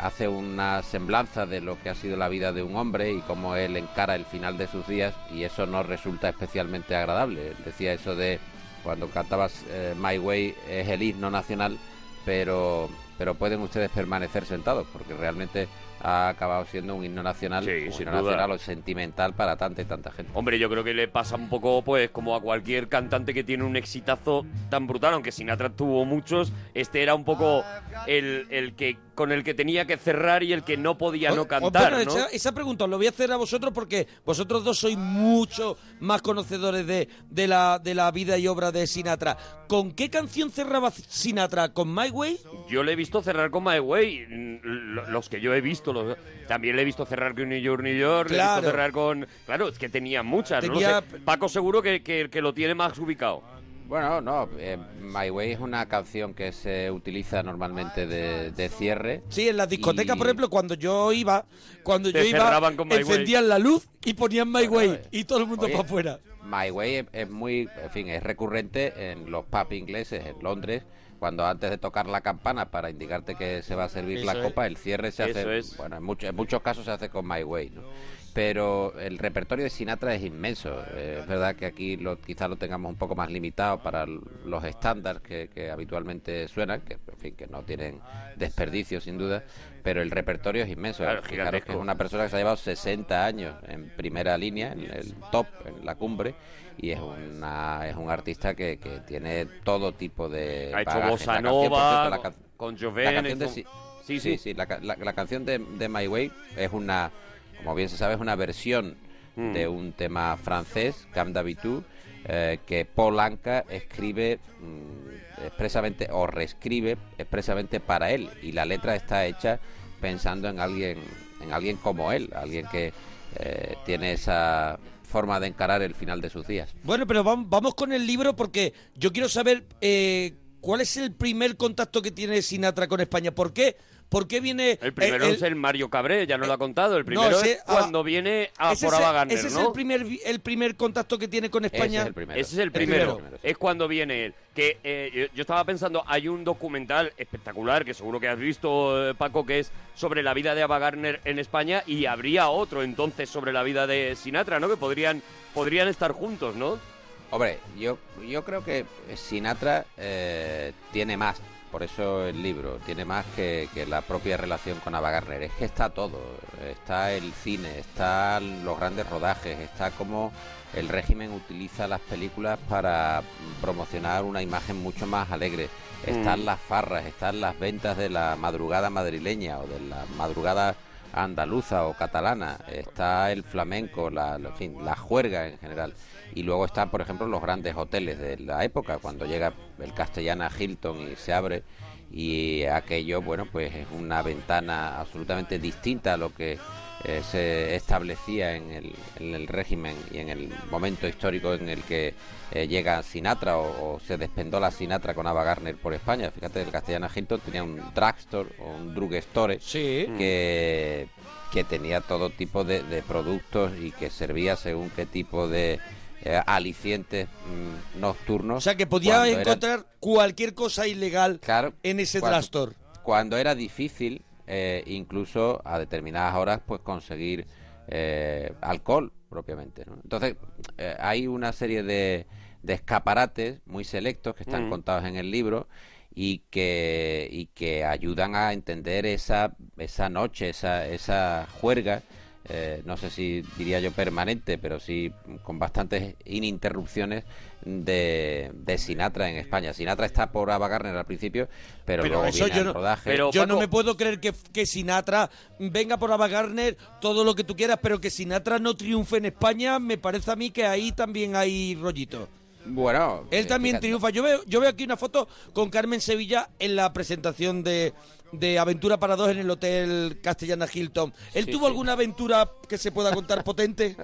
S12: hace una semblanza de lo que ha sido la vida de un hombre y cómo él encara el final de sus días y eso no resulta especialmente agradable. Él Decía eso de cuando cantabas eh, My Way es el himno nacional, pero pero pueden ustedes permanecer sentados porque realmente ha acabado siendo un himno nacional, un
S4: sin
S12: himno
S4: duda.
S12: nacional o sentimental para tanta y tanta gente.
S4: Hombre, yo creo que le pasa un poco, pues, como a cualquier cantante que tiene un exitazo tan brutal, aunque Sinatra tuvo muchos, este era un poco el, el que con el que tenía que cerrar y el que no podía no
S3: Os-
S4: cantar,
S3: bueno,
S4: ¿no?
S3: esa, esa pregunta os lo voy a hacer a vosotros porque vosotros dos sois mucho más conocedores de, de la, de la vida y obra de Sinatra. ¿Con qué canción cerraba Sinatra? ¿Con My Way?
S4: Yo le he visto cerrar con My Way, mm, lo- los que yo he visto, los- también le he visto cerrar con New York, New York, le he
S3: Claro.
S4: visto cerrar con... Claro, es que tenía muchas, no lo
S12: Tenía-
S4: sé. Paco seguro que, que, que lo tiene más ubicado.
S12: Bueno, no, eh, My Way es una canción que se utiliza normalmente de, de cierre.
S3: Sí, en las discotecas,
S12: Y-
S3: por ejemplo, cuando yo iba, cuando
S12: Te
S3: yo iba,
S12: cerraban con My Way.
S3: encendían la luz y ponían My Way y todo el mundo
S12: Oye,
S3: para afuera.
S12: My Way es, es muy, en fin, es recurrente en los pubs ingleses, en Londres, cuando antes de tocar la campana para indicarte que se va a servir
S4: Eso
S12: la
S4: es.
S12: copa, el cierre se
S4: Eso
S12: hace,
S4: es.
S12: bueno, en, mucho- en muchos casos se hace con My Way, ¿no? pero el repertorio de Sinatra es inmenso. Eh, es verdad que aquí lo, quizás lo tengamos un poco más limitado para l- los estándares que, que habitualmente suenan, que en fin, que no tienen desperdicio sin duda, pero el repertorio es inmenso.
S4: Claro,
S12: Fijaros que
S4: gigantesco.
S12: es una persona que se ha llevado 60 años en primera línea, en el top, en la cumbre, y es una es un artista que, que tiene todo tipo de
S4: Ha hecho
S12: bagajes. Eh,
S4: bossa
S12: La canción, por
S4: nova,
S12: cierto, la
S4: con-
S12: can-
S4: con
S12: la
S4: Joven,
S12: canción de
S4: con-
S12: Si-
S4: Sí,
S12: Sí,
S4: sí.
S12: sí, La, ca- la- la canción de, de My Way es una, como bien se sabe, es una versión
S4: Mm.
S12: de un tema francés, Cam d'Habitu, eh, que Paul Anka escribe mm, expresamente o reescribe expresamente para él. Y la letra está hecha pensando en alguien, en alguien como él, alguien que eh, tiene esa forma de encarar el final de sus días.
S3: Bueno, pero vam- vamos con el libro porque yo quiero saber eh, cuál es el primer contacto que tiene Sinatra con España. ¿Por qué? ¿Por qué viene
S4: El primero
S3: Eh, el- eh,
S4: es el Mario Cabré, ya nos lo ha contado. El primero
S3: ese-
S4: es cuando viene
S2: Ah,
S4: a
S3: ah, Ese
S4: por
S3: es el-
S4: Ava Gardner,
S3: ese es
S4: ¿no?
S3: el primer, vi- el primer contacto que tiene con España.
S4: Ese es el primero. Es cuando viene él. Que eh, yo, yo estaba pensando, hay un documental espectacular que seguro que has visto, eh, Paco, que es sobre la vida de Ava Gardner en España y habría otro entonces sobre la vida de Sinatra, ¿no? Que podrían, podrían estar juntos, ¿no?
S12: Hombre, yo, yo creo que Sinatra eh, tiene más, por eso el libro, tiene más que, que la propia relación con Ava Gardner. Es que está todo, está el cine, está los grandes rodajes, está cómo el régimen utiliza las películas para promocionar una imagen mucho más alegre. Están
S4: Mm.
S12: las farras, están las ventas de la madrugada madrileña o de la madrugada andaluza o catalana, está el flamenco, la, la- en fin, la juerga en general. Y luego están, por ejemplo, los grandes hoteles de la época, cuando llega el castellana Hilton y se abre. Y aquello, bueno, pues es una ventana absolutamente distinta a lo que eh, se establecía en el, en el régimen y en el momento histórico en el que eh, llega Sinatra o, o se despendola Sinatra con Ava Gardner por España. Fíjate, el castellana Hilton tenía un drugstore o un drugstore que, que tenía todo tipo de, de productos y que servía según qué tipo de eh, alicientes mm, nocturnos. O sea, que
S3: Podía encontrar cualquier cosa ilegal en ese
S12: cuando-
S3: drugstore.
S12: Cuando era difícil, eh, incluso a determinadas horas, pues conseguir eh, alcohol propiamente. ¿no? Entonces, eh, hay una serie de, de escaparates muy selectos que están
S1: Mm.
S12: contados en el libro y que, y que ayudan a entender esa, esa noche, esa, esa juerga. eh, no sé si diría yo permanente, pero sí con bastantes ininterrupciones de, de Sinatra en España. Sinatra está por Ava Gardner al principio, pero,
S3: Pero
S12: luego
S3: eso
S12: viene
S3: yo
S12: el
S3: no,
S12: rodaje.
S3: yo no me puedo creer que, que Sinatra venga por Ava Gardner, todo lo que tú quieras, pero que Sinatra no triunfe en España, me parece a mí que ahí también hay rollito.
S12: Bueno,
S3: Él
S12: eh,
S3: también
S12: fíjate.
S3: triunfa. Yo veo, yo veo aquí una foto con Carmen Sevilla en la presentación de, de Aventura para dos en el Hotel Castellana Hilton. ¿Él
S12: Sí,
S3: tuvo
S12: sí.
S3: alguna aventura que se pueda contar potente?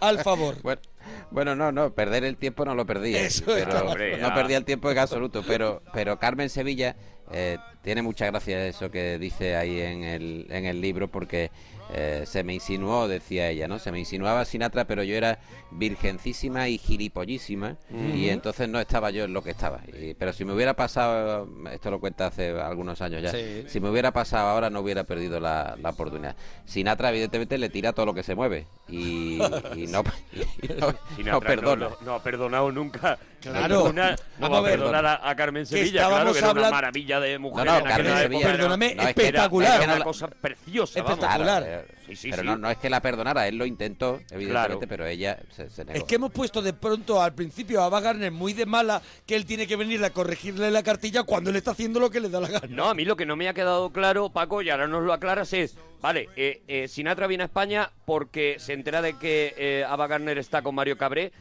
S3: Al favor.
S12: [LAUGHS] Bueno, bueno, no, no, perder el tiempo no lo perdí. ¿eh?
S3: Eso es,
S12: pero
S3: claro. Hombre, ah.
S12: no
S3: ya.
S12: perdí el tiempo en absoluto. Pero, pero Carmen Sevilla eh, tiene mucha gracia eso que dice ahí en el, en el libro, porque eh, se me insinuó, decía ella, ¿no? Se me insinuaba Sinatra, pero yo era virgencísima y gilipollísima, y
S8: Ujú.
S12: entonces no estaba yo en lo que estaba. Y- pero si me hubiera pasado, esto lo cuenta hace algunos años ya,
S8: Sí.
S12: si me hubiera pasado ahora no hubiera perdido la, la oportunidad. Sinatra, evidentemente, le tira todo lo que se mueve. Y, y no, [LAUGHS] y no-
S4: [LAUGHS] Sinatra
S12: no perdona.
S4: No, no ha perdonado nunca.
S12: Claro.
S4: Ninguna- no
S12: Vamos a
S4: va Ah, a
S12: ver.
S4: perdonar a, a Carmen
S12: Que
S4: Sevilla, claro, que era
S12: estábamos
S4: una
S12: hablan-
S4: maravilla de mujer
S12: No, no,
S4: en aquella
S12: Carmen
S4: época,
S12: Sevilla,
S4: era-
S12: Perdóname,
S4: no, es que era-
S12: espectacular.
S4: Era, una
S12: Claro,
S4: cosa preciosa, vamos.
S12: Claro, eh,
S4: Sí, sí,
S12: pero
S4: sí.
S12: No, no es que la perdonara, él lo intentó, evidentemente,
S4: Claro.
S12: pero ella se, se negó.
S3: Es que hemos puesto de pronto al principio a Ava Gardner muy de mala que él tiene que venir a corregirle la cartilla cuando él está haciendo lo que le da la gana.
S4: No, a mí lo que no me ha quedado claro, Paco, y ahora nos lo aclaras, es, vale, eh, eh, Sinatra viene a España porque se entera de que eh, Ava Gardner está con Mario Cabré,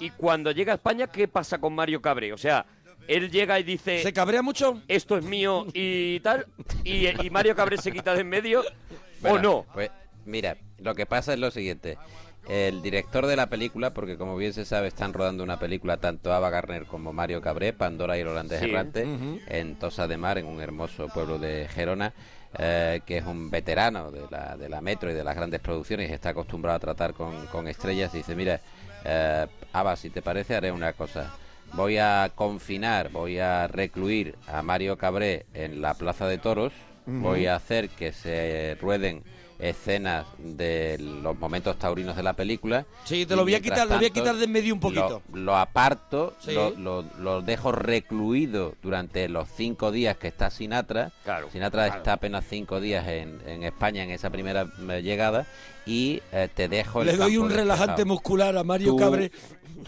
S4: y cuando llega a España, ¿qué pasa con Mario Cabré? O sea, él llega y dice... ¿Se
S3: cabrea mucho?
S4: Esto es mío y tal, y, y Mario Cabré se quita de en medio,
S12: Bueno,
S4: ¿o no?
S12: Pues mira, lo que pasa es lo siguiente. El director de la película, porque como bien se sabe, están rodando una película tanto Ava Garner como Mario Cabré, Pandora y el holandés
S8: Sí.
S12: errante,
S8: Ujú.
S12: en Tosa de Mar, en un hermoso pueblo de Gerona, eh, que es un veterano de la, de la metro y de las grandes producciones y está acostumbrado a tratar con, con estrellas. Y dice, mira, eh, Ava, si te parece, haré una cosa. Voy a confinar, voy a recluir a Mario Cabré en la Plaza de Toros,
S8: Ujú.
S12: voy a hacer que se rueden escenas de los momentos taurinos de la película.
S3: Sí, te
S12: y
S3: lo voy a
S12: mientras
S3: quitar, lo voy a
S12: tanto,
S3: quitar de en medio un poquito.
S12: Lo, lo aparto,
S3: Sí.
S12: lo, lo- lo dejo recluido durante los cinco días que está Sinatra. Sinatra
S2: claro.
S12: está apenas cinco días en, en España en esa primera eh, llegada y eh, te dejo el
S3: Le doy
S12: campo
S3: un
S12: despejado.
S3: relajante muscular a Mario
S12: Tú-
S3: Cabre.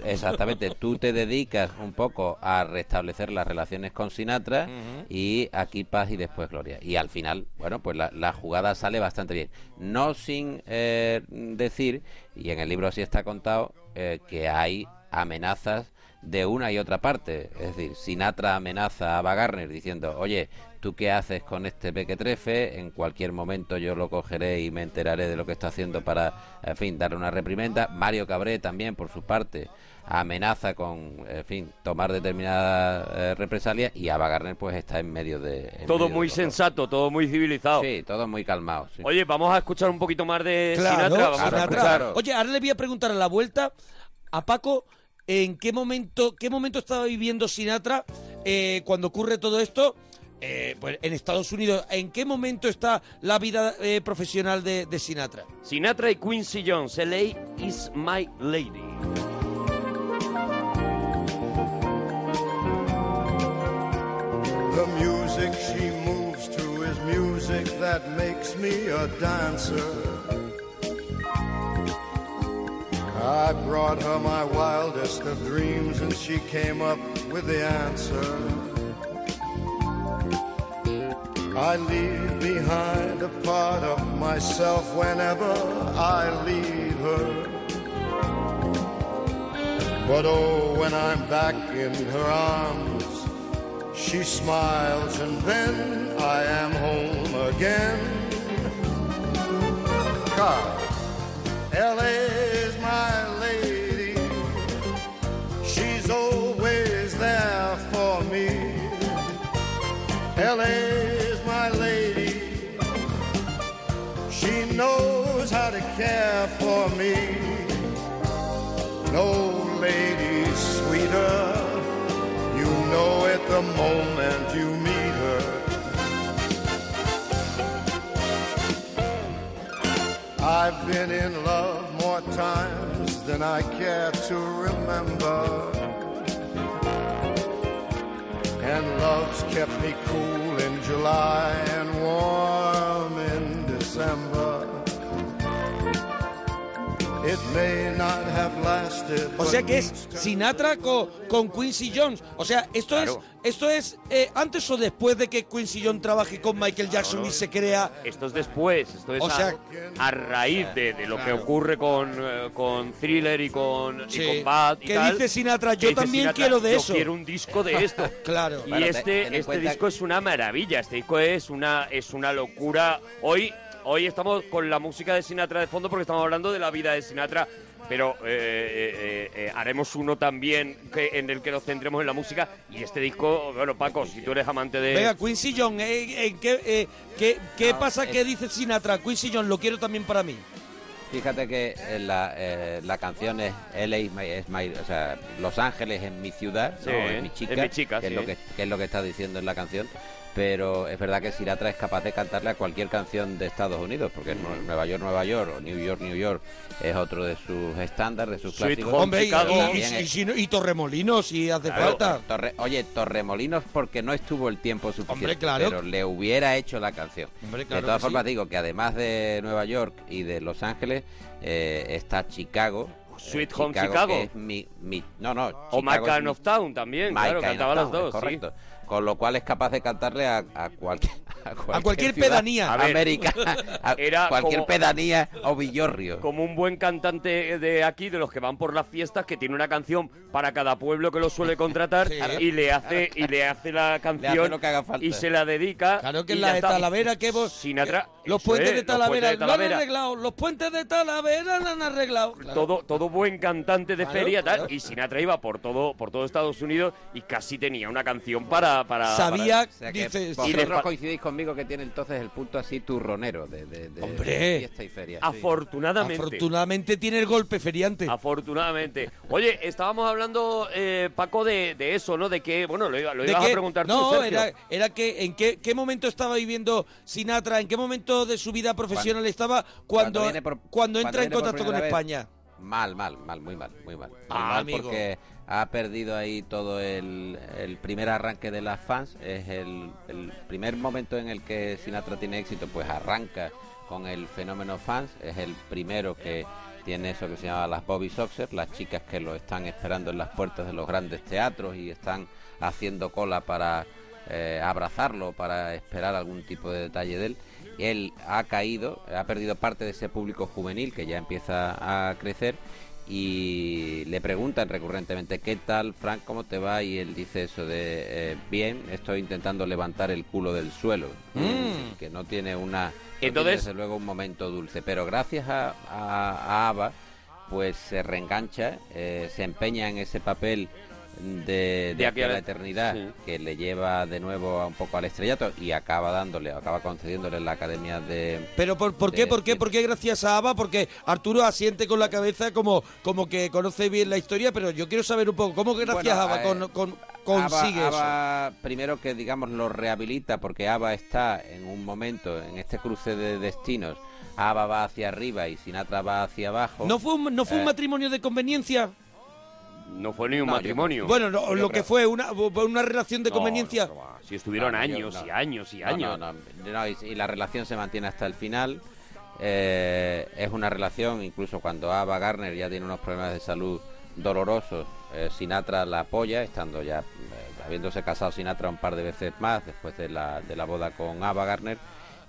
S12: Exactamente, tú te dedicas un poco a restablecer las relaciones con Sinatra y aquí paz y después gloria. Y al final, bueno, pues la, la jugada sale bastante bien. No sin eh, decir, y en el libro así está contado, eh, que hay amenazas de una y otra parte. Es decir, Sinatra amenaza a Bagarner diciendo, oye, ¿tú qué haces con este pequetrefe? En cualquier momento yo lo cogeré y me enteraré de lo que está haciendo para, en fin, darle una reprimenda. Mario Cabré también, por su parte, amenaza con, en fin, tomar determinadas eh, represalias y a Bagarner pues está en medio de... en
S2: Todo
S12: medio de
S2: muy
S12: los dos.
S2: sensato, todo muy civilizado.
S12: Sí, todo muy calmado. sí.
S2: Oye, vamos a escuchar un poquito más de
S12: Claro,
S2: Sinatra. Vamos a
S12: Sinatra.
S2: escuchar.
S12: Claro.
S3: Oye, ahora le voy a preguntar a la vuelta a Paco en qué momento, qué momento estaba viviendo Sinatra eh, cuando ocurre todo esto. eh, pues en Estados Unidos, ¿en qué momento está la vida eh, profesional de, de Sinatra?
S2: Sinatra y Quincy Jones, LA is my lady.
S7: The music she moves to is music that makes me a dancer. I brought her my wildest of dreams and she came up with the answer. I leave behind a part of myself whenever I leave her. But oh, when I'm back in her arms, she smiles and then I am home again. God, LA is my lady. She's always there for me. LA is my lady. She knows how to care for me. No lady sweeter. You know it the moment you meet her. I've been in love more times than I care to remember. And love's kept me cool in July and warm in December. It may not have lasted.
S3: O sea
S7: but
S3: que es Sinatra co- con, Quincy Jones. O sea, esto
S2: Claro.
S3: es, esto es eh, antes o después de que Quincy Jones trabaje con Michael Jackson y se crea.
S2: Esto es después, esto es
S3: O
S2: a-
S3: sea-
S2: a, raíz de, de lo que
S3: Claro.
S2: ocurre con, eh, con Thriller y con,
S3: Sí.
S2: y con Bad. y
S3: Que
S2: tal.
S3: dice Sinatra,
S2: Que
S3: yo
S2: dice
S3: también
S2: Sinatra,
S3: quiero de
S2: yo
S3: eso.
S2: quiero un disco de esto.
S3: [LAUGHS] Claro.
S2: Y
S3: Bueno, te-
S2: este,
S3: ten en
S2: este
S3: cuenta
S2: disco es una maravilla, este disco es una, es una locura. Hoy, hoy estamos con la música de Sinatra de fondo porque estamos hablando de la vida de Sinatra. Pero eh, eh, eh, eh, haremos uno también que, en el que nos centremos en la música. Y este disco, bueno, Paco, si tú eres amante de,
S3: Venga, Quincy Jones, eh, eh, ¿qué, eh, qué- qué pasa? ¿Qué dice Sinatra? Quincy Jones, lo quiero también para mí.
S12: Fíjate que eh, la, eh, la canción es LA is my, is my- o sea, Los Ángeles es mi ciudad,
S2: Sí,
S12: no, es mi chica,
S2: es mi chica,
S12: que,
S2: sí.
S12: es lo que, que es lo que está diciendo en la canción. Pero es verdad que Sinatra es capaz de cantarle a cualquier canción de Estados Unidos, porque
S2: Mm.
S12: Nueva York, Nueva York o New York, New York es otro de sus estándares, de sus clásicos.
S3: Hombre, y,
S12: Pero
S3: y-
S12: también
S3: y-
S12: es-
S3: y si no- y Torremolinos, si hace
S12: Claro, eh,
S3: falta.
S12: Torre- oye, Torremolinos porque no estuvo el tiempo suficiente.
S3: Hombre, claro.
S12: Pero le hubiera hecho la canción.
S3: Hombre, claro
S12: de todas
S3: que
S12: formas,
S3: sí.
S12: digo que además de Nueva York y de Los Ángeles, eh, está Chicago.
S2: Sweet
S12: Eh,
S2: Home
S12: que
S2: Chicago.
S12: es mi, mi- no, no.
S2: O My
S12: Chicago es
S2: Kind
S12: mi-
S2: of Town también,
S12: My
S2: claro,
S12: Kind of
S2: cantaba las
S12: Town, es
S2: dos, sí.
S12: correcto. Con lo cual es capaz de cantarle a, a cualquier [LAUGHS] a cualquier,
S2: cualquier
S12: ciudad
S2: pedanía. A ver. [LAUGHS]
S12: americana, a
S2: Era
S12: cualquier
S2: como-
S12: pedanía o villorrio.
S2: como un buen cantante de aquí, de los que van por las fiestas, que tiene una canción para cada pueblo que
S12: [LAUGHS]
S2: lo suele contratar y le hace y le hace la canción
S12: lo que haga falta.
S2: y se la dedica.
S3: Claro que
S2: y
S3: la
S2: ya
S3: de
S2: está.
S3: Talavera, que vos-
S2: Sinatra,
S3: Los
S2: eso
S3: puentes
S2: es,
S3: de
S2: los puentes
S3: Talavera
S2: de
S3: lo han
S2: Talavera.
S3: arreglado, los puentes de Talavera lo han arreglado. Claro.
S2: Todo, todo buen cantante de
S3: Claro,
S2: feria tal,
S3: claro.
S2: y Sinatra iba por todo por todo Estados Unidos y casi tenía una canción para para
S3: Sabía,
S2: para-
S12: Ah, O sea que vosotros
S2: Y les pa-
S12: coincidís conmigo que tiene entonces el punto así turronero de, de- de-
S3: Hombre.
S12: de fiesta y feria. sí.
S2: Afortunadamente.
S3: Afortunadamente tiene el golpe feriante.
S2: Afortunadamente. Oye, estábamos hablando, eh, Paco, de, de eso, ¿no? De que, bueno, lo, iba- lo
S3: ¿De
S2: ibas a
S3: qué?
S2: preguntar
S3: no,
S2: tú, Sergio.
S3: era, era que en qué, qué momento estaba viviendo Sinatra, en qué momento de su vida profesional estaba
S12: cuando
S3: cuando,
S12: viene por-
S3: cuando
S12: cuando
S3: entra
S12: viene
S3: en
S12: por
S3: contacto con
S12: primera vez.
S3: España.
S12: Mal, mal, mal, muy mal, muy mal. Muy
S3: Ah,
S12: mal
S3: amigo.
S12: Porque ha perdido ahí todo el, el primer arranque de las fans. Es el, el primer momento en el que Sinatra tiene éxito, pues arranca con el fenómeno fans. Es el primero que tiene eso que se llama las Bobby Soxer, las chicas que lo están esperando en las puertas de los grandes teatros y están haciendo cola para eh, abrazarlo, para esperar algún tipo de detalle de él. Él ha caído, ha perdido parte de ese público juvenil que ya empieza a crecer y le preguntan recurrentemente qué tal Frank cómo te va y él dice eso de eh, bien estoy intentando levantar el culo del suelo
S2: Mm.
S12: que no tiene una no tiene,
S2: Entonces-
S12: desde luego un momento dulce pero gracias a, a, a Ava pues se reengancha eh, se empeña en ese papel de, de,
S2: De
S12: aquí a
S2: aquella-
S12: la eternidad
S2: sí.
S12: que le lleva de nuevo a un poco al estrellato y acaba dándole acaba concediéndole la academia de
S3: Pero por, ¿por qué?
S12: de
S3: ¿Por qué? ¿Por qué gracias a Ava? Porque Arturo asiente con la cabeza como, como que conoce bien la historia, pero yo quiero saber un poco, ¿cómo que gracias
S12: Bueno,
S3: a Ava
S12: eh,
S3: con- con- consigue
S12: ABBA-
S3: eso?
S12: ABBA, primero que digamos lo rehabilita porque ABBA está en un momento, en este cruce de destinos, ABBA va hacia arriba y Sinatra va hacia abajo.
S3: ¿No fue un, no fue un
S12: Eh,
S3: matrimonio de conveniencia?
S2: No fue ni un
S12: No, yo-
S2: matrimonio.
S3: Bueno, no,
S12: yo creo-
S3: lo que fue una, una relación de
S12: No, no,
S3: conveniencia.
S2: Si estuvieron
S12: No, no, yo
S2: años
S12: no.
S2: y años y
S12: No,
S2: años.
S12: no, no, no, y, y la relación se mantiene hasta el final. Eh, es una relación, incluso cuando Ava Garner ya tiene unos problemas de salud dolorosos, eh, Sinatra la apoya, estando ya, eh, habiéndose casado Sinatra un par de veces más después de la, de la boda con Ava Garner.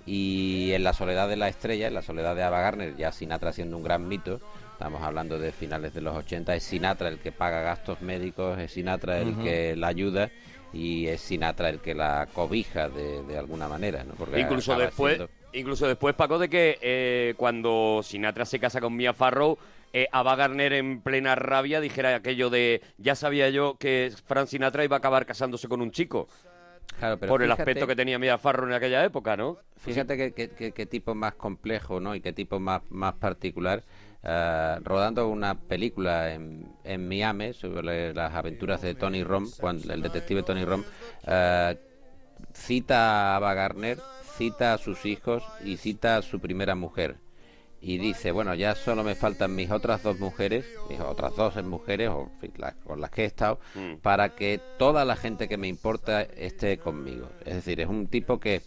S12: Y en la soledad de la estrella, en la soledad de Ava Garner, ya Sinatra siendo un gran mito, estamos hablando de finales de los 80, es Sinatra el que paga gastos médicos, es Sinatra el
S2: Ujú.
S12: que la ayuda y es Sinatra el que la cobija de, de alguna manera, ¿no? Porque
S2: incluso
S12: acaba
S2: después,
S12: siendo-
S2: incluso después, Paco, de que eh, cuando Sinatra se casa con Mia Farrow, eh, Ava Garner en plena rabia dijera aquello de ya sabía yo que Frank Sinatra iba a acabar casándose con un chico.
S12: Claro, pero
S2: por el
S12: fíjate-
S2: aspecto que tenía Mia Farrow en aquella época, ¿no?
S12: Fíjate que- que- que- qué tipo más complejo, ¿no? Y qué tipo más, más particular. Eh, rodando una película en, en Miami sobre las aventuras de Tony Rom, cuando el detective Tony Rom eh, cita a Ava Garner, cita a sus hijos y cita a su primera mujer. Y dice, bueno, ya solo me faltan mis otras dos mujeres, mis otras dos mujeres o, en fin, las- con las que he estado,
S2: Mm.
S12: para que toda la gente que me importa esté conmigo. Es decir, es un tipo que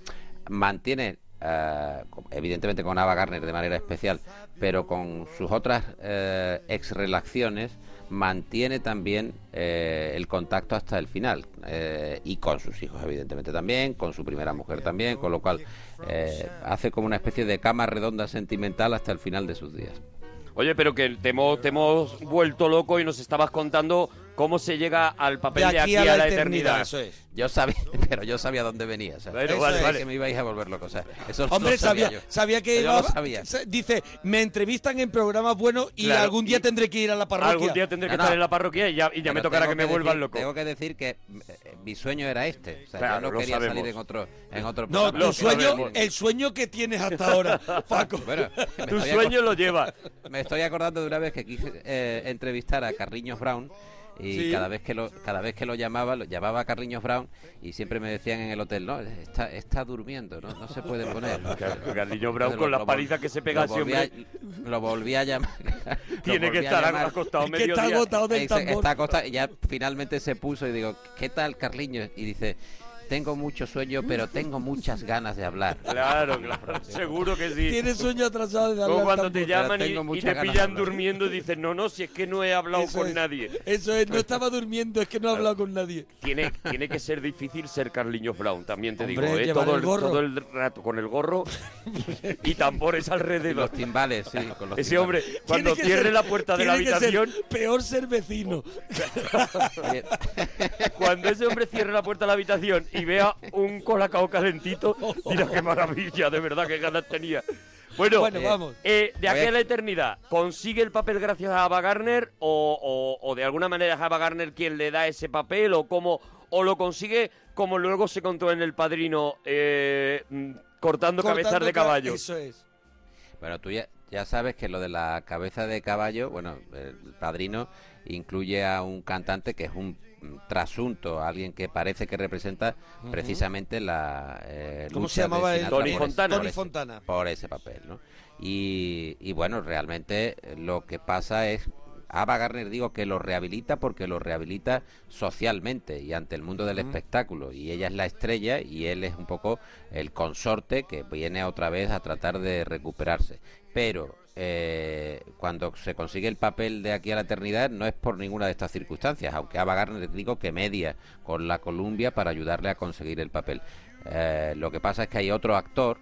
S12: mantiene, eh, evidentemente con Ava Garner de manera especial, pero con sus otras eh, ex-relaciones, mantiene también eh, el contacto hasta el final. eh, y con sus hijos, evidentemente también, con su primera mujer también, con lo cual eh, hace como una especie de cama redonda sentimental hasta el final de sus días.
S2: Oye, pero que te hemos, te hemos vuelto loco y nos estabas contando cómo se llega al papel de aquí, a, la, eternidad.
S12: Yo sabía, [LAUGHS] pero yo sabía dónde venía. o sea,
S2: Bueno,
S12: yo
S2: vale,
S12: sabía
S2: vale.
S12: que me ibais a volver loco. o sea, eso
S3: Hombre,
S12: lo
S3: sabía,
S12: sabía,
S3: sabía,
S12: yo.
S3: que
S12: Yo
S3: iba-
S12: lo sabía.
S3: se- Dice, me entrevistan en programas buenos y
S12: Claro,
S3: algún día tendré que ir a la parroquia.
S12: algún día tendré que No, no. estar en la
S3: [LAUGHS]
S2: parroquia y ya,
S12: Pero
S2: me tocará
S12: tengo
S2: que me vuelvan
S12: decir-
S2: loco.
S12: Tengo que decir que eh, mi sueño era este. O sea,
S2: Claro,
S12: yo
S2: lo
S12: no quería
S2: sabemos.
S12: salir en otro, en otro
S3: No,
S12: programa.
S3: tu sueño, el sueño que tienes hasta
S2: [LAUGHS]
S3: ahora, Paco.
S12: Bueno, me
S2: Tu
S12: estoy
S2: sueño
S12: acor-
S2: lo lleva.
S12: [LAUGHS] Me estoy acordando de una vez que quise eh, entrevistar a Carriños Brown y
S2: Sí.
S12: cada vez que lo cada vez que lo llamaba lo llamaba a Carriños Brown y siempre me decían en el hotel no está está durmiendo no, no se puede
S2: [LAUGHS]
S12: poner
S2: Car-
S12: Entonces,
S2: Carriños Brown
S12: lo-
S2: con la
S12: lo vol-
S2: pariza que se pega
S12: lo
S2: ese
S12: volví a-
S2: hombre.
S12: lo volví a llamar
S2: [LAUGHS]
S12: lo
S2: Tiene que
S12: volví a
S2: estar
S12: llamar.
S2: acostado Es que está mediodía. agotado del
S12: Dice,
S2: tambor.
S12: está acostado y ya finalmente se puso y digo qué tal Carriños y dice tengo mucho sueño pero tengo muchas ganas de hablar [LAUGHS]
S2: Claro, claro, seguro que sí.
S3: Tienes sueño atrasado de
S2: Como
S3: hablar
S2: cuando
S3: tampoco.
S2: te llaman
S12: Tengo
S2: y- y,
S12: muchas
S2: te
S12: ganas de
S2: pillan
S12: hablar.
S2: durmiendo y dices, no, no, si es que no he hablado
S3: Eso
S2: con
S3: es.
S2: nadie. Pues
S3: Eso es, Eh, no estaba durmiendo, es que no he hablado
S12: [LAUGHS]
S3: con nadie.
S2: Tiene, tiene que ser difícil ser Carliños Brown, también te
S3: Hombre,
S2: digo, ¿eh?
S3: llevar
S2: todo,
S3: el
S2: el,
S3: gorro.
S2: todo el rato con el gorro
S12: [LAUGHS]
S2: y tambores alrededor.
S12: los timbales, sí, con los
S2: Ese
S12: timbales.
S2: hombre, cuando
S3: Tiene que
S2: cierre
S3: ser-
S2: la puerta de la
S3: tiene que ser
S2: habitación,
S3: peor ser [LAUGHS] vecino.
S2: cuando ese hombre cierre la puerta de la habitación y vea un colacao calentito, mira qué maravilla, de verdad, qué ganas tenía.
S4: Bueno,
S3: Bueno, vamos.
S4: eh, de aquí
S3: Voy a-
S4: a la eternidad, ¿consigue el papel gracias a Ava Garner o, o- o de alguna manera es Ava Garner quien le da ese papel o cómo o lo consigue como luego se contó en El Padrino eh, mm, cortando, cabezas de
S3: ca-
S4: caballo?
S3: Eso es.
S12: Bueno, tú ya, ya sabes que lo de la cabeza de caballo, bueno, el padrino incluye a un cantante que es un mm, trasunto, alguien que parece que representa
S3: Ujú.
S12: precisamente la eh,
S3: ¿Cómo
S12: lucha
S3: se
S12: de
S3: llamaba él?
S12: Sinatra
S3: Tony
S12: por ese-
S3: Fontana.
S12: por
S3: Tony
S12: ese-
S3: Fontana.
S12: Por ese papel, ¿no? Y, y bueno, realmente eh, lo que pasa es, Ava Garner digo que lo rehabilita porque lo rehabilita socialmente y ante el mundo del
S1: Ujú.
S12: espectáculo. Y ella es la estrella y él es un poco el consorte que viene otra vez a tratar de recuperarse. Pero eh, cuando se consigue el papel de aquí a la eternidad no es por ninguna de estas circunstancias, aunque Ava Garner digo que media con la Columbia para ayudarle a conseguir el papel. Eh, lo que pasa es que hay otro actor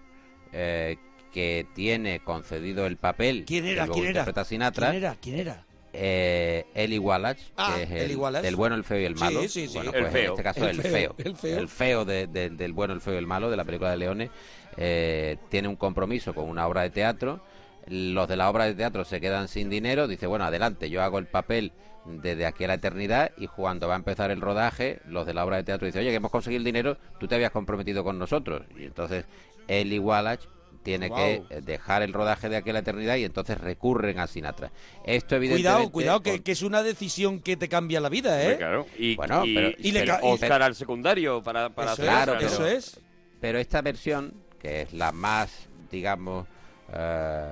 S12: eh, que tiene concedido el papel
S3: ¿Quién
S12: que
S3: era?
S12: luego
S3: ¿Quién era?
S12: interpreta a Sinatra,
S3: ¿Quién era? ¿Quién era?
S12: eh, Eli Wallach,
S3: Ah,
S12: que es
S3: Eli
S12: el,
S3: Wallach.
S12: del bueno, el feo y el
S3: Sí,
S12: malo.
S3: sí, sí.
S12: Bueno,
S3: El
S12: pues
S3: feo.
S12: En este caso,
S3: El
S12: el,
S3: feo,
S12: feo.
S3: el feo.
S12: El feo de- de- del bueno, el feo y el malo de la película de Leones. eh, tiene un compromiso con una obra de teatro. Los de la obra de teatro se quedan sin dinero. Dice, bueno, adelante, yo hago el papel desde aquí a la eternidad. Y cuando va a empezar el rodaje, los de la obra de teatro dicen, oye, que hemos conseguido el dinero, tú te habías comprometido con nosotros. Y entonces, Eli Wallach tiene
S3: Wow.
S12: que eh, dejar el rodaje de aquí a la eternidad y entonces recurren a Sinatra. Esto evidentemente
S3: Cuidado, cuidado, que, que es una decisión que te cambia la vida, ¿eh?
S12: Hombre, claro.
S4: Y,
S12: Bueno,
S4: y-
S12: pero-
S4: y
S12: pero-
S4: el Oscar al secundario para, para hacer
S12: claro,
S4: otra, ¿no?
S12: pero, Pero esta versión, que es la más, digamos, eh,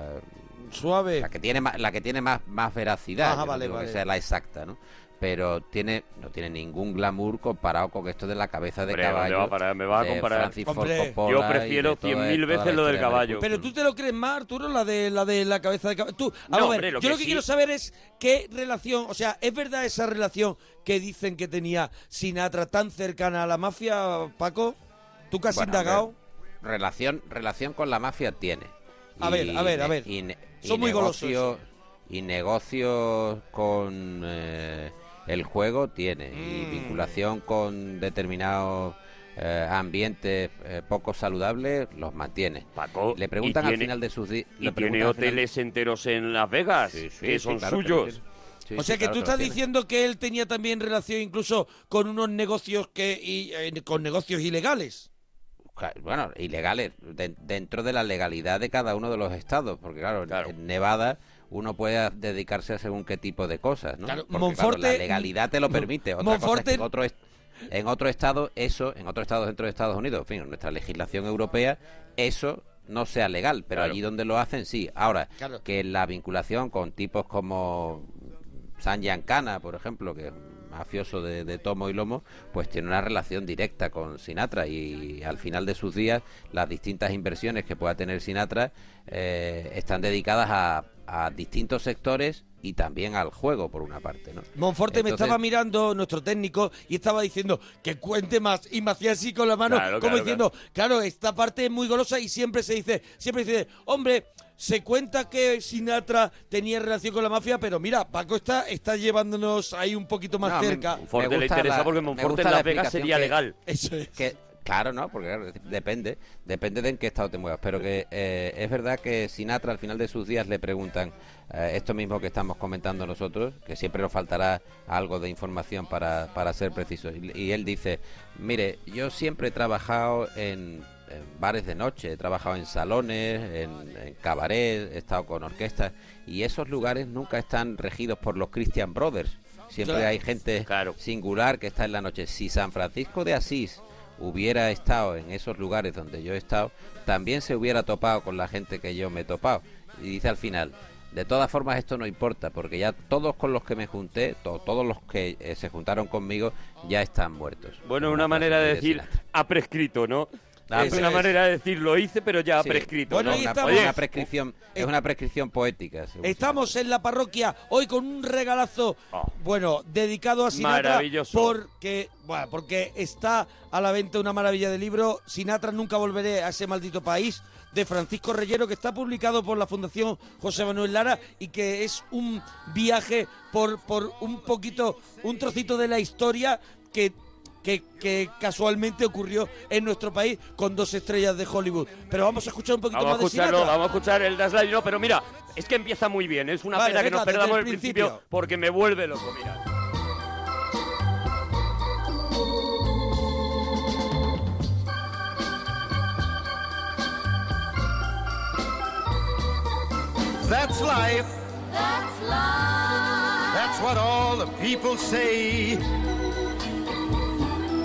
S3: suave,
S12: la que tiene más, la que tiene más, más veracidad,
S3: Ajá,
S12: yo no
S3: vale,
S12: digo
S3: vale.
S12: que sea la exacta, ¿no? Pero tiene, no tiene ningún glamour comparado con esto de la cabeza de
S4: Hombre, ¿dónde
S12: caballo.
S4: va a parar? Me vas a
S12: de
S4: comparar.
S12: Francis Ford
S4: Hombre.
S12: Coppola
S4: Yo
S12: y de
S4: prefiero
S12: toda-
S4: 100.000
S12: toda la
S4: veces lo del
S12: historia de-
S4: caballo.
S3: Pero tú te lo crees más, Arturo, la de la de la cabeza de caballo. Tú, vamos
S4: No,
S3: a ver,
S4: hombre, lo
S3: yo
S4: que
S3: lo que
S4: sí-
S3: quiero saber es qué relación, o sea, ¿es verdad esa relación que dicen que tenía Sinatra tan cercana a la mafia, Paco? ¿Tú que has
S12: Bueno,
S3: indagado?
S12: hombre, Relación, relación con la mafia tiene.
S3: A ver, a ver, a
S12: ne-
S3: ver.
S12: Y, ne- y
S3: Son muy golosos,
S12: negocio- Y negocios con eh, el juego tiene.
S3: Mm.
S12: Y vinculación con determinados eh, ambientes eh, poco saludables los mantiene. le preguntan
S4: y
S12: al
S4: tiene-
S12: final de sus días.
S4: Y tiene hoteles enteros en Las Vegas que son suyos.
S3: o sea que tú estás diciendo que él tenía también relación incluso con unos negocios que y, eh, con negocios ilegales.
S12: Ca- bueno, ilegales, de- dentro de la legalidad de cada uno de los estados, porque claro, en- en Nevada uno puede dedicarse a según qué tipo de cosas, ¿no?
S3: Claro,
S12: Porque,
S3: Monforte-
S12: la legalidad te lo permite. Otra cosa es que
S3: Monforte-
S12: en otro, est- en otro estado, eso, en otro estado dentro de Estados Unidos, en fin, en nuestra legislación europea, eso no sea legal, pero
S4: Claro.
S12: allí donde lo hacen, sí. Ahora,
S4: Claro.
S12: que la vinculación con tipos como San Giancana, por ejemplo, que es un mafioso de, de tomo y lomo, pues tiene una relación directa con Sinatra y al final de sus días las distintas inversiones que pueda tener Sinatra eh, están dedicadas a, a distintos sectores y también al juego, por una parte, ¿no?
S3: Monforte
S12: Entonces-
S3: me estaba mirando, nuestro técnico, y estaba diciendo que cuente más. Y me hacía así con la mano,
S4: Claro,
S3: como
S4: claro,
S3: diciendo, claro. esta parte es muy golosa y siempre se dice, siempre dice, hombre, se cuenta que Sinatra tenía relación con la mafia, pero mira, Paco está, está llevándonos ahí un poquito más
S12: No, a mí
S3: cerca.
S12: me gusta la- me gusta la explicación que-
S3: Eso es.
S12: que- claro, no, porque claro, es decir, depende, depende de en qué estado te muevas. Pero que eh, es verdad que Sinatra al final de sus días le preguntan eh, esto mismo que estamos comentando nosotros, que siempre nos faltará algo de información para, para ser precisos. Y, y él dice, mire, yo siempre he trabajado en, en bares de noche, he trabajado en salones, en, en cabaret, he estado con orquestas y esos lugares nunca están regidos por los Christian Brothers. Siempre
S4: Claro.
S12: hay gente singular que está en la noche. Si San Francisco de Asís hubiera estado en esos lugares donde yo he estado, también se hubiera topado con la gente que yo me he topado. Y dice al final, de todas formas esto no importa, porque ya todos con los que me junté, to- todos los que eh, se juntaron conmigo, ya están muertos.
S4: Bueno, una manera de decir ha prescrito, ¿no?
S12: Ah,
S4: es
S12: pues.
S4: una manera de decir lo hice, pero ya ha
S12: Sí.
S4: prescrito.
S12: Bueno,
S4: ¿no?
S12: ahí Una- estamos. una prescripción- es una prescripción poética. según
S3: Estamos en la parroquia hoy con un regalazo,
S4: Ah.
S3: bueno, dedicado a Sinatra.
S12: Maravilloso.
S3: Porque, bueno, porque está a la venta una maravilla de libro, Sinatra nunca volveré a ese maldito país, de Francisco Reyero, que está publicado por la Fundación José Manuel Lara y que es un viaje por, por un poquito, un trocito de la historia que que, que casualmente ocurrió en nuestro país con dos estrellas de Hollywood. Pero vamos a escuchar un poquito
S2: Vamos a
S3: más de
S2: escucharlo,
S3: Sinatra.
S2: vamos a escuchar el Dash Light, no, pero mira, es que empieza muy bien, es una
S3: Vale,
S2: pena que
S3: venga,
S2: nos
S3: desde
S2: perdamos
S3: el
S2: el principio,
S3: principio.
S2: porque me vuelve loco, mira.
S7: That's life.
S5: That's life.
S7: That's what all the people say.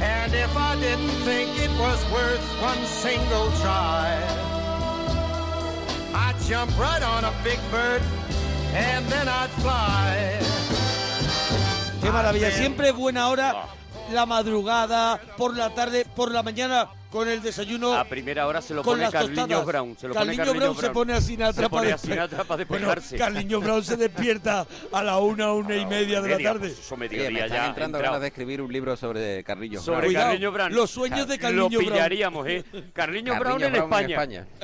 S7: And if I didn't think it was worth one single try, I'd jump right on a big bird and then I'd fly.
S2: Ah,
S3: Qué maravilla, siempre buena hora, la madrugada, por la tarde, por la mañana, con el desayuno.
S2: A primera hora se lo
S3: con
S2: pone
S3: las
S2: Carliños
S3: tostadas.
S2: Brown, se
S3: Carliños
S2: lo pone Carliños
S3: Brown se
S2: Brown.
S3: pone a Sinatra
S2: Se
S3: para
S2: pone a
S3: despe-
S2: Sinatra para
S3: Bueno,
S2: despejarse.
S3: Carliños Brown se despierta a la una, una y media de la
S2: media,
S3: tarde.
S2: pues eso
S12: Oye, me están entrando ganas de escribir un libro sobre Carrillo
S2: Sobre
S12: Brown.
S2: Carliño Brown.
S12: Claro.
S2: Lo pillaríamos, ¿eh? Carliño Brown en España.
S3: [LAUGHS]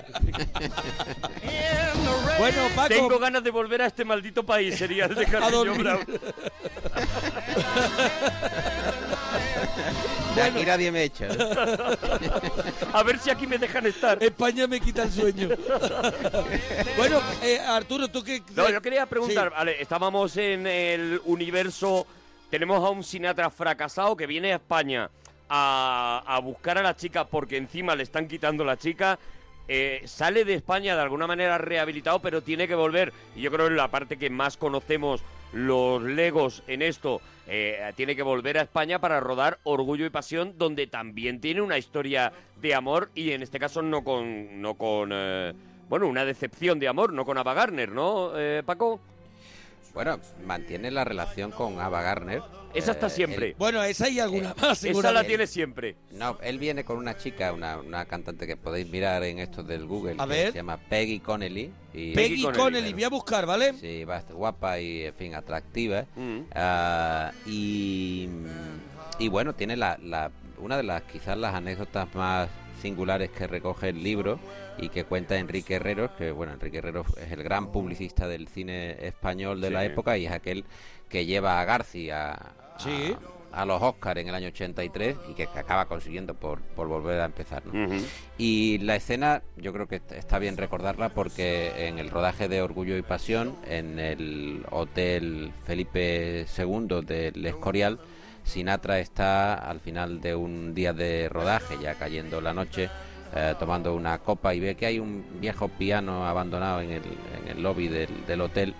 S3: Bueno, Paco.
S2: Tengo ganas de volver a este maldito país, sería
S3: [LAUGHS]
S2: el de Carliño
S12: dormir.
S2: Brown.
S12: De aquí nadie me echa. ¿eh?
S2: [LAUGHS] A ver si aquí me dejan estar.
S3: España me quita el
S2: [LAUGHS]
S3: sueño. bueno, eh, Arturo, tú qué.
S2: No, yo quería preguntar, vale, estábamos en el universo, tenemos a un Sinatra fracasado que viene a España a, a buscar a la chica porque encima le están quitando la chica, eh, sale de España de alguna manera rehabilitado, pero tiene que volver. Y yo creo que la parte que más conocemos los legos en esto, eh, tiene que volver a España para rodar Orgullo y Pasión, donde también tiene una historia de amor y en este caso no con... No con eh, bueno, una decepción de amor, no con Ava Gardner, ¿no, eh, Paco?
S12: Bueno, mantiene la relación con Ava Garner.
S2: Esa
S12: Eh,
S2: está siempre.
S3: Bueno, [LAUGHS] esa y alguna
S12: más,
S2: Esa la
S12: seguramente.
S2: tiene siempre.
S12: No, él viene con una chica, una, una cantante que podéis mirar en esto del Google.
S3: A
S12: que
S3: ver.
S12: Se llama Peggy Connelly. Y
S3: Peggy Connelly, voy a buscar, ¿vale?
S12: Sí, bastante guapa y, en fin, atractiva.
S2: Mm.
S12: Ah, y, y bueno, tiene la, la- una de las quizás las anécdotas más singulares que recoge el libro y que cuenta Enrique Herreros, que bueno, Enrique Herreros es el gran publicista del cine español de la
S23: Sí.
S12: época y es aquel que lleva a García a, a los Oscars en el año 83 y que, que acaba consiguiendo por, por volver a empezar. ¿no? Y la escena, yo creo que est- está bien recordarla porque en el rodaje de Orgullo y Pasión, en el Hotel Felipe II del Escorial, Sinatra está al final de un día de rodaje, ya cayendo la noche, eh, tomando una copa y ve que hay un viejo piano abandonado en el, en el lobby del, del hotel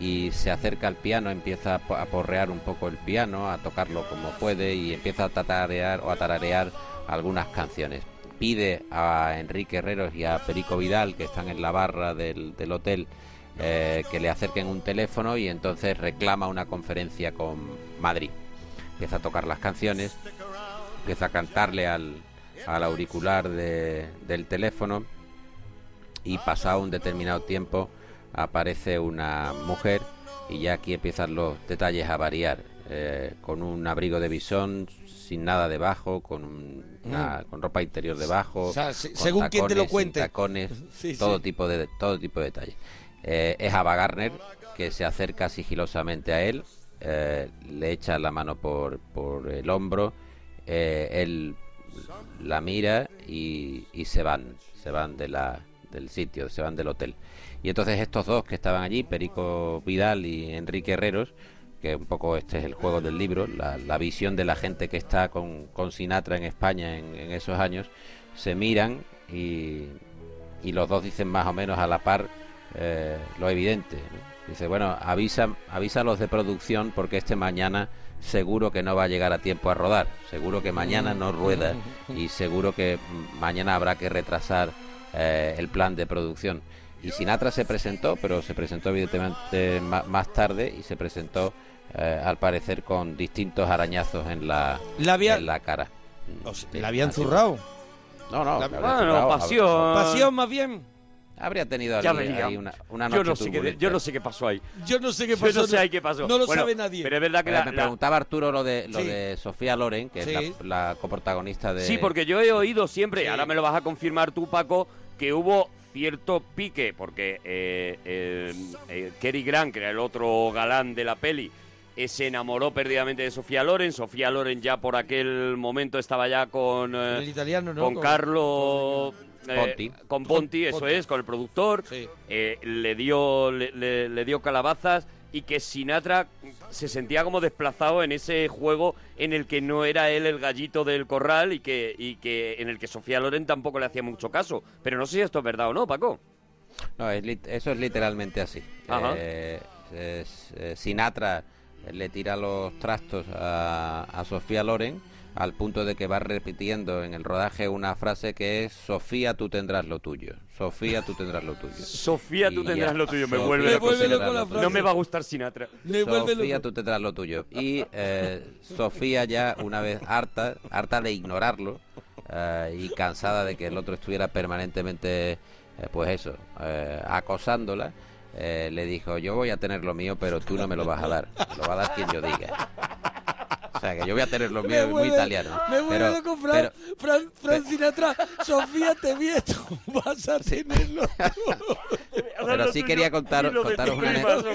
S12: y se acerca al piano, empieza a po- a porrear un poco el piano, a tocarlo como puede y empieza a tatarear o a tararear algunas canciones. Pide a Enrique Herreros y a Perico Vidal, que están en la barra del, del hotel, eh, que le acerquen un teléfono y entonces reclama una conferencia con Madrid. Empieza a tocar las canciones, empieza a cantarle al, al auricular de- del teléfono y pasado un determinado tiempo aparece una mujer y ya aquí empiezan los detalles a variar. eh, con un abrigo de bisón, sin nada debajo, con, un- una- con ropa interior debajo.
S3: Mm. O sea, se-
S12: con
S3: según quien te lo
S12: tacones, sin
S3: cuente.
S12: Tacones,
S3: [LAUGHS] Sí,
S12: todo,
S3: sí.
S12: Tipo de, todo tipo de detalle. Eh, es Ava Garner que se acerca sigilosamente a él, eh, le echa la mano por, por el hombro, eh, él la mira y, y se van, se van de la, del sitio, se van del hotel. Y entonces estos dos que estaban allí, Perico Vidal y Enrique Herreros, que un poco este es el juego del libro, la, la visión de la gente que está con, con Sinatra en España en, en esos años, se miran y, y los dos dicen más o menos a la par eh, lo evidente. ¿no? Dice, bueno, avisa, avisa a los de producción porque este mañana seguro que no va a llegar a tiempo a rodar, seguro que mañana no rueda y seguro que mm, mañana habrá que retrasar eh, el plan de producción. Y Sinatra se presentó, pero se presentó evidentemente ma- más tarde y se presentó eh, al parecer con distintos arañazos en la,
S3: La había-
S12: en la cara.
S3: ¿La habían
S12: Así-
S3: zurrado?
S12: No, no.
S3: La-
S12: me habría
S3: Bueno,
S12: zurrado, hab-
S3: Pasión más bien.
S12: Habría tenido
S2: Ya
S12: ahí,
S2: vería.
S12: ahí una, una
S2: yo,
S12: noche
S2: no sé qué,
S12: turbulenta.
S2: yo no sé qué pasó ahí.
S3: Yo no sé qué
S2: Yo
S12: pasó,
S2: no sé
S12: no-
S2: ahí qué pasó.
S12: no lo
S2: Bueno,
S12: sabe nadie.
S2: Pero es verdad que
S12: Pero
S2: la-
S12: me
S2: la-
S12: preguntaba Arturo lo de lo
S2: Sí.
S12: de Sofía Loren, que
S2: Sí.
S12: es la, la coprotagonista de
S2: Sí, porque yo he oído siempre, ahora me lo vas a confirmar tú, Paco, que hubo cierto pique, porque eh, eh, eh, Cary Grant, que era el otro galán de la peli, eh, se enamoró perdidamente de Sofía Loren. Sofía Loren ya por aquel momento estaba ya con... eh,
S3: El italiano, ¿no?
S2: Con,
S3: Con-
S2: Carlo...
S12: con-
S2: eh,
S12: Ponti.
S2: con Ponti, eso
S12: Ponti.
S2: es, con el productor. Eh, le, dio, le, le- le dio calabazas y que Sinatra se sentía como desplazado en ese juego en el que no era él el gallito del corral y que, y que en el que Sofía Loren tampoco le hacía mucho caso. Pero no sé si esto es verdad o no, Paco.
S12: No, es lit- eso es literalmente así.
S2: Ajá.
S12: Eh, es- eh, Sinatra le tira los trastos a, a Sofía Loren al punto de que va repitiendo en el rodaje una frase que es Sofía, tú tendrás lo tuyo. Sofía, tú tendrás lo tuyo.
S2: Sofía, tú
S12: Y
S2: tendrás
S12: ya.
S2: lo tuyo. Me
S12: Sofía,
S2: vuelve
S12: tú
S2: loco
S12: tendrás
S2: Sinatra.
S12: lo tuyo.
S2: No me va a gustar Sinatra.
S12: Sofía, tú te traes lo tuyo. Y eh, Sofía ya una vez harta, harta de ignorarlo eh, y cansada de que el otro estuviera permanentemente, eh, pues eso, eh, acosándola, eh, le dijo, yo voy a tener lo mío, pero tú no me lo vas a dar. Lo va a dar quien yo diga. O sea, que yo voy a tener lo mío, es muy
S3: vuelve-
S12: italiano.
S3: Me vuelve
S12: Pero-
S3: loco,
S12: pero-
S3: Fran, Fran, Fran Sinatra. Sofía, te vi esto. [LAUGHS] Vas a tenerlo.
S12: Pero sí quería contar, contaros una anécdota.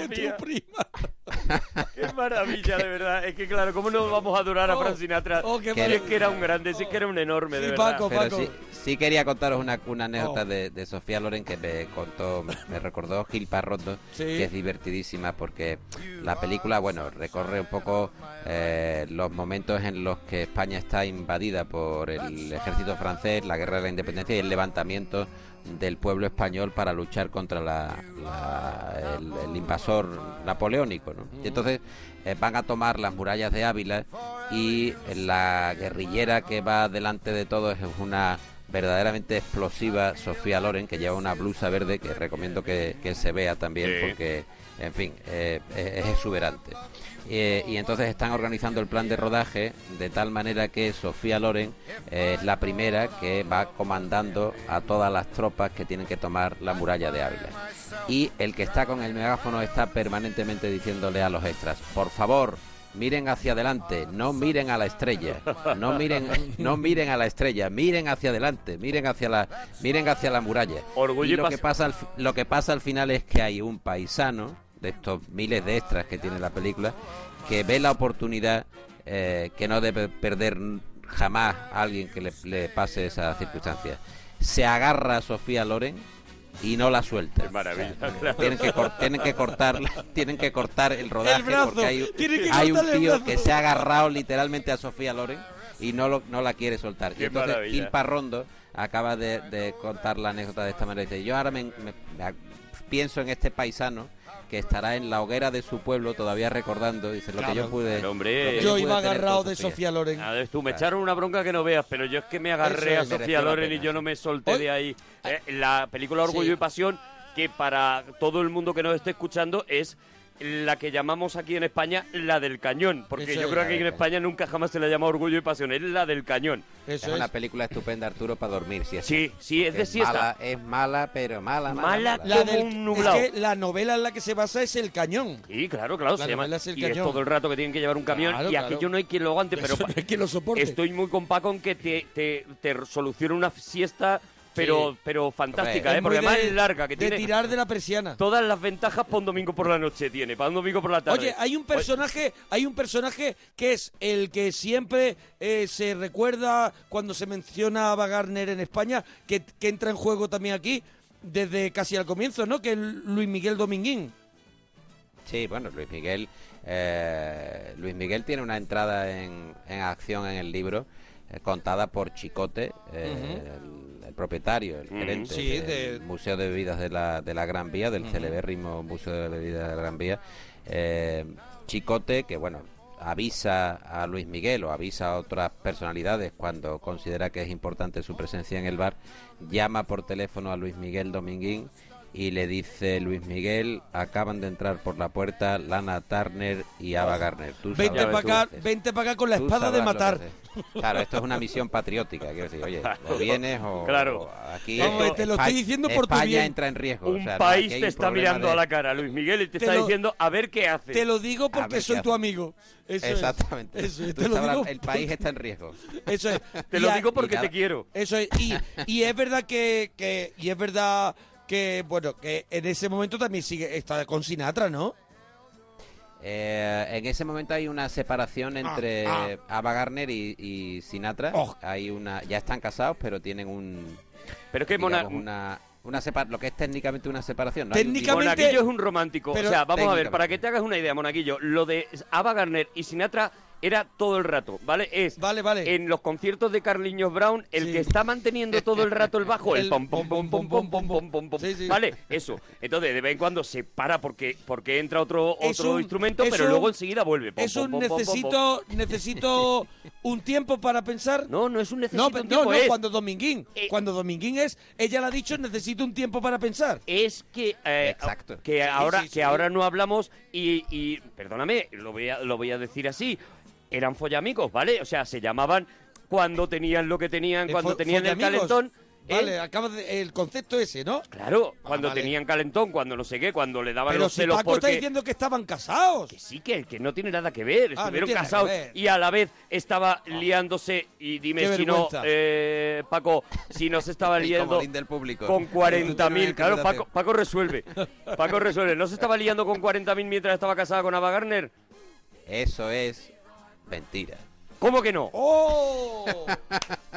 S2: [LAUGHS] Qué maravilla, de verdad. Es que claro, ¿cómo no vamos a adorar a Frank Sinatra?
S12: Oh, qué
S2: Si es
S12: maravilla.
S2: que era un grande, si es que era un enorme, de verdad.
S12: Pero Sí, sí quería contaros una, una anécdota de, de Sofía Loren que me contó, me, me recordó Gil Parrondo,
S2: Sí.
S12: que es divertidísima porque la película, bueno, recorre un poco eh, los momentos en los que España está invadida por el ejército francés, la guerra de la independencia y el levantamiento del pueblo español para luchar contra la- la- el, el invasor napoleónico. ¿no? Y entonces eh, van a tomar las murallas de Ávila y la guerrillera que va delante de todos es una verdaderamente explosiva Sofía Loren que lleva una blusa verde que recomiendo que, que se vea también
S16: Sí.
S12: porque en fin eh, es es exuberante Eh, y entonces están organizando el plan de rodaje de tal manera que Sofía Loren eh, es la primera que va comandando a todas las tropas que tienen que tomar la muralla de Ávila y el que está con el megáfono está permanentemente diciéndole a los extras por favor miren hacia adelante, no miren a la estrella, no miren, no miren a la estrella, miren hacia adelante, miren hacia la, miren hacia la muralla.
S2: Orgullo
S12: y
S2: y
S12: lo
S2: pas-
S12: que pasa al, fi- lo que pasa al final es que hay un paisano de estos miles de extras que tiene la película que ve la oportunidad eh, que no debe perder jamás a alguien que le, le pase esa circunstancia. Se agarra a Sofía Loren y no la suelta.
S2: maravilla,
S12: O sea,
S2: claro.
S12: tienen, que cor- tienen que cortar, [LAUGHS] tienen que cortar el rodaje
S2: brazo,
S12: porque hay,
S2: tienen que
S12: hay un
S2: cortarle el
S12: tío
S2: brazo.
S12: que se ha agarrado literalmente a Sofía Loren y no lo- no la quiere soltar. Y
S2: Qué
S12: entonces
S2: maravilla.
S12: Gil Parrondo acaba de, de contar la anécdota de esta manera. Dice, yo ahora me, me- me ac- pienso en este paisano que estará en la hoguera de su pueblo todavía recordando, dice, lo que yo
S2: Claro.
S12: pude...
S2: Pero, hombre,
S12: lo que
S2: Yo
S12: pude
S2: iba
S12: tener
S2: agarrado
S12: con
S2: de
S3: Sofía Loren.
S2: A ver, tú me echaron una bronca que no veas, pero yo es que me agarré
S12: Eso
S2: a
S12: es, mereció
S2: Sofía
S12: la
S2: Loren y
S12: pena,
S2: yo no me solté de ahí. Eh, la película Orgullo
S12: Sí.
S2: y Pasión, que para todo el mundo que nos esté escuchando es la que llamamos aquí en España la del cañón, porque
S12: Eso
S2: yo
S12: es.
S2: creo que aquí en España nunca jamás se le llama Orgullo y Pasión, es la del cañón.
S12: es una película estupenda, Arturo, para dormir. Si
S2: sí, sí, es de siesta.
S12: Mala, es mala, pero mala, mala. mala.
S3: La del- Es que la novela en la que se basa es El Cañón.
S2: Sí, claro, claro,
S3: La
S2: se llama.
S3: novela es El
S2: y es
S3: Cañón.
S2: todo el rato que tienen que llevar un camión
S3: Claro,
S2: y
S3: claro.
S2: aquello no hay quien
S3: [LAUGHS]
S2: lo aguante, pero pa- estoy muy con Paco en que te, te, te soluciona una siesta, pero,
S3: Sí.
S2: pero fantástica,
S3: Es
S2: ¿eh? porque
S3: muy
S2: además
S3: de-
S2: es larga, que
S3: de
S2: tiene
S3: tirar de la persiana.
S2: todas las ventajas para un domingo por la noche, tiene, para un domingo por la tarde.
S3: Oye, hay un personaje, hay un personaje que es el que siempre eh, se recuerda cuando se menciona a Ava Gardner en España, que, que entra en juego también aquí desde casi al comienzo, ¿no? Que es Luis Miguel Dominguín.
S12: Sí, bueno, Luis Miguel, eh, Luis Miguel tiene una entrada en, en acción en el libro eh, contada por Chicote, eh, el, el propietario, el
S5: Ujú.
S12: gerente
S5: Sí,
S12: del Museo de Bebidas de la, de la Gran Vía, del celebérrimo Museo de Bebidas de la Gran Vía. Eh, Chicote, que bueno, avisa a Luis Miguel o avisa a otras personalidades cuando considera que es importante su presencia en el bar, llama por teléfono a Luis Miguel Dominguín y le dice Luis Miguel, acaban de entrar por la puerta Lana Turner y Ava Garner. Tú sabes
S3: Vente
S12: lo
S3: para
S12: que
S3: acá,
S12: haces.
S3: vente para acá con la
S12: Tú
S3: espada de
S12: sabrás lo que
S3: matar.
S12: haces. Claro, [LAUGHS] esto es una misión patriótica, quiero decir, oye, o vienes o,
S2: Claro.
S12: o aquí
S2: Vamos,
S12: esto-
S2: te lo estoy
S12: Espa-
S2: diciendo por tu
S12: España
S2: bien.
S12: entra en riesgo.
S2: Un país te está mirando a la cara, Luis Miguel, y te,
S12: Te
S2: está
S12: lo-
S2: diciendo a ver qué hace.
S3: Te lo digo porque soy tu amigo. Eso es.
S12: Exactamente.
S3: Eso es,
S12: Tú
S3: te lo
S12: sabrás,
S3: digo
S12: el
S3: porque-
S12: país está en riesgo.
S3: Eso es.
S12: [LAUGHS] Te
S3: Y
S12: lo
S3: a-
S12: digo porque Y nada. te quiero.
S3: Eso es. Y, y es verdad que, que- Y es verdad que, bueno, que en ese momento también sigue. Está con Sinatra, ¿no?
S12: Eh, en ese momento hay una separación entre
S3: ah.
S12: Ava Garner y, y Sinatra.
S2: Oh.
S12: Hay una, ya están casados, pero tienen un.
S2: Pero es que
S12: digamos,
S2: mona-
S12: una, una separ- lo que es técnicamente una separación. ¿no? Hay un divorcio.
S2: Monaguillo es un romántico.
S12: Pero-
S2: o sea, vamos a ver,
S12: Técnicamente.
S2: para que te hagas una idea, Monaguillo, lo de Ava Garner y Sinatra era todo el rato, ¿vale? Es
S3: vale, vale.
S2: en los conciertos de Carliños Brown, el que está manteniendo todo el rato el bajo, el,
S3: El
S2: pom pom pom pom pom pom pom pom pom. ¿Vale? Eso. Entonces, de vez en cuando se para porque porque entra otro
S3: Es
S2: otro
S3: un-
S2: instrumento,
S3: es
S2: pero
S3: un-
S2: luego enseguida vuelve. Pom,
S3: Es
S2: pom,
S3: un
S2: pom, pom, pom, pom.
S3: necesito,
S2: [LAUGHS]
S3: necesito un tiempo para pensar.
S2: No, no es un necesito
S3: No,
S2: un
S3: pe- no,
S2: tiempo,
S3: no,
S2: es- Eh.
S3: cuando Dominguín, cuando Dominguín es, ella le ha dicho, necesito un tiempo para pensar.
S2: Es que, Eh, Que ahora, que ahora no hablamos y, y, perdóname, lo voy, a, lo voy a decir así. Eran follamigos, ¿vale? O sea, se llamaban cuando tenían lo que tenían, cuando tenían el calentón. ¿eh?
S3: Eh, Vale, ah. acabas de- el concepto ese, ¿no?
S2: Claro,
S3: Ah,
S2: cuando
S3: vale.
S2: tenían calentón, cuando no sé qué, cuando le daban
S3: Pero
S2: los
S3: si
S2: celos
S3: Paco está
S2: porque...
S3: diciendo que estaban casados. Que
S2: sí, que, que no tiene nada que ver.
S3: Ah, no
S2: Estuvieron
S3: tiene nada que
S2: casados
S3: ver. Ah.
S2: y a la vez estaba liándose. Y dime
S12: Qué
S2: si no,
S12: vergüenza.
S2: eh, Paco, si no se
S12: [LAUGHS]
S2: estaba
S12: El
S2: liando
S12: comodín del público.
S2: con 40.000. Claro,
S12: Interpretación.
S2: Paco, Paco resuelve.
S4: [LAUGHS]
S2: Paco resuelve. ¿No se estaba liando con 40.000 mientras estaba casada con Ava Garner?
S12: Eso es mentira.
S2: ¿Cómo que no?
S3: [LAUGHS] ¡Oh!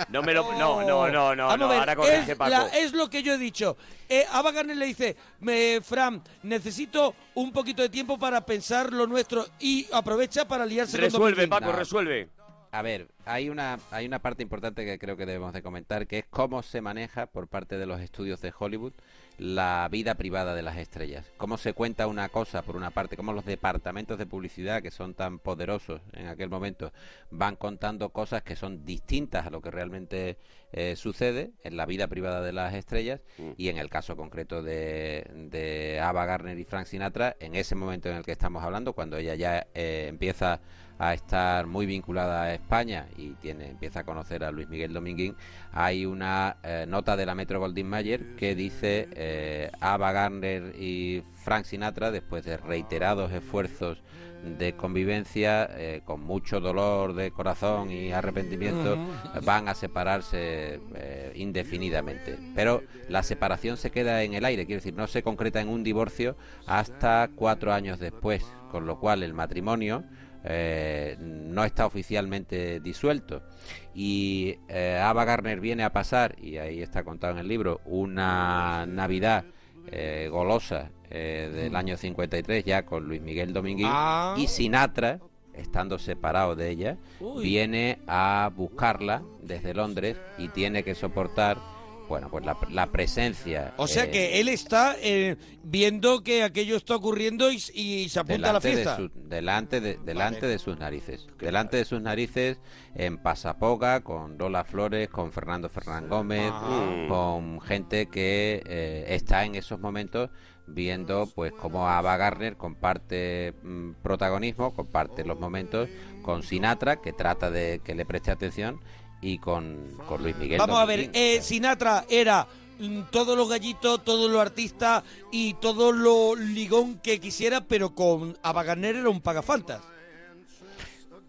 S2: No me lo. No,
S4: Oh.
S2: no, no, no.
S3: Vamos
S2: no
S3: a ver,
S2: ahora corrige,
S3: es,
S2: Paco.
S3: la- es lo que yo he dicho. Eh, Ava Gardner le dice, me, Fran, necesito un poquito de tiempo para pensar lo nuestro y aprovecha para liarse con Dominguín.
S12: No. A ver, hay una, hay una parte importante que creo que debemos de comentar, que es cómo se maneja por parte de los estudios de Hollywood la vida privada de las estrellas. Cómo se cuenta una cosa, por una parte, cómo los departamentos de publicidad, que son tan poderosos en aquel momento, van contando cosas que son distintas a lo que realmente eh, sucede en la vida privada de las estrellas y en el caso concreto de, de Ava Garner y Frank Sinatra, en ese momento en el que estamos hablando, cuando ella ya eh, empieza a estar muy vinculada a España y tiene, empieza a conocer a Luis Miguel Dominguín, hay una eh, nota de la Metro Goldwyn Mayer que dice eh, Ava Gardner y Frank Sinatra, después de reiterados esfuerzos de convivencia, eh, con mucho dolor de corazón y arrepentimiento,
S24: Ujú.
S12: van a separarse eh, indefinidamente. Pero la separación se queda en el aire, quiero decir, no se concreta en un divorcio hasta cuatro años después, con lo cual el matrimonio eh, no está oficialmente disuelto. Y eh, Ava Garner viene a pasar, y ahí está contado en el libro, una Navidad eh, golosa eh, del año 53 ya con Luis Miguel Dominguín
S3: Ah.
S12: y Sinatra, estando separado de ella,
S3: Uy.
S12: viene a buscarla desde Londres y tiene que soportar, bueno, pues la, la presencia.
S3: O sea
S12: eh,
S3: que él está eh, viendo que aquello está ocurriendo y, s- y se apunta a la
S12: delante de
S3: fiesta.
S12: su- delante de, delante de sus narices. Delante de sus narices en Pasapoga, con Lola Flores, con Fernando Fernán Gómez,
S3: Ah.
S12: con gente que eh, está en esos momentos viendo pues cómo Ava Gardner comparte mm, protagonismo, comparte los momentos con Sinatra, que trata de que le preste atención, y con, con Luis Miguel.
S3: Vamos a ver,
S12: Dominguín.
S3: eh, Sinatra era mm, todos los gallitos, todos los artistas y todo lo ligón que quisiera, pero con Abaganer era un pagafantas.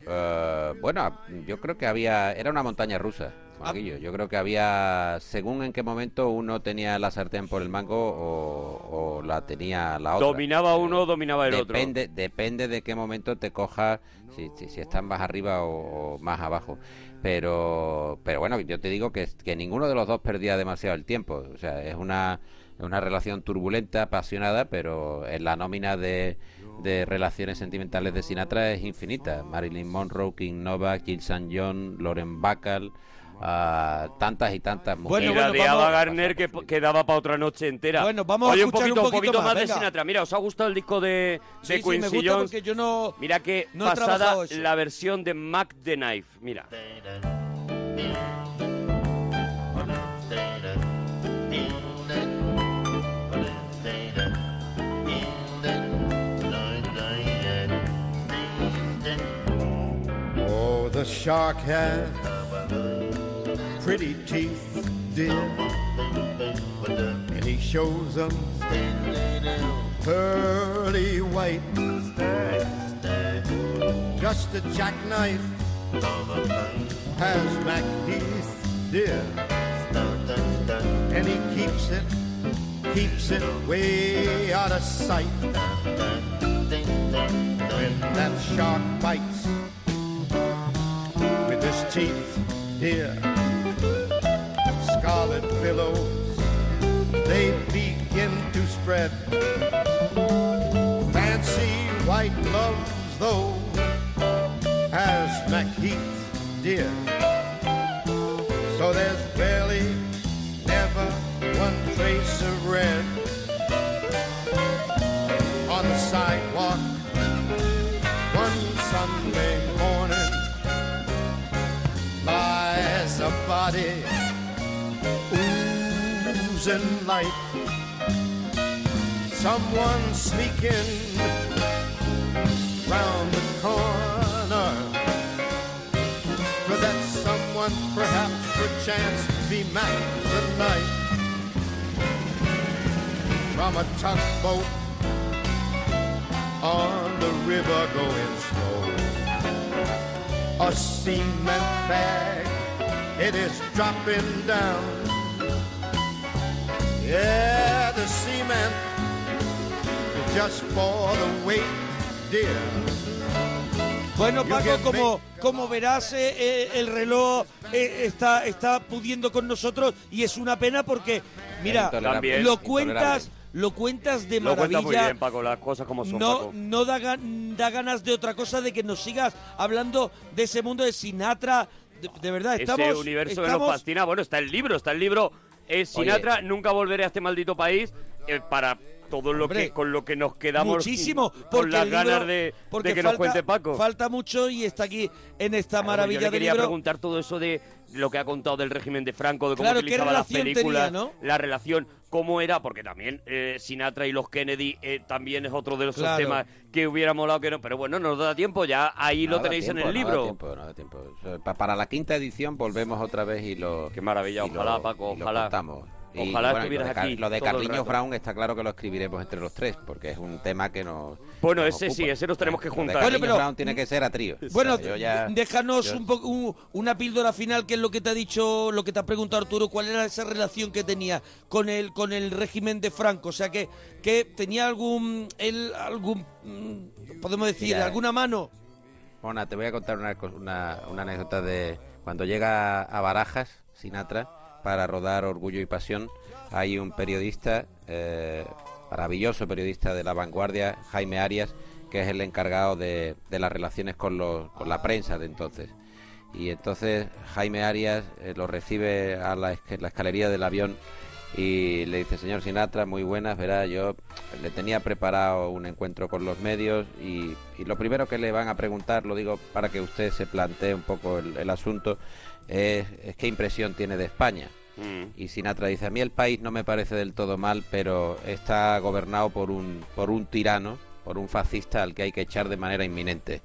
S12: Eh, bueno, yo creo que había. Era una montaña rusa, Juanquillo. Yo creo que había. Según en qué momento uno tenía la sartén por el mango o, o la tenía la otra.
S4: Dominaba uno, dominaba el otro.
S12: depende, Depende de qué momento te cojas, si, si, si estás más arriba o, o más abajo. Pero, pero bueno, yo te digo que, que ninguno de los dos perdía demasiado el tiempo. O sea, es una, es una relación turbulenta, apasionada, pero en la nómina de, de relaciones sentimentales de Sinatra es infinita. Marilyn Monroe, King Nova, Jill St. John, Lauren Bacall, ah, tantas y tantas mujeres.
S4: Bueno, de Ava Gardner que que daba para otra noche entera.
S12: Bueno, vamos a
S4: Oye,
S12: escuchar
S4: un poquito, un poquito más, de Sinatra. Mira, ¿os ha gustado el disco de,
S3: Sí,
S4: de
S3: sí,
S4: Quincy
S3: me gusta
S4: Jones?
S3: porque yo no...
S4: Mira que
S3: no he
S4: pasada
S3: trabajado eso.
S4: la versión de Mac the Knife. Mira.
S7: Oh, the shark has pretty teeth, dear. And he shows them pearly white. Just a jackknife has back teeth, dear. And he keeps it, keeps it way out of sight. When that shark bites, with his teeth, dear. Scarlet billows, they begin to spread. Fancy white gloves, though, has McHeath, dear. So there's barely never one trace of red on the sidewalk. One Sunday morning, lies a body oozing light. Someone sneaking round the corner. Could that someone perhaps perchance be Mac tonight? From a tugboat on the river going slow a cement bag. It is dropping down. Yeah, the cement is just for the weight, dear.
S3: Bueno,
S7: You
S3: Paco,
S7: can
S3: como, como verás, eh, eh, el reloj eh, está, está pudiendo con nosotros y es una pena porque, mira,
S4: También,
S3: lo
S4: intolerable.
S3: cuentas, lo cuentas de
S4: Lo
S3: maravilla.
S4: cuenta muy bien, Paco, las cosas como son,
S3: no,
S4: Paco.
S3: no da, gan- da ganas de otra cosa de que nos sigas hablando de ese mundo de Sinatra. De, de verdad, estamos.
S4: Ese universo que nos
S3: estamos-
S4: fascina. Bueno, está el libro, está el libro. Eh, Sinatra, nunca volveré a este maldito país eh, para todo lo
S3: Hombre,
S4: que con lo que nos quedamos
S3: muchísimo porque
S4: con las
S3: el libro-
S4: ganas de,
S3: porque
S4: de que nos
S3: falta-
S4: cuente Paco.
S3: Falta mucho y está aquí en esta
S4: Claro, yo
S3: maravilla
S4: le
S3: de
S4: quería
S3: libro.
S4: preguntar todo eso de lo que ha contado del régimen de Franco, de cómo
S3: Claro, ¿qué
S4: utilizaba las
S3: relación
S4: películas,
S3: tenía, no?
S4: la relación, cómo era, porque también eh, Sinatra y los Kennedy eh, también es otro de los
S12: Claro.
S4: temas que hubiera molado que no, pero bueno, no nos da tiempo, ya ahí lo
S12: No da
S4: tenéis en
S12: tiempo,
S4: el
S12: no da
S4: libro.
S12: tiempo, no da tiempo. Eh, pa- Para la quinta edición volvemos otra vez y lo. Qué maravilla,
S4: ojalá, Paco, ojalá. Ojalá
S12: lo
S4: estuvieras
S12: de, Car-
S4: aquí
S12: Lo de
S4: todo el
S12: Carliños
S4: rato.
S12: Brown está claro que lo escribiremos entre los tres, porque es un tema que nos.
S4: Bueno,
S12: nos
S4: ese sí,
S12: ocupa.
S4: ese nos tenemos que
S12: Lo de
S4: juntar.
S12: Carliños Brown tiene que ser a trío.
S3: Bueno,
S12: O sea, yo ya-
S3: déjanos
S12: yo-
S3: un poco un- una píldora final, que es lo que te ha dicho, lo que te ha preguntado Arturo, cuál era esa relación que tenía con el con el régimen de Franco, o sea que que tenía algún él algún mm, podemos decir
S12: Mira,
S3: alguna mano.
S12: Mona, te voy a contar una, cos- una- una anécdota de cuando llega a Barajas, Sinatra, para rodar Orgullo y Pasión. Hay un periodista, eh, maravilloso periodista de la vanguardia, Jaime Arias, que es el encargado de, de las relaciones con, los- con la prensa de entonces. Y entonces Jaime Arias eh, lo recibe a la, esca- la escalería del avión y le dice, señor Sinatra, muy buenas, verá, yo le tenía preparado un encuentro con los medios y, y lo primero que le van a preguntar, lo digo para que usted se plantee un poco el, el asunto, es, es qué impresión tiene de España.
S2: Mm.
S12: Y Sinatra dice, a mí el país no me parece del todo mal, pero está gobernado por un, por un tirano, por un fascista al que hay que echar de manera inminente.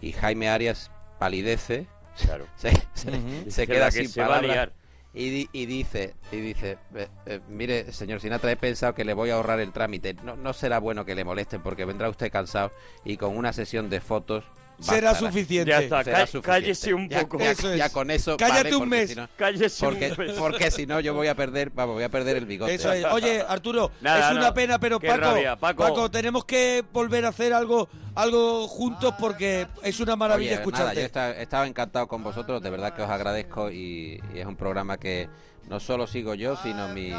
S12: Y Jaime Arias palidece, [LAUGHS] se, se-
S2: Ujú.
S12: se
S2: Dice la
S12: queda
S2: que
S12: sin
S2: se va a
S12: palabras.
S2: liar.
S12: Y, di- y dice, y dice "Eh, eh, mire, señor Sinatra, he pensado que le voy a ahorrar el trámite. No, no será bueno que le molesten porque vendrá usted cansado y con una sesión de fotos...
S3: Será
S12: bastará".
S3: suficiente. Ya está,
S12: Será
S3: cá-
S12: suficiente.
S3: cállese un
S12: Ya-
S3: poco.
S12: Ya,
S3: Eso es.
S12: ya con eso...
S3: Cállate
S12: vale,
S3: un
S12: porque
S3: mes.
S12: si no-
S3: Cállese un
S12: porque,
S3: mes.
S12: Porque si no, yo voy a perder, vamos, voy a perder el bigote.
S3: Eso es. Oye,
S12: [LAUGHS]
S3: Arturo,
S12: Nada,
S3: es una
S12: no.
S3: pena, pero
S12: Qué
S3: Paco,
S12: rabia, Paco.
S3: tenemos que volver a hacer algo, algo juntos porque es una maravilla
S12: Oye,
S3: escucharte.
S12: nada, yo esta- estaba encantado con vosotros, de verdad que os agradezco y, y es un programa que no solo sigo yo, sino mi,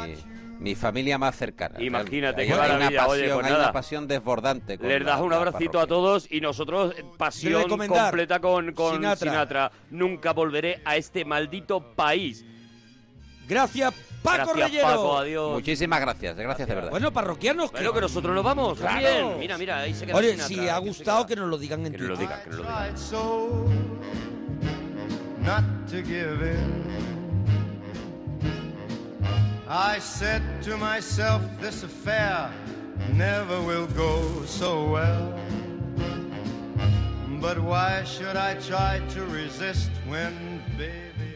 S12: mi familia más cercana.
S2: Imagínate,
S12: Hay-
S2: qué
S12: hay una
S2: maravilla, oye,
S12: pasión-
S2: pues
S12: hay
S2: nada.
S12: una pasión desbordante. con
S2: Les
S12: la-
S2: das un
S12: la
S2: abracito a todos y nosotros eh, pasión
S12: Recomendar.
S2: completa con, con
S12: Sinatra.
S2: Sinatra. Nunca volveré a este maldito país.
S3: Gracias, Paco
S2: gracias,
S3: Reyero.
S2: Paco, adiós.
S12: Muchísimas gracias, gracias de verdad.
S3: Bueno, parroquianos.
S2: Bueno, que nosotros nos vamos.
S3: Claro.
S2: Bien, mira, mira, ahí se queda
S3: Oye,
S2: Sinatra,
S3: si ha
S2: que se
S3: gustado, que nos lo digan en
S2: Que nos lo
S3: Twitter.
S2: digan, que nos lo digan.
S7: tried so not to give in. I said to myself, this affair never will go so well. But why should I try to resist when, baby?